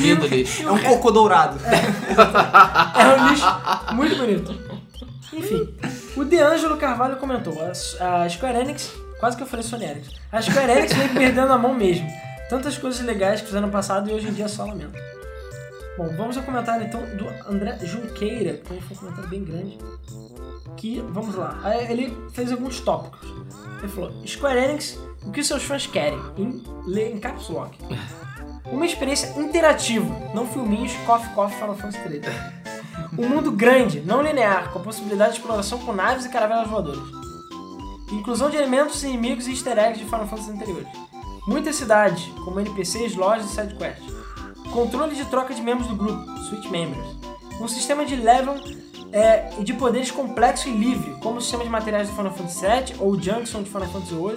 Lindo lixo. É um cocô dourado. É um lixo muito bonito. Enfim, o DeAngelo Carvalho comentou: a, a Square Enix, quase que eu falei Sony Enix, a Square Enix vem perdendo a mão mesmo. Tantas coisas legais que fizeram no passado e hoje em dia só lamento. Bom, vamos ao comentário então do André Junqueira, que foi um comentário bem grande. Que, vamos lá, aí ele fez alguns tópicos. Ele falou: Square Enix, o que seus fãs querem? Em, lê em caps lock. Uma experiência interativa, não filminhos, coffee, coffee, Final Fantasy 13. Um mundo grande, não linear, com a possibilidade de exploração com naves e caravelas voadoras. inclusão de elementos, inimigos e easter eggs de Final Fantasy anteriores. Muitas cidades, como NPCs, lojas e sidequests. Controle de troca de membros do grupo, Switch Members. Um sistema de level é, e de poderes complexo e livre, como o sistema de materiais do Final Fantasy VII, ou o Junction de Final Fantasy VIII,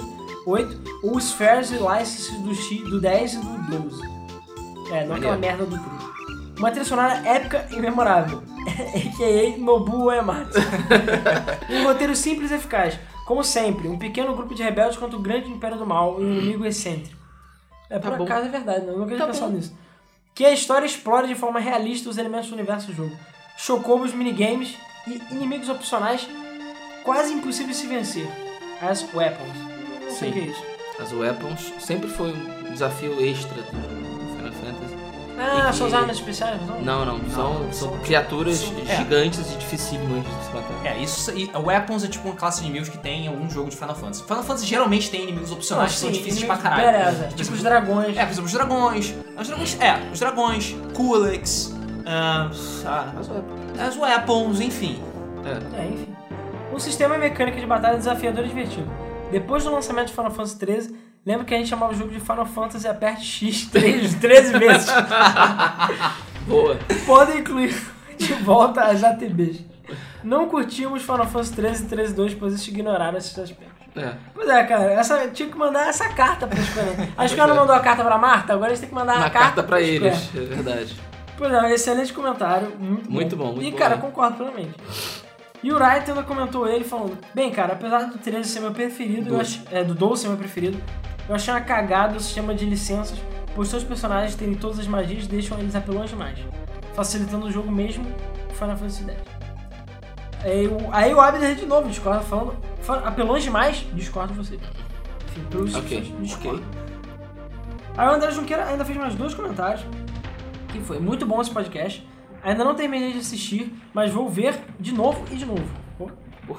8, ou os Spheres e Licenses do, X, do 10 e do 12. É, não aquela Maneiro. merda do truque. Uma trilha sonora épica e memorável, a.k.a. Nobu Uematsu. é um roteiro simples e eficaz. Como sempre, um pequeno grupo de rebeldes contra o grande império do mal e um inimigo excêntrico. É, Tá por bom. acaso é verdade, né? eu nunca tinha Tá pensado bom. nisso. Que a história explora de forma realista os elementos do universo do jogo. Chocobos, minigames e inimigos opcionais quase impossíveis de se vencer. As weapons. Não Sim. sei o que é isso. As weapons sempre foi um desafio extra do Final Fantasy. Ah, E são as que- armas especiais? Não. Não, não, são, são criaturas é. gigantes e dificílimas de se matar. É, isso e a Weapons é tipo uma classe de inimigos que tem em algum jogo de Final Fantasy. Final Fantasy geralmente tem inimigos opcionais que são Ah, sim, difíceis pra inimigos- caralho. Beleza, Tipo, tipo os dragões. É, por exemplo, os dragões. Os dragões. É, os dragões, Kulix, ah, ah, Mas weapons. as weapons, enfim. É. É, enfim. Um sistema e mecânica de batalha desafiador e divertido. Depois do lançamento de Final Fantasy XIII, lembro que a gente chamava o jogo de Final Fantasy Aperte X 3, 13 vezes. Boa. Podem incluir de volta as ATBs. Não curtimos Final Fantasy XIII e 13 2, pois eles ignoraram esses aspectos. É. Pois é, cara, essa, tinha que mandar essa carta pra Square. A Square não mandou a carta pra Marta, agora a gente tem que mandar Uma a Ah, carta, carta pra Square. eles, é verdade. Pois é, excelente comentário. Muito, Muito bom, E, muito cara, bom. concordo plenamente. E o Wright ainda comentou ele falando: Bem, cara, apesar do 13 ser meu preferido, eu Doze. ach- é, do 12 ser meu preferido, eu achei uma cagada o sistema de licenças, pois seus personagens terem todas as magias deixam eles apelões demais, facilitando o jogo mesmo que Final Fantasy X. Aí, o- aí o Abner de novo discorda, falando: "Fa- Apelões demais? Discordo de você. Enfim, pelos Ok, discordo. ok. Aí o André Junqueira ainda fez mais dois comentários. Que foi muito bom esse podcast. Ainda não terminei de assistir, mas vou ver de novo e de novo. Pô.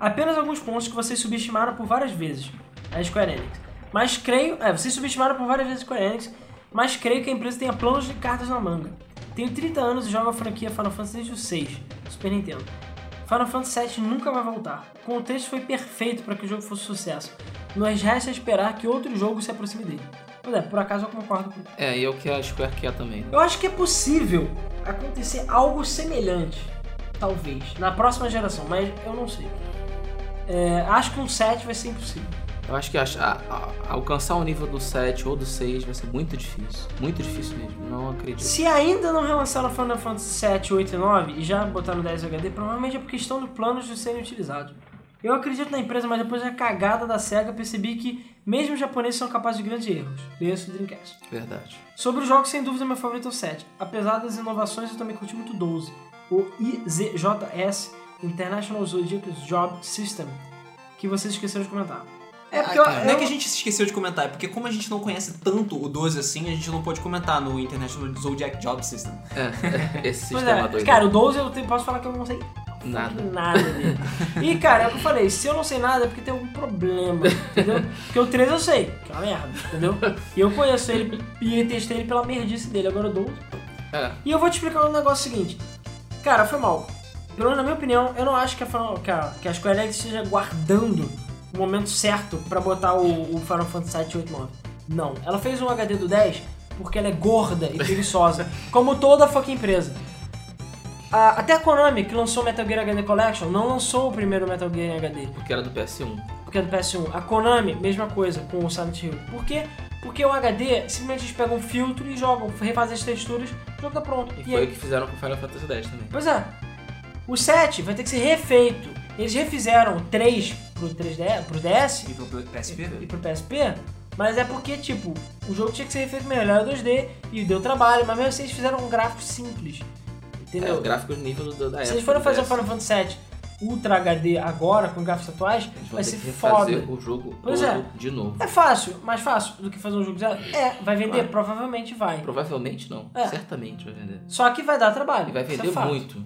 Apenas alguns pontos que vocês subestimaram por várias vezes a Square Enix. Mas creio. É, vocês subestimaram por várias vezes a Square Enix, mas creio que a empresa tenha planos de cartas na manga. Tenho 30 anos e jogo a franquia Final Fantasy desde o 6, Super Nintendo. Final Fantasy VII nunca vai voltar. O contexto foi perfeito para que o jogo fosse sucesso. Nos resta esperar que outro jogo se aproxime dele. Pois é, por acaso eu concordo com É, e é o que a Square quer também. eu acho que é possível acontecer algo semelhante, talvez, na próxima geração, mas eu não sei. É, acho que um 7 vai ser impossível. Eu acho que ach- a- a- alcançar o nível do 7 ou do 6 vai ser muito difícil. Muito difícil mesmo, não acredito. Se ainda não relançaram Final Fantasy 7, 8 e 9 e já botaram 10 HD, provavelmente é porque estão no plano de serem utilizados. Eu acredito na empresa, mas depois da cagada da SEGA percebi que mesmo os japoneses são capazes de grandes erros. Leia-se o Dreamcast. Verdade. Sobre os jogos, sem dúvida, meu favorito é o 7. Apesar das inovações, eu também curti muito o 12. O IZJS, International Zodiac Job System, que vocês esqueceram de comentar. É porque eu, Ah, cara, Não é eu- que a gente se esqueceu de comentar, é porque como a gente não conhece tanto o 12 assim, a gente não pôde comentar no International Zodiac Job System. É, esse Pois sistema é. doido. Cara, o 12 eu te- posso falar que eu não sei Ah, tá. Nada. nada dele. e, cara, é o que eu falei, se eu não sei nada é porque tem algum problema, entendeu? Porque o 13 eu sei, que é uma merda, entendeu? E eu conheço ele e testei ele pela merdice dele, agora o 12... É, E eu vou te explicar um negócio seguinte. Cara, foi mal. Pelo menos na minha opinião, eu não acho que a, Final- que a, que a Square Enix esteja guardando o momento certo pra botar o, o Final Fantasy VII 8 9. Não. Ela fez um HD do 10 porque ela é gorda e preguiçosa. como toda fucking empresa. A- até a Konami, que lançou o Metal Gear HD Collection, não lançou o primeiro Metal Gear em HD porque era do PS1. porque é do PS1. A Konami, mesma coisa com o Silent Hill. Por quê? Porque o HD simplesmente eles pegam um filtro e jogam, refazem as texturas, o jogo tá pronto. E E foi aí- o que fizeram com o Final Fantasy X também. Pois é. O 7 vai ter que ser refeito. Eles refizeram o 3 pro 3D, pro DS E pro PSP? e pro PSP, mas é porque, tipo, o jogo tinha que ser refeito melhor em 2D e deu trabalho, mas mesmo assim eles fizeram um gráfico simples. É, Entendeu? o gráfico é nível do, da época. Se eles forem do fazer o PS1, Final Fantasy VII Ultra HD agora, com gráficos atuais, eles vão vai ter ser que foda. refazer o jogo Pois todo é. de novo. É fácil, mais fácil do que fazer um jogo zero? É, vai vender? Vai. Provavelmente vai. Provavelmente não. É. Certamente vai vender. Só que vai dar trabalho. E vai isso é vender fato. muito.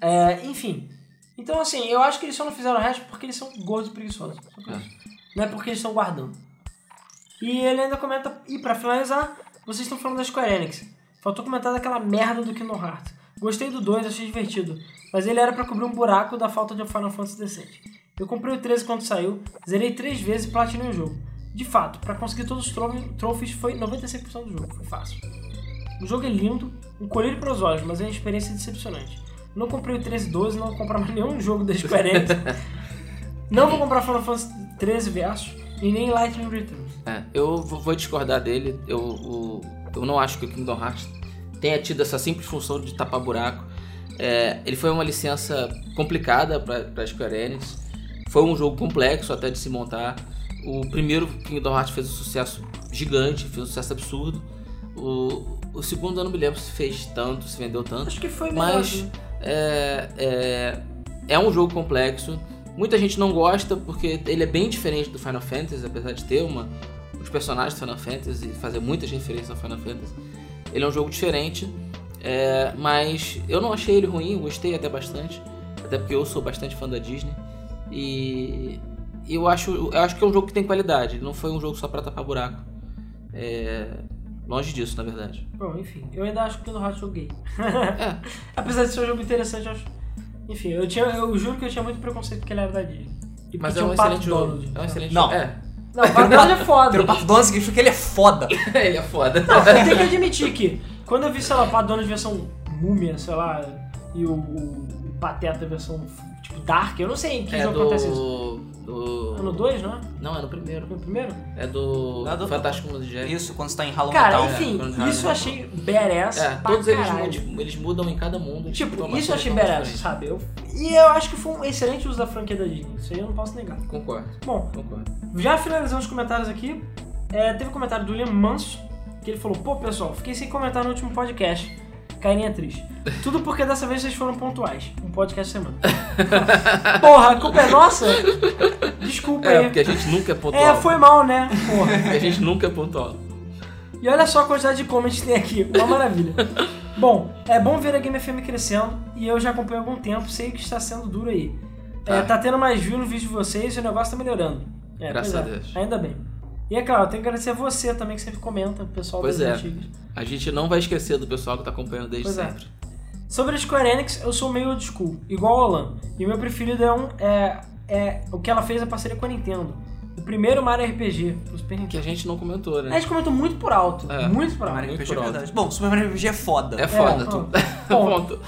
É, enfim. Então, assim, eu acho que eles só não fizeram o resto porque eles são gordos e preguiçosos. Só por É. isso. Não é porque eles estão guardando. E ele ainda comenta... E pra finalizar, vocês estão falando da Square Enix. Faltou comentar daquela merda do Kingdom Hearts. Gostei do 2, achei divertido. Mas ele era pra cobrir um buraco da falta de um Final Fantasy decente. Eu comprei o 13 quando saiu, zerei três vezes e platinei o jogo. De fato, pra conseguir todos os tro- trophies foi 95% do jogo, foi fácil. O jogo é lindo, um colírio para os olhos, mas é uma experiência decepcionante. Não comprei o 13 e 12, não vou comprar mais nenhum jogo da Square Enix. não vou comprar Final Fantasy 13 Versus e nem Lightning Returns. É, eu vou vou discordar dele. Eu, o- eu não acho que o Kingdom Hearts tenha tido essa simples função de tapar buraco. É, ele foi uma licença complicada para a Square Enix. Foi um jogo complexo até de se montar. O primeiro Kingdom Hearts fez um sucesso gigante, fez um sucesso absurdo. O, o segundo eu não me lembro se fez tanto, se vendeu tanto. Acho que foi melhor. Mas é, é, é um jogo complexo. Muita gente não gosta porque ele é bem diferente do Final Fantasy, apesar de ter uma, os personagens do Final Fantasy e fazer muitas referências ao Final Fantasy. Ele é um jogo diferente, é, mas eu não achei ele ruim, eu gostei até bastante, até porque eu sou bastante fã da Disney. E eu acho, eu acho que é um jogo que tem qualidade, ele não foi um jogo só pra tapar buraco. É, longe disso, na verdade. Bom, enfim, eu ainda acho que no Hot jogo gay. É. Apesar de ser um jogo interessante, eu acho. Enfim, eu, tinha, eu juro que eu tinha muito preconceito porque ele era da Disney. E Mas é porque tinha um, Pato excelente jogo. Donald. É um excelente um Não. jogo. É. Não, o Pato Donald é foda. Pelo Pato Donald significa que ele é foda. Ele é foda. Eu tenho que admitir que quando eu vi, sei lá, Pato Donald versão múmia, sei lá, e o, o Pateta versão tipo Dark, eu não sei em que É jogo acontece isso. do. do... É no 2, não é? Não, é no primeiro. No primeiro? É do. É do- Fantástico Mundo de Jack. Isso, quando você tá em Halloween Cara, Town. enfim, quando já isso eu não- achei badass É, pra todos eles caralho. mudam, eles mudam em cada mundo. eles Tipo, tomam isso eu ações achei totalmente badass, diferentes. sabe? Eu- e eu acho que foi um excelente uso da franquia da Disney. Isso aí eu não posso negar. Concordo, Bom, concordo. já finalizando os comentários aqui, é, teve um comentário do William Manso, que ele falou, pô pessoal, fiquei sem comentar no último podcast. Carinha triste. Tudo porque dessa vez vocês foram pontuais. Um podcast semana. Porra, a culpa é nossa? Desculpa É, aí. porque a gente nunca é pontual. É, foi mal, né? Porra. Porque a gente nunca é pontual. E olha só a quantidade de comments que tem aqui, uma maravilha. bom, é bom ver a Game FM crescendo e eu já acompanho há algum tempo, sei que está sendo duro aí. É, Ah. tá tendo mais view no vídeo de vocês e o negócio tá melhorando. É, Graças pois a é, Deus. Ainda bem. E é claro, eu tenho que agradecer a você também que sempre comenta, o pessoal Pois das é. antigas. A gente não vai esquecer do pessoal que tá acompanhando desde Pois é. sempre. Sobre a Square Enix, eu sou meio old school, igual a Alan. E o meu preferido é um é, é o que ela fez a parceria com a Nintendo. O primeiro Mario RPG, pro Super Que Nintendo. a gente não comentou, A né? gente comentou muito por alto, É. muito por alto. Mario RPG é Muito pronto. verdade. Bom, Super Mario RPG é foda. É foda. É, tu- Bom, Ponto.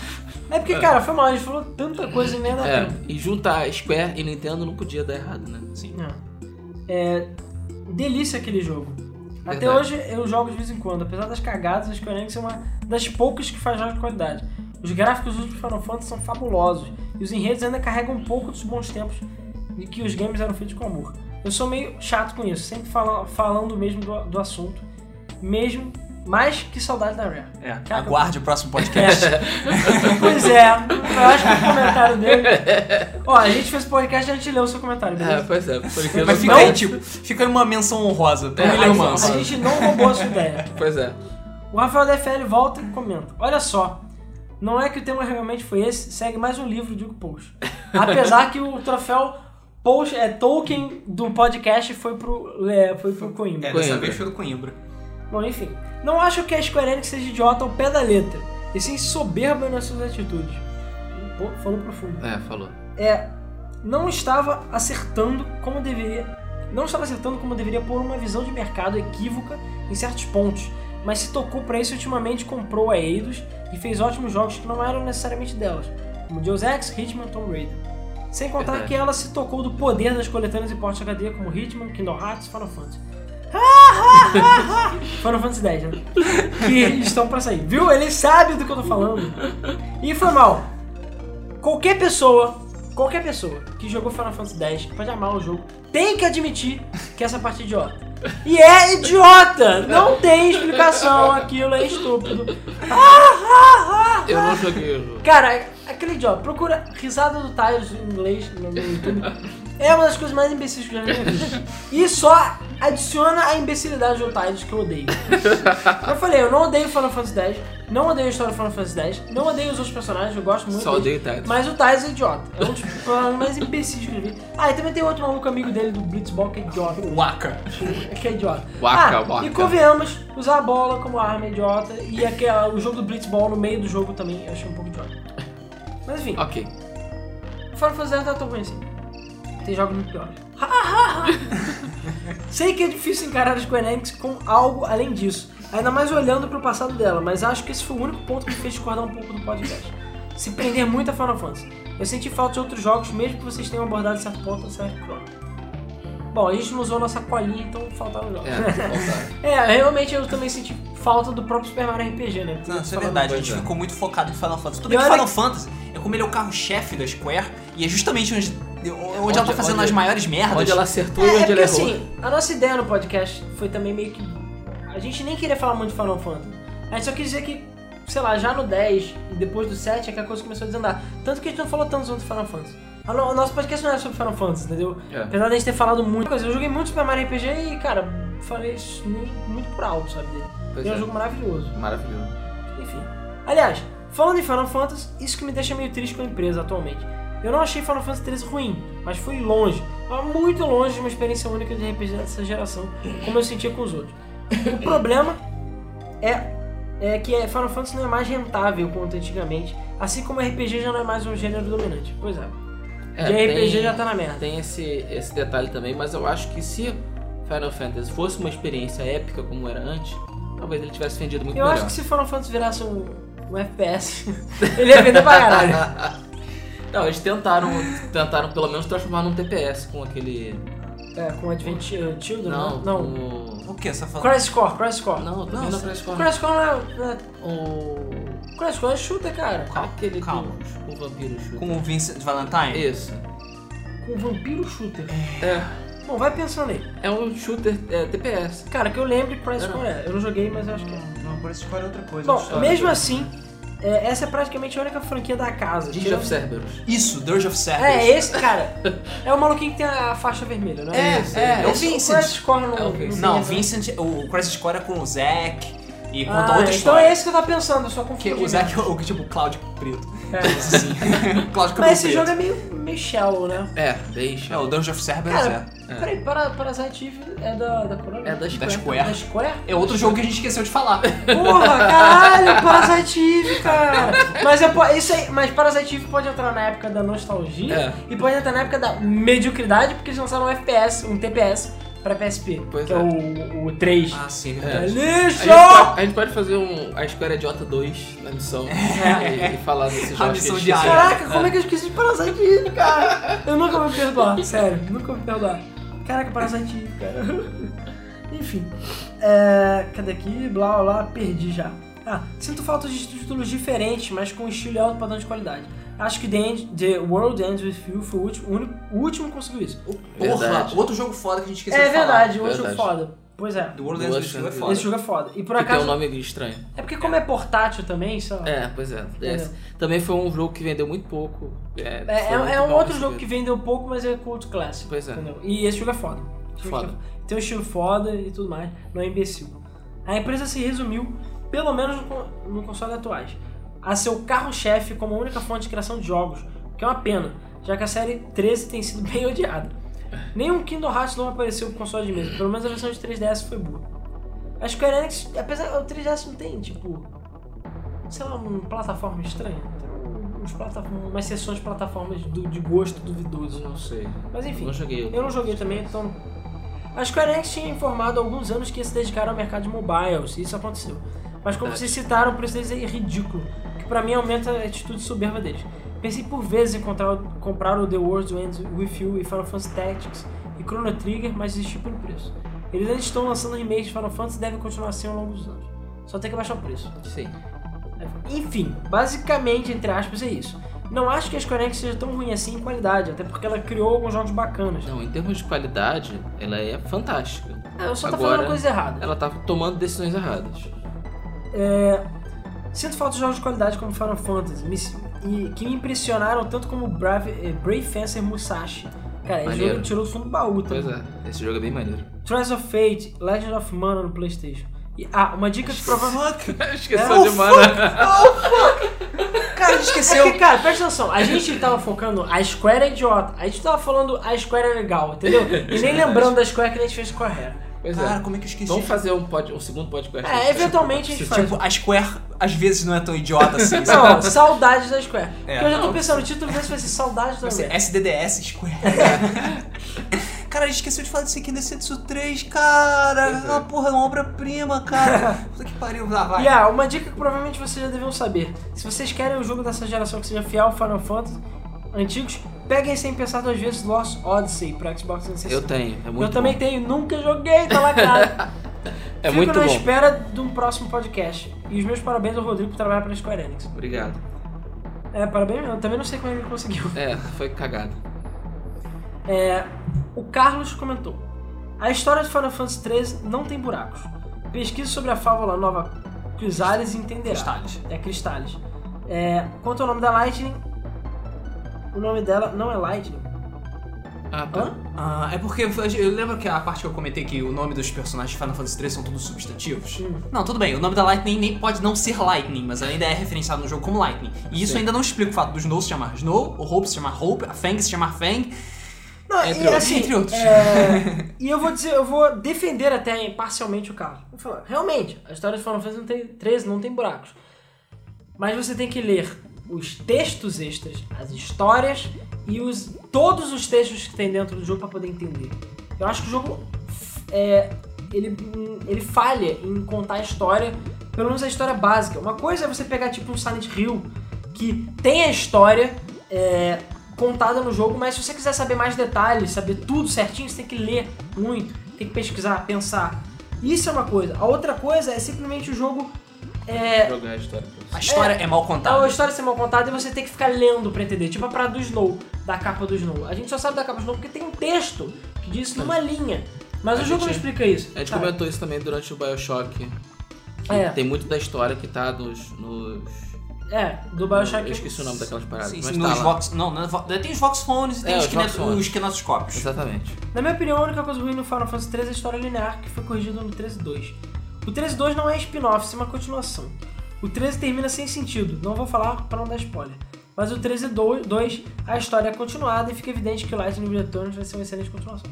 É porque, cara, foi mal, a gente falou tanta coisa né, e nem nada. É, e juntar Square e Nintendo não podia dar errado, né? Sim. É, Delícia aquele jogo. Até Verdade. hoje eu jogo de vez em quando, apesar das cagadas, a Square Enix é uma das poucas que faz jogos de qualidade. Os gráficos dos últimos Final Fantasy são fabulosos e os enredos ainda carregam um pouco dos bons tempos de que os games eram feitos com amor. Eu sou meio chato com isso, sempre fala- falando mesmo do, do assunto, mesmo mais que saudade da Rare. É, Cara, aguarde o próximo podcast. podcast. pois é, eu acho que o comentário dele. Ó, a gente fez podcast e a gente leu o seu comentário, beleza? É, pois é. Por incrível Mas que fica pareça. aí, tipo, fica aí uma menção honrosa pro É, William aí- Manso. A gente não roubou a sua ideia. Pois é. O Rafael DFL volta e comenta. Olha só, não é que o tema realmente foi esse, segue mais um livro de Hugo Post. Apesar que o troféu Post, é, Tolkien do podcast foi pro, é, foi pro Coimbra. É, Coimbra. dessa vez foi do Coimbra. Bom, enfim. Não acho que a Square Enix seja idiota ao pé da letra, e sim soberba nas suas atitudes. Pô, falou profundo. É, falou. é, não estava acertando como deveria, não estava acertando como deveria por uma visão de mercado equívoca em certos pontos, mas se tocou para isso e ultimamente comprou a Eidos e fez ótimos jogos que não eram necessariamente delas, como Deus Ex, Hitman, Tomb Raider. Sem contar Verdade. que ela se tocou do poder das coletâneas e porte HD como Hitman, Kingdom Hearts, Final Fantasy. Final Fantasy X, né? Que eles estão pra sair. Viu? Ele sabe do que eu tô falando. E foi mal. Qualquer pessoa, qualquer pessoa que jogou Final Fantasy X, que pode amar o jogo, tem que admitir que essa parte é idiota. E é idiota! Não tem explicação, aquilo é estúpido. Eu não joguei o jogo. Cara, aquele idiota, procura risada do Tyler em inglês no no YouTube. É uma das coisas mais imbecis que eu já vi na minha vida. E só adiciona a imbecilidade do Tyler que eu odeio. Eu falei, eu não odeio Final Fantasy X, não odeio a história do Final Fantasy X, não odeio os outros personagens, eu gosto muito Só deles. odeio Tetris. Mas o Thais é idiota. É um dos personagens mais imbecis que eu vi. Ah, e também tem outro maluco amigo dele do Blitzball que é idiota. Waka. Que é idiota. Waka, ah, waka. E convenhamos, usar a bola como arma é idiota. E aquela, o jogo do Blitzball no meio do jogo também eu achei um pouco idiota. Mas enfim, Ok. Final Fantasy X não é tão ruim assim. Tem jogos muito piores. Sei que é difícil encarar a Square Enix com algo além disso, ainda mais olhando pro passado dela, mas acho que esse foi o único ponto que me fez discordar um pouco do podcast. Se prender muito a Final Fantasy. Eu senti falta de outros jogos, mesmo que vocês tenham abordado certo ponto a certo ponto. Bom, a gente não usou nossa colinha, então faltaram jogos. É, voltar. É, realmente eu também senti falta do próprio Super Mario RPG, né? Não, isso é Falando- verdade, a Pois gente é. ficou muito focado em Final Fantasy. Tudo E bem que Final olha Fantasy é como ele é o carro-chefe da Square e é justamente onde, onde, ela tá Onde- fazendo onde- as maiores merdas. Onde Ah, ela acertou e É, é onde porque ela errou. assim, a nossa ideia no podcast foi também meio que. A gente nem queria falar muito de Final Fantasy. A gente só quis dizer que, sei lá, já no 10 e depois do 7 é que a coisa começou a desandar. Tanto que a gente não falou tanto sobre Final Fantasy. A no- O nosso podcast não é sobre Final Fantasy, entendeu? É. Apesar de a gente ter falado muito coisa, eu joguei muito Super Mario RPG e, cara, falei isso muito, muito por alto, sabe? Dele. Pois E é um é. jogo maravilhoso. Maravilhoso. Enfim. Aliás, falando em Final Fantasy, isso que me deixa meio triste com a empresa atualmente. Eu não achei Final Fantasy 13 ruim, mas fui longe, mas muito longe de uma experiência única de RPG dessa geração, como eu sentia com os outros. O problema é, é que Final Fantasy não é mais rentável quanto antigamente, assim como RPG já não é mais um gênero dominante. Pois é, É, de RPG tem- já tá na merda. Tem esse, esse detalhe também, mas eu acho que se Final Fantasy fosse uma experiência épica como era antes, talvez ele tivesse vendido muito Eu melhor. acho que se Final Fantasy virasse um, um FPS, ele ia vender pra caralho. Não, eles tentaram, tentaram pelo menos transformar num TPS com aquele. É, com Advent Children? né? Não, não. O que? Você tá falando? Crash Core, Crash Core. Com... Não, Não, também não se- Crash Core. Crash Core não é- não é O. Crash Core é chuta, cara. Aquele calma. que o- o vampiro chuta. Com o Vincent Valentine? Isso. Com vampiro shooter. É, Bom, vai pensando aí. é um shooter é, TPS. Cara, que eu lembro Crash Não. Core é. Eu não joguei, mas eu acho que é. Não, por isso que é outra coisa. Bom, outra história. mesmo assim, é, essa é praticamente a única franquia da casa. Digi tirando- of Cerberus. Isso, Dirge of Service. É, esse, cara. É o maluquinho que tem a faixa vermelha, não é? Isso, é, é o Esse- Vincent. Crash Core não. É o Vincent. Não, tem- o Vincent, o Crisis Core é com o Zack e Ah, conta outra então história. é esse né? que eu tava pensando, eu só Porque confundi. o Zack é o tipo o Cláudio Preto. É. Assim, Cláudio Cabelo Mas esse Preto. jogo é meio, meio shallow, né? É, deixa. É, o Dungeon of Cerberus Cara, é. É. peraí, para, Parasite Eve é da, da Corona? É da Da Square. Square. Da Square? É outro jogo que a gente esqueceu de falar. Porra, caralho, Parasite Eve, cara. Mas, eu, po- isso aí, mas Parasite Eve pode entrar na época da nostalgia É. e pode entrar na época da mediocridade, porque eles lançaram um FPS, um TPS pra PSP, Pois que é, é. o, o 3. Ah, sim, É verdade. A lixo! gente, tá pode, a gente pode fazer um A Square Idiota 2 na missão É. e, e falar desses jogos. A que missão eles diária. fizeram. Caraca, como é que eu esqueci de Parasite Eve, cara? Eu nunca vou me perdoar, sério, nunca vou me perdoar. Caraca, Parasite Eve, cara. Enfim, é, cadê aqui? Blá blá, blá, perdi já. Ah, sinto falta de títulos diferentes, mas com estilo e alto padrão de qualidade. Acho que The, End- The World Ends With You foi o último, o único- o último que conseguiu isso. Porra, Verdade. outro jogo foda que a gente esqueceu É de falar. verdade, o jogo verdade. foda. Pois é, Do World Duas Ends With You é chances. foda. esse jogo é foda. Que E por tem um acaso, nome estranho. é porque como é portátil também, sei lá. É, pois é. Esse Também foi um jogo que vendeu muito pouco. É, É, é- foi muito é um mal outro recebido. jogo que vendeu pouco, mas é cult classic. Pois é. entendeu? E esse jogo é foda. Esse jogo Foda. é Tem um estilo foda e tudo mais. Não é imbecil. A empresa se resumiu, pelo menos no, con- no console atuais, a seu carro-chefe como a única fonte de criação de jogos, o que é uma pena, já que a série 13 tem sido bem odiada. Nenhum Kingdom Hearts não apareceu pro console de mesa, pelo menos a versão de 3DS foi boa. A Square Enix, apesar o 3DS não tem, tipo, sei lá, uma plataforma estranha. Tem uns plataform- umas sessões de plataformas do- de gosto duvidoso. Não sei. Mas Eu enfim, não joguei. eu não joguei também, então. A Square Enix tinha informado há alguns anos que ia se dedicar ao mercado de mobiles, e isso aconteceu. Mas como vocês citaram, o preço deles é ridículo, que pra mim aumenta a atitude soberba deles. Pensei por vezes em comprar, o- comprar o The World Ends With You e Final Fantasy Tactics e Chrono Trigger, mas desisti pelo preço. Eles ainda estão lançando remakes de Final Fantasy e devem continuar assim ao longo dos anos. Só tem que baixar o preço. Sim. Enfim, basicamente, entre aspas, é isso. Não acho que a Square Enix seja tão ruim assim em qualidade, até porque ela criou alguns jogos bacanas. Não, em termos de qualidade, ela é fantástica. Ela só tá Agora- fazendo coisa errada. Ela tá tomando decisões erradas. Sinto falta de jogos de qualidade como Final Fantasy, me- e que me impressionaram tanto como Brave, eh, Brave Fencer Musashi. Cara, esse Maneiro. jogo tirou do fundo do baú também. Pois é, esse jogo é bem maneiro. Trials of Fate, Legend of Mana no Playstation. E, ah, uma dica que provavelmente... Esqueceu de mana. Cara, a gente É esqueceu. porque, cara, presta atenção, a gente tava focando a Square é idiota, a gente tava falando a Square é legal, entendeu? E nem lembrando da Square que a gente fez com a Rare. Pois Cara, é. como é que eu esqueci? Vamos fazer um, pod, um segundo podcast. É, eventualmente a gente faz. Tipo, a Square às vezes não é tão idiota assim. Não, sabe? saudades da Square. É, Porque eu já tô não. pensando, o título desse vai ser saudades da Vai ser Square. SDDS Square. É. Cara, a gente esqueceu de falar disso aqui no Setsu 3, cara. Pois é. Ah, porra, é uma obra-prima, cara. Puta que pariu, lá vai. E ah, uma dica que provavelmente vocês já deviam saber. Se vocês querem um jogo dessa geração que seja fiel ao Final Fantasy, antigos, peguem sem pensar duas vezes Lost Odyssey pra Xbox 360. Eu tenho, é muito eu também bom. tenho, nunca joguei, tá lá cara. É Fico muito na bom. espera de um próximo podcast. E os meus parabéns ao Rodrigo por trabalhar pra Square Enix. Obrigado. É, parabéns mesmo. Eu também não sei como ele conseguiu. É, foi cagado. É, o Carlos comentou: A história de Final Fantasy XIII não tem buracos. Pesquise sobre a fábula nova Crisales e entenderá. Cristales. É Cristales. É, quanto ao nome da Lightning, o nome dela não é Lightning. Ah, tá. Hã? Ah, é porque eu lembro que a parte que eu comentei que o nome dos personagens de Final Fantasy 3 são todos substantivos. Hum. Não, tudo bem, o nome da Lightning nem pode não ser Lightning, mas ela ainda é referenciado no jogo como Lightning. E isso ainda não explica o fato do Snow se chamar Snow, o Hope se chamar Hope, a Fang se chamar Fang, Não, Entre e outros. assim, entre outros. é, e eu vou dizer, eu vou defender até parcialmente o Carlos. Vou falar, realmente, a história de Final Fantasy não tem, 13 não tem buracos. Mas você tem que ler os textos extras, as histórias e os, todos os textos que tem dentro do jogo pra poder entender. Eu acho que o jogo é, ele, ele falha em contar a história, pelo menos a história básica. Uma coisa é você pegar tipo um Silent Hill, que tem a história é, contada no jogo, mas se você quiser saber mais detalhes, saber tudo certinho, você tem que ler muito, tem que pesquisar, pensar. Isso é uma coisa. A outra coisa é simplesmente o jogo é, Jogar a história. A história é, mal é uma contada. história ser mal contada e você tem que ficar lendo pra entender. Tipo a parada do Snow, da capa do Snow. A gente só sabe da capa do Snow porque tem um texto que diz isso numa linha. Mas A o jogo gente- é não explica isso. A gente sabe? comentou isso também durante o Bioshock. que Tá. É. Tem muito da história que tá nos. nos... É, do Bioshock. Eu esqueci o nome daquelas paradas. Sim, mas sim, tá nos lá. vox, não, não é vo- tem os Vox Phones e tem É, os, os kinet, voxphones. os kinetoscópios. Exatamente. Na minha opinião, a única coisa ruim no Final Fantasy XIII é a história linear, que foi corrigida no 13.2. O 13.2 não é spin-off, isso é uma continuação. O 13 termina sem sentido, não vou falar pra não dar spoiler. Mas o 13.2, a história é continuada e fica evidente que o Lightning Returns vai ser uma excelente continuação.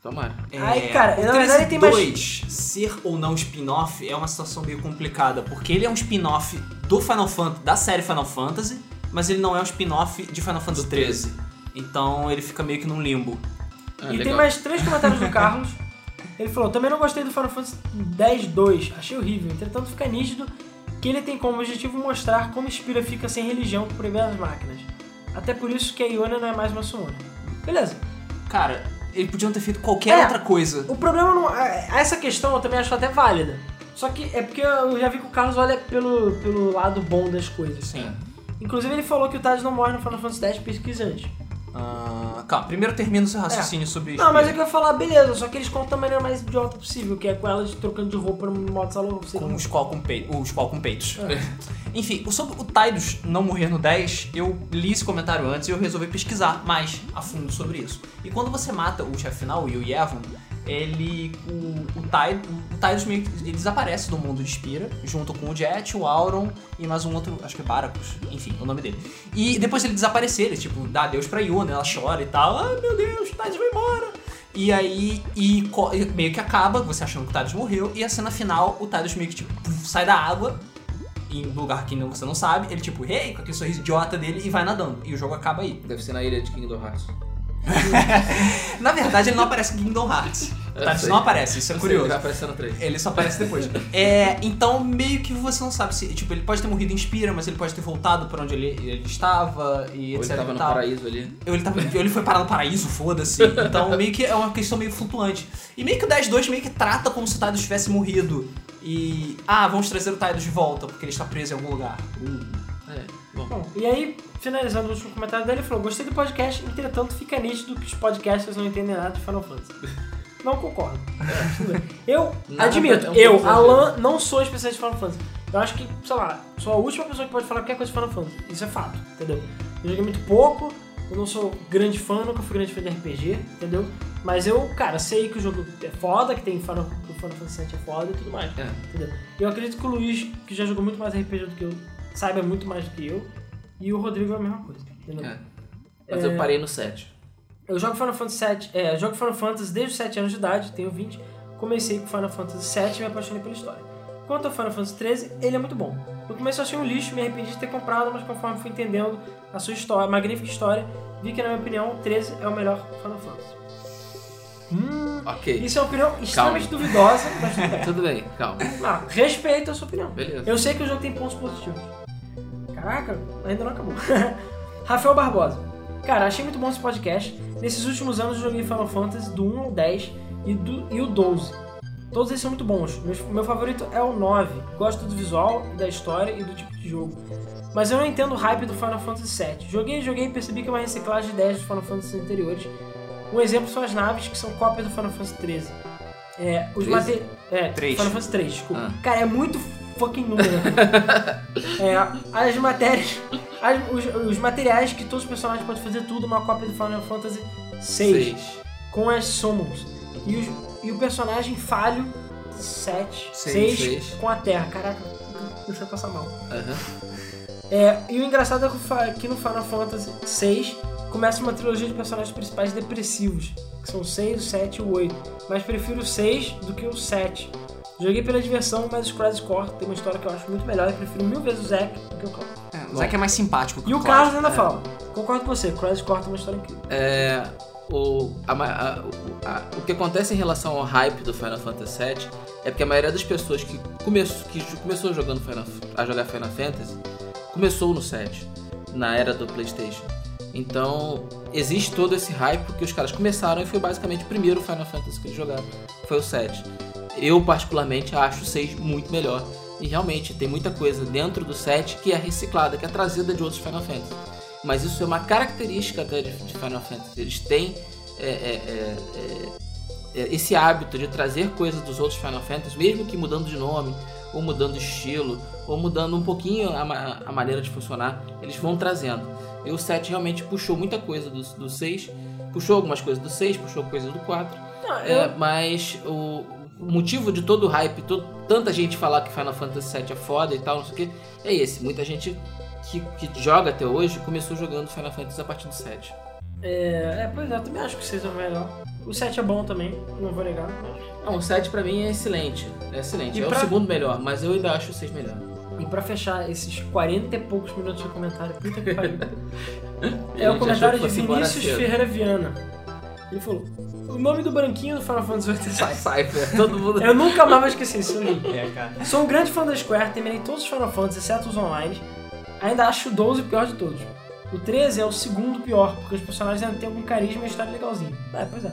Tomara. Aí, cara, o na verdade, tem mais- 13-2, então ser ou não spin-off é uma situação meio complicada, porque ele é um spin-off do Final Fantasy, da série Final Fantasy, mas ele não é um spin-off de Final Fantasy 13. Então ele fica meio que num limbo. Ah, e tem legal. mais três comentários do Carlos. Ele falou: também não gostei do Final Fantasy X-2, achei horrível. Entretanto, fica nítido que ele tem como objetivo mostrar como Spira fica sem religião por proibir as máquinas. Até por isso que a Iona não é mais uma Suona. Beleza. Cara, eles podiam ter feito qualquer É. outra coisa. O problema não. é- Essa questão eu também acho até válida. Só que é porque eu já vi que o Carlos olha pelo, pelo lado bom das coisas. assim. É. Sim. Inclusive, ele falou que o Tades não morre no Final Fantasy X pesquisante. Ah, calma, primeiro termina o seu raciocínio sobre Não, mas é Spira. que eu ia falar, beleza, só que eles contam da maneira mais idiota possível, que é com elas trocando de roupa no modo salão. sei lá. com os qual com peito, os qual com peitos. Enfim, sobre o Tidus não morrer no 10, eu li esse comentário antes e eu resolvi pesquisar mais a fundo sobre isso. E quando você mata o chefe final, o Yevon, ele. O, o, Tidus, o Tidus meio que ele desaparece do mundo de Spira, junto com o Jet, o Auron e mais um outro, acho que é Baracus, enfim, é o nome dele. E depois ele desaparecer, ele tipo, dá adeus pra Yuna, ela chora e tal, ah meu Deus, o Tidus vai embora. E aí, e co- e meio que acaba, você achando que o Tidus morreu, e a cena final, o Tidus meio que tipo, puf, sai da água, em um lugar que não, você não sabe, ele tipo, hey, com aquele sorriso idiota dele e vai nadando. E o jogo acaba aí. Deve ser na ilha de Kingdom Hearts. Na verdade, ele não aparece em Kingdom Hearts. Eu Tá, isso sei. não aparece, isso é Eu sei, curioso. Vai aparecer no 3. Ele só aparece depois. É, então meio que você não sabe se. Tipo, ele pode ter morrido em Spira, mas ele pode ter voltado pra onde ele, ele estava e Ou etc. ele tava e no tal. paraíso ali. Ou ele, tava- ou ele foi parar no paraíso, foda-se. Então meio que é uma questão meio flutuante. E meio que o 10-2 meio que trata como se o Tidus tivesse morrido. E. Ah, vamos trazer o Tidus de volta, porque ele está preso em algum lugar. É, bom. Bom, e aí, finalizando o último comentário dele, ele falou: Gostei do podcast, entretanto, fica nítido que os podcasters não entendem nada de Final Fantasy. Não concordo. É, Tudo bem. Eu É. Nada, admito, é um pouco eu, exagero. Alan, não sou especialista em Final Fantasy. Eu acho que, sei lá, sou a última pessoa que pode falar qualquer coisa de Final Fantasy. Isso é fato, entendeu? Eu joguei muito pouco, eu não sou grande fã, nunca fui grande fã de RPG, entendeu? Mas eu, cara, sei que o jogo é foda, que tem Final, que o Final Fantasy VII é foda e tudo mais. É. Entendeu? Eu acredito que o Luiz, que já jogou muito mais RPG do que eu, saiba muito mais do que eu. E o Rodrigo é a mesma coisa. Entendeu? É. Mas eu parei no 7. Eu jogo Final Fantasy VII, é, jogo Final Fantasy desde os 7 anos de idade, tenho 20. comecei com Final Fantasy VII e me apaixonei pela história. Quanto ao Final Fantasy XIII, ele é muito bom. No começo eu achei um lixo, me arrependi de ter comprado, mas conforme fui entendendo a sua história, magnífica história, vi que, na minha opinião, o 13 é o melhor Final Fantasy. Hum, Ok, isso é uma opinião extremamente duvidosa, mas tudo bem. tudo bem, calma. Ah, respeito a sua opinião. Beleza. Eu sei que o jogo tem pontos positivos. Caraca, ainda não acabou. Rafael Barbosa. Cara, achei muito bom esse podcast. Nesses últimos anos eu joguei Final Fantasy do 1 ao 10 e, do, e o 12. Todos eles são muito bons. Meu, meu favorito é o 9. Gosto do visual, da história e do tipo de jogo. Mas eu não entendo o hype do Final Fantasy VII. Joguei, joguei e percebi que é uma reciclagem de ideias dos Final Fantasy anteriores. Um exemplo são as naves, que são cópia do Final Fantasy XIII. É, os Treze? mate... É, Três. Final Fantasy 3, desculpa. Ah. Cara, é muito fucking número. é, as matérias... as- os, os materiais que todos os personagens podem fazer tudo, uma cópia do Final Fantasy VI. Seis. Com as summons. E, os- e o personagem falho, 7, Seis, 6, seis. com a Terra. Caraca, deixa eu passar mal. Aham. É, e o engraçado é que o fa- que no Final Fantasy VI começa uma trilogia de personagens principais depressivos, que são o 6, o 7 e o 8. Mas prefiro o 6 do que o 7. Joguei pela diversão, mas os Crisis Core tem uma história que eu acho muito melhor e prefiro mil vezes o Zack do que o Cloud. É, o Zack é mais simpático que E o Cláudio. Carlos ainda fala, concordo com você, Crisis Core tem uma história incrível. É, o, a ma- a- o- a- o que acontece em relação ao hype do Final Fantasy VII é porque a maioria das pessoas que, come, que ju- começou jogando Final, a jogar Final Fantasy começou no 7, na era do PlayStation. Então, existe todo esse hype porque os caras começaram e foi basicamente o primeiro Final Fantasy que eles jogaram, foi o 7. Eu, particularmente, acho o 6 muito melhor. E realmente, tem muita coisa dentro do 7 que é reciclada, que é trazida de outros Final Fantasy. Mas isso é uma característica até de de Final Fantasy. Eles têm é, é, é, é, é, esse hábito de trazer coisas dos outros Final Fantasy, mesmo que mudando de nome, ou mudando de estilo, ou mudando um pouquinho a, ma- a maneira de funcionar, eles vão trazendo. E o 7 realmente puxou muita coisa do, do 6, puxou algumas coisas do 6, puxou coisas do 4. Não, É, eu- mas o o motivo de todo o hype, to- tanta gente falar que Final Fantasy VII é foda e tal, não sei o que, é esse. Muita gente que, que joga até hoje começou jogando Final Fantasy a partir do 7. é, é, pois é, eu também acho que o 6 é o melhor. O 7 é bom também, não vou negar. mas- Não, o 7 pra mim é excelente. É excelente. E é pra- É o segundo melhor, mas eu ainda acho o 6 melhor. E pra fechar esses 40 e poucos minutos de comentário, puta que pariu. E a É o gente comentário de achou que fosse embora Vinícius cedo. Ferreira Viana. Ele falou: O nome do branquinho do Final Fantasy VIII. Sai, sai, todo mundo. Eu nunca mais vou esquecer isso. eu li. É, cara. Sou um grande fã da Square, terminei todos os Final Fantasy, exceto os online. Ainda acho o 12 o pior de todos. O 13 é o segundo pior, porque os personagens ainda têm algum carisma e a história é legalzinha. É, pois é.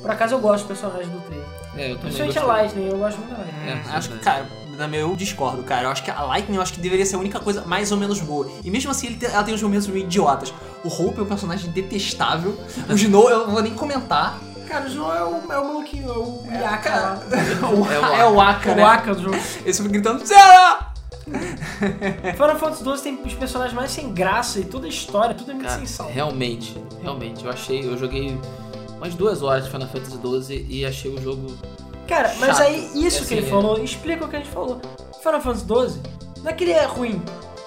Por acaso eu gosto dos personagens do 13. É, eu também Principalmente gostei. a Lightning, eu gosto muito da Lightning. É, Acho que, cara, na minha, eu discordo, cara. Eu acho que a Lightning eu acho que deveria ser a única coisa mais ou menos boa. E mesmo assim, ele tem- ela tem uns momentos meio idiotas. O Hope é um personagem detestável. O Snow, eu não vou nem comentar. Cara, o João é o, é o maluquinho, é o É, Yaka cara. lá. É o Aka, é o Aka O né? Aka do jogo. Esse foi gritando, Zera! Final Fantasy 12 tem os personagens mais sem graça e toda a história, tudo é muito Cara, sem sal. realmente, realmente. Eu achei, eu joguei umas duas horas de Final Fantasy XII e achei o jogo. Cara, mas chato. aí isso É que ele assim, falou, explica o que a gente falou. Final Fantasy 12, não é que ele é ruim,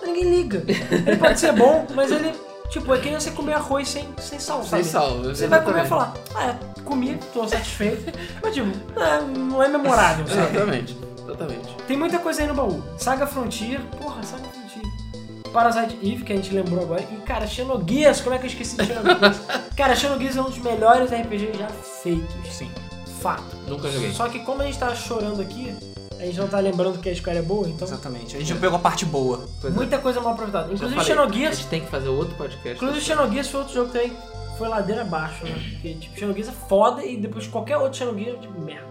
ninguém liga. Ele pode ser bom, mas ele, tipo, é que nem você comer arroz sem, sem sal, Sem sabe? sal. Você vai comer e exatamente. falar, ah, é, comi, tô satisfeito, mas tipo, ah, não é memorável, sabe? Exatamente, exatamente. Tem muita coisa aí no baú. Saga Frontier, porra, Saga Frontier. Parasite Eve, que a gente lembrou agora. E, cara, Xenogears, como é que eu esqueci de Xenogears? cara, Xenogears é um dos melhores RPG já feitos. Sim. Fato. Nunca joguei. Só que como a gente tá chorando aqui, a gente não tá lembrando que a Square é boa, então Exatamente. A gente não pegou a parte boa. Pois é. muita coisa mal aproveitada. Já Inclusive falei, A Xenogears, gente tem que fazer outro podcast. Tá inclusive Xenogears foi outro jogo também. Foi ladeira abaixo, né? Porque, tipo, Xenogears é foda e depois qualquer outro Xenogears, tipo, merda.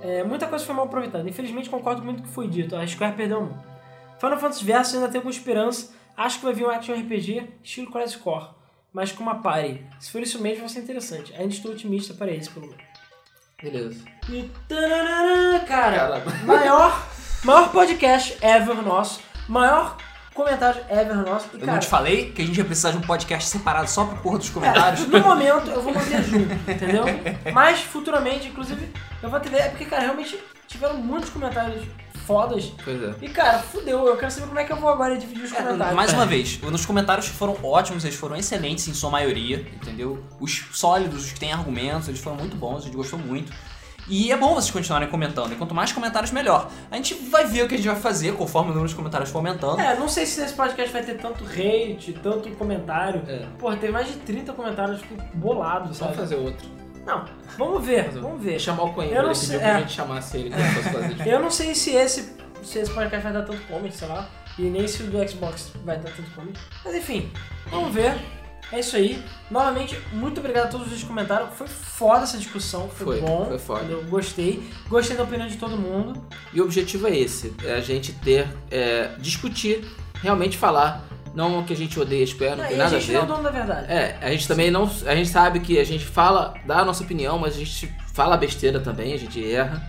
É, muita coisa foi mal aproveitada. Infelizmente concordo muito com o que foi dito. A Square perdeu muito. Final Fantasy Versus ainda tem alguma esperança. Acho que vai vir um action RPG estilo Crisis Core, mas com uma party. Se for isso mesmo, vai ser interessante. Ainda estou otimista para isso, pelo menos. Beleza. E tararara, cara, Caraca. maior, maior podcast ever nosso, maior comentário ever nosso. Eu E, cara, não te falei que a gente ia precisar de um podcast separado só pro porra dos cara, comentários. no momento eu vou manter junto, entendeu? Mas futuramente, inclusive, eu vou ter é porque, cara, realmente tiveram muitos comentários fodas. Pois é. E, cara, fudeu, eu quero saber como é que eu vou agora dividir os É, comentários. mais uma vez, nos comentários foram ótimos, eles foram excelentes em sua maioria, entendeu? Os sólidos, os que têm argumentos, eles foram muito bons, a gente gostou muito. E é bom vocês continuarem comentando. E quanto mais comentários, melhor. A gente vai ver o que a gente vai fazer conforme o número de comentários for aumentando. É, não sei se nesse podcast vai ter tanto hate, tanto comentário. É. Porra, tem mais de 30 comentários, eu fico bolado, Só sabe? fazer outro. Não, vamos ver, vamos É ver. chamar o Coimbra, Eu não ele sei- pediu que é. a gente chamasse ele, que ele fosse fazer. Eu não sei se esse, se esse podcast vai dar tanto comment, sei lá. E nem se o do Xbox vai dar tanto comment. Mas enfim, vamos ver. É isso aí. Novamente, muito obrigado a todos os que comentaram. Foi foda essa discussão, foi, Foi, bom. foi foda. Eu gostei. Gostei da opinião de todo mundo. E o objetivo é esse, é a gente ter, é, discutir, realmente falar, não o que a gente odeia, espera, não Ah, tem e a nada a gente ver. não é o dono da verdade. É, a gente também não, a gente sabe que a gente fala, dá a nossa opinião, mas a gente fala besteira também, a gente erra.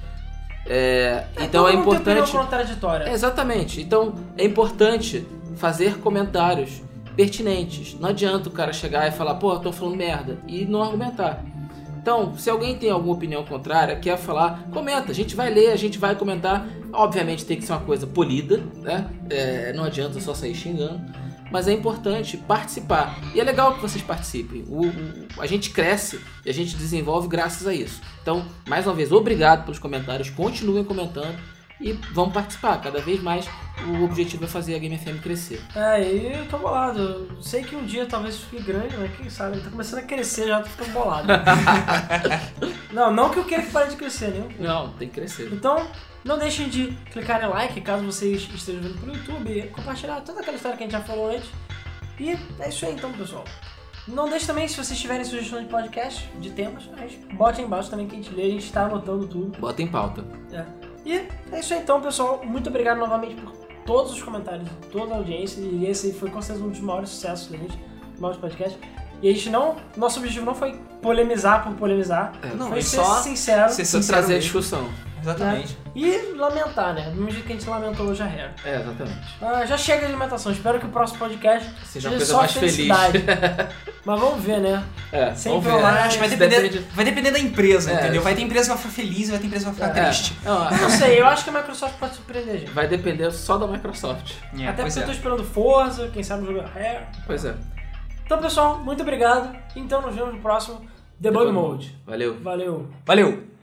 É, então todo é mundo tem opinião importante. contraditória. É, Exatamente. Então é importante fazer comentários pertinentes. Não adianta o cara chegar e falar, pô, eu tô falando merda, e não argumentar. Então, se alguém tem alguma opinião contrária, quer falar, comenta. A gente vai ler, a gente vai comentar. Obviamente tem que ser uma coisa polida, né? É, não adianta só sair xingando. Mas é importante participar. E é legal que vocês participem. O- o- a gente cresce e a gente desenvolve graças a isso. Então, mais uma vez, obrigado pelos comentários. Continuem comentando e vamos participar. Cada vez mais o objetivo é fazer a Game FM crescer. É, e eu tô bolado. Eu Sei que um dia talvez isso fique grande, mas quem sabe? Tá começando a crescer já, tô ficando bolado. não, não que eu queira que pare de crescer, né? Não, tem que crescer. Então, não deixem de clicar em like caso vocês estejam vendo pelo YouTube, compartilhar toda aquela história que a gente já falou antes. E é isso aí então, pessoal. Não deixe também, se vocês tiverem sugestão de podcast, de temas, a gente bota aí embaixo também que a gente lê, a gente tá anotando tudo. Bota em pauta. E é isso aí, então, pessoal. Muito obrigado novamente por todos os comentários, toda a audiência. E esse foi com certeza um dos maiores sucessos da gente, dos maiores podcasts. E a gente não. Nosso objetivo não foi polemizar por polemizar. É, Não, foi é ser só sincero ser Precisa sincero trazer a mesmo. discussão. Exatamente. e lamentar, né? Do mesmo jeito que a gente lamentou hoje a Hair. É, exatamente. Ah, já chega de alimentação. Espero que o próximo podcast Seja seja, uma coisa só mais feliz. felicidade. Mas vamos ver, né? É, Sempre vamos ver. lá, Acho que vai depender, É, Depende- vai depender da empresa, É. entendeu? Vai ter empresa que vai ficar feliz, vai ter empresa que vai ficar É. triste. Não, Não sei, eu acho que a Microsoft pode surpreender, a gente. vai depender só da Microsoft. É, Até pois porque eu tô é. esperando Forza, quem sabe jogar Hair. Pois é. Então, pessoal, muito obrigado. Então, nos vemos no próximo Debug Mode. Valeu. Valeu! Valeu!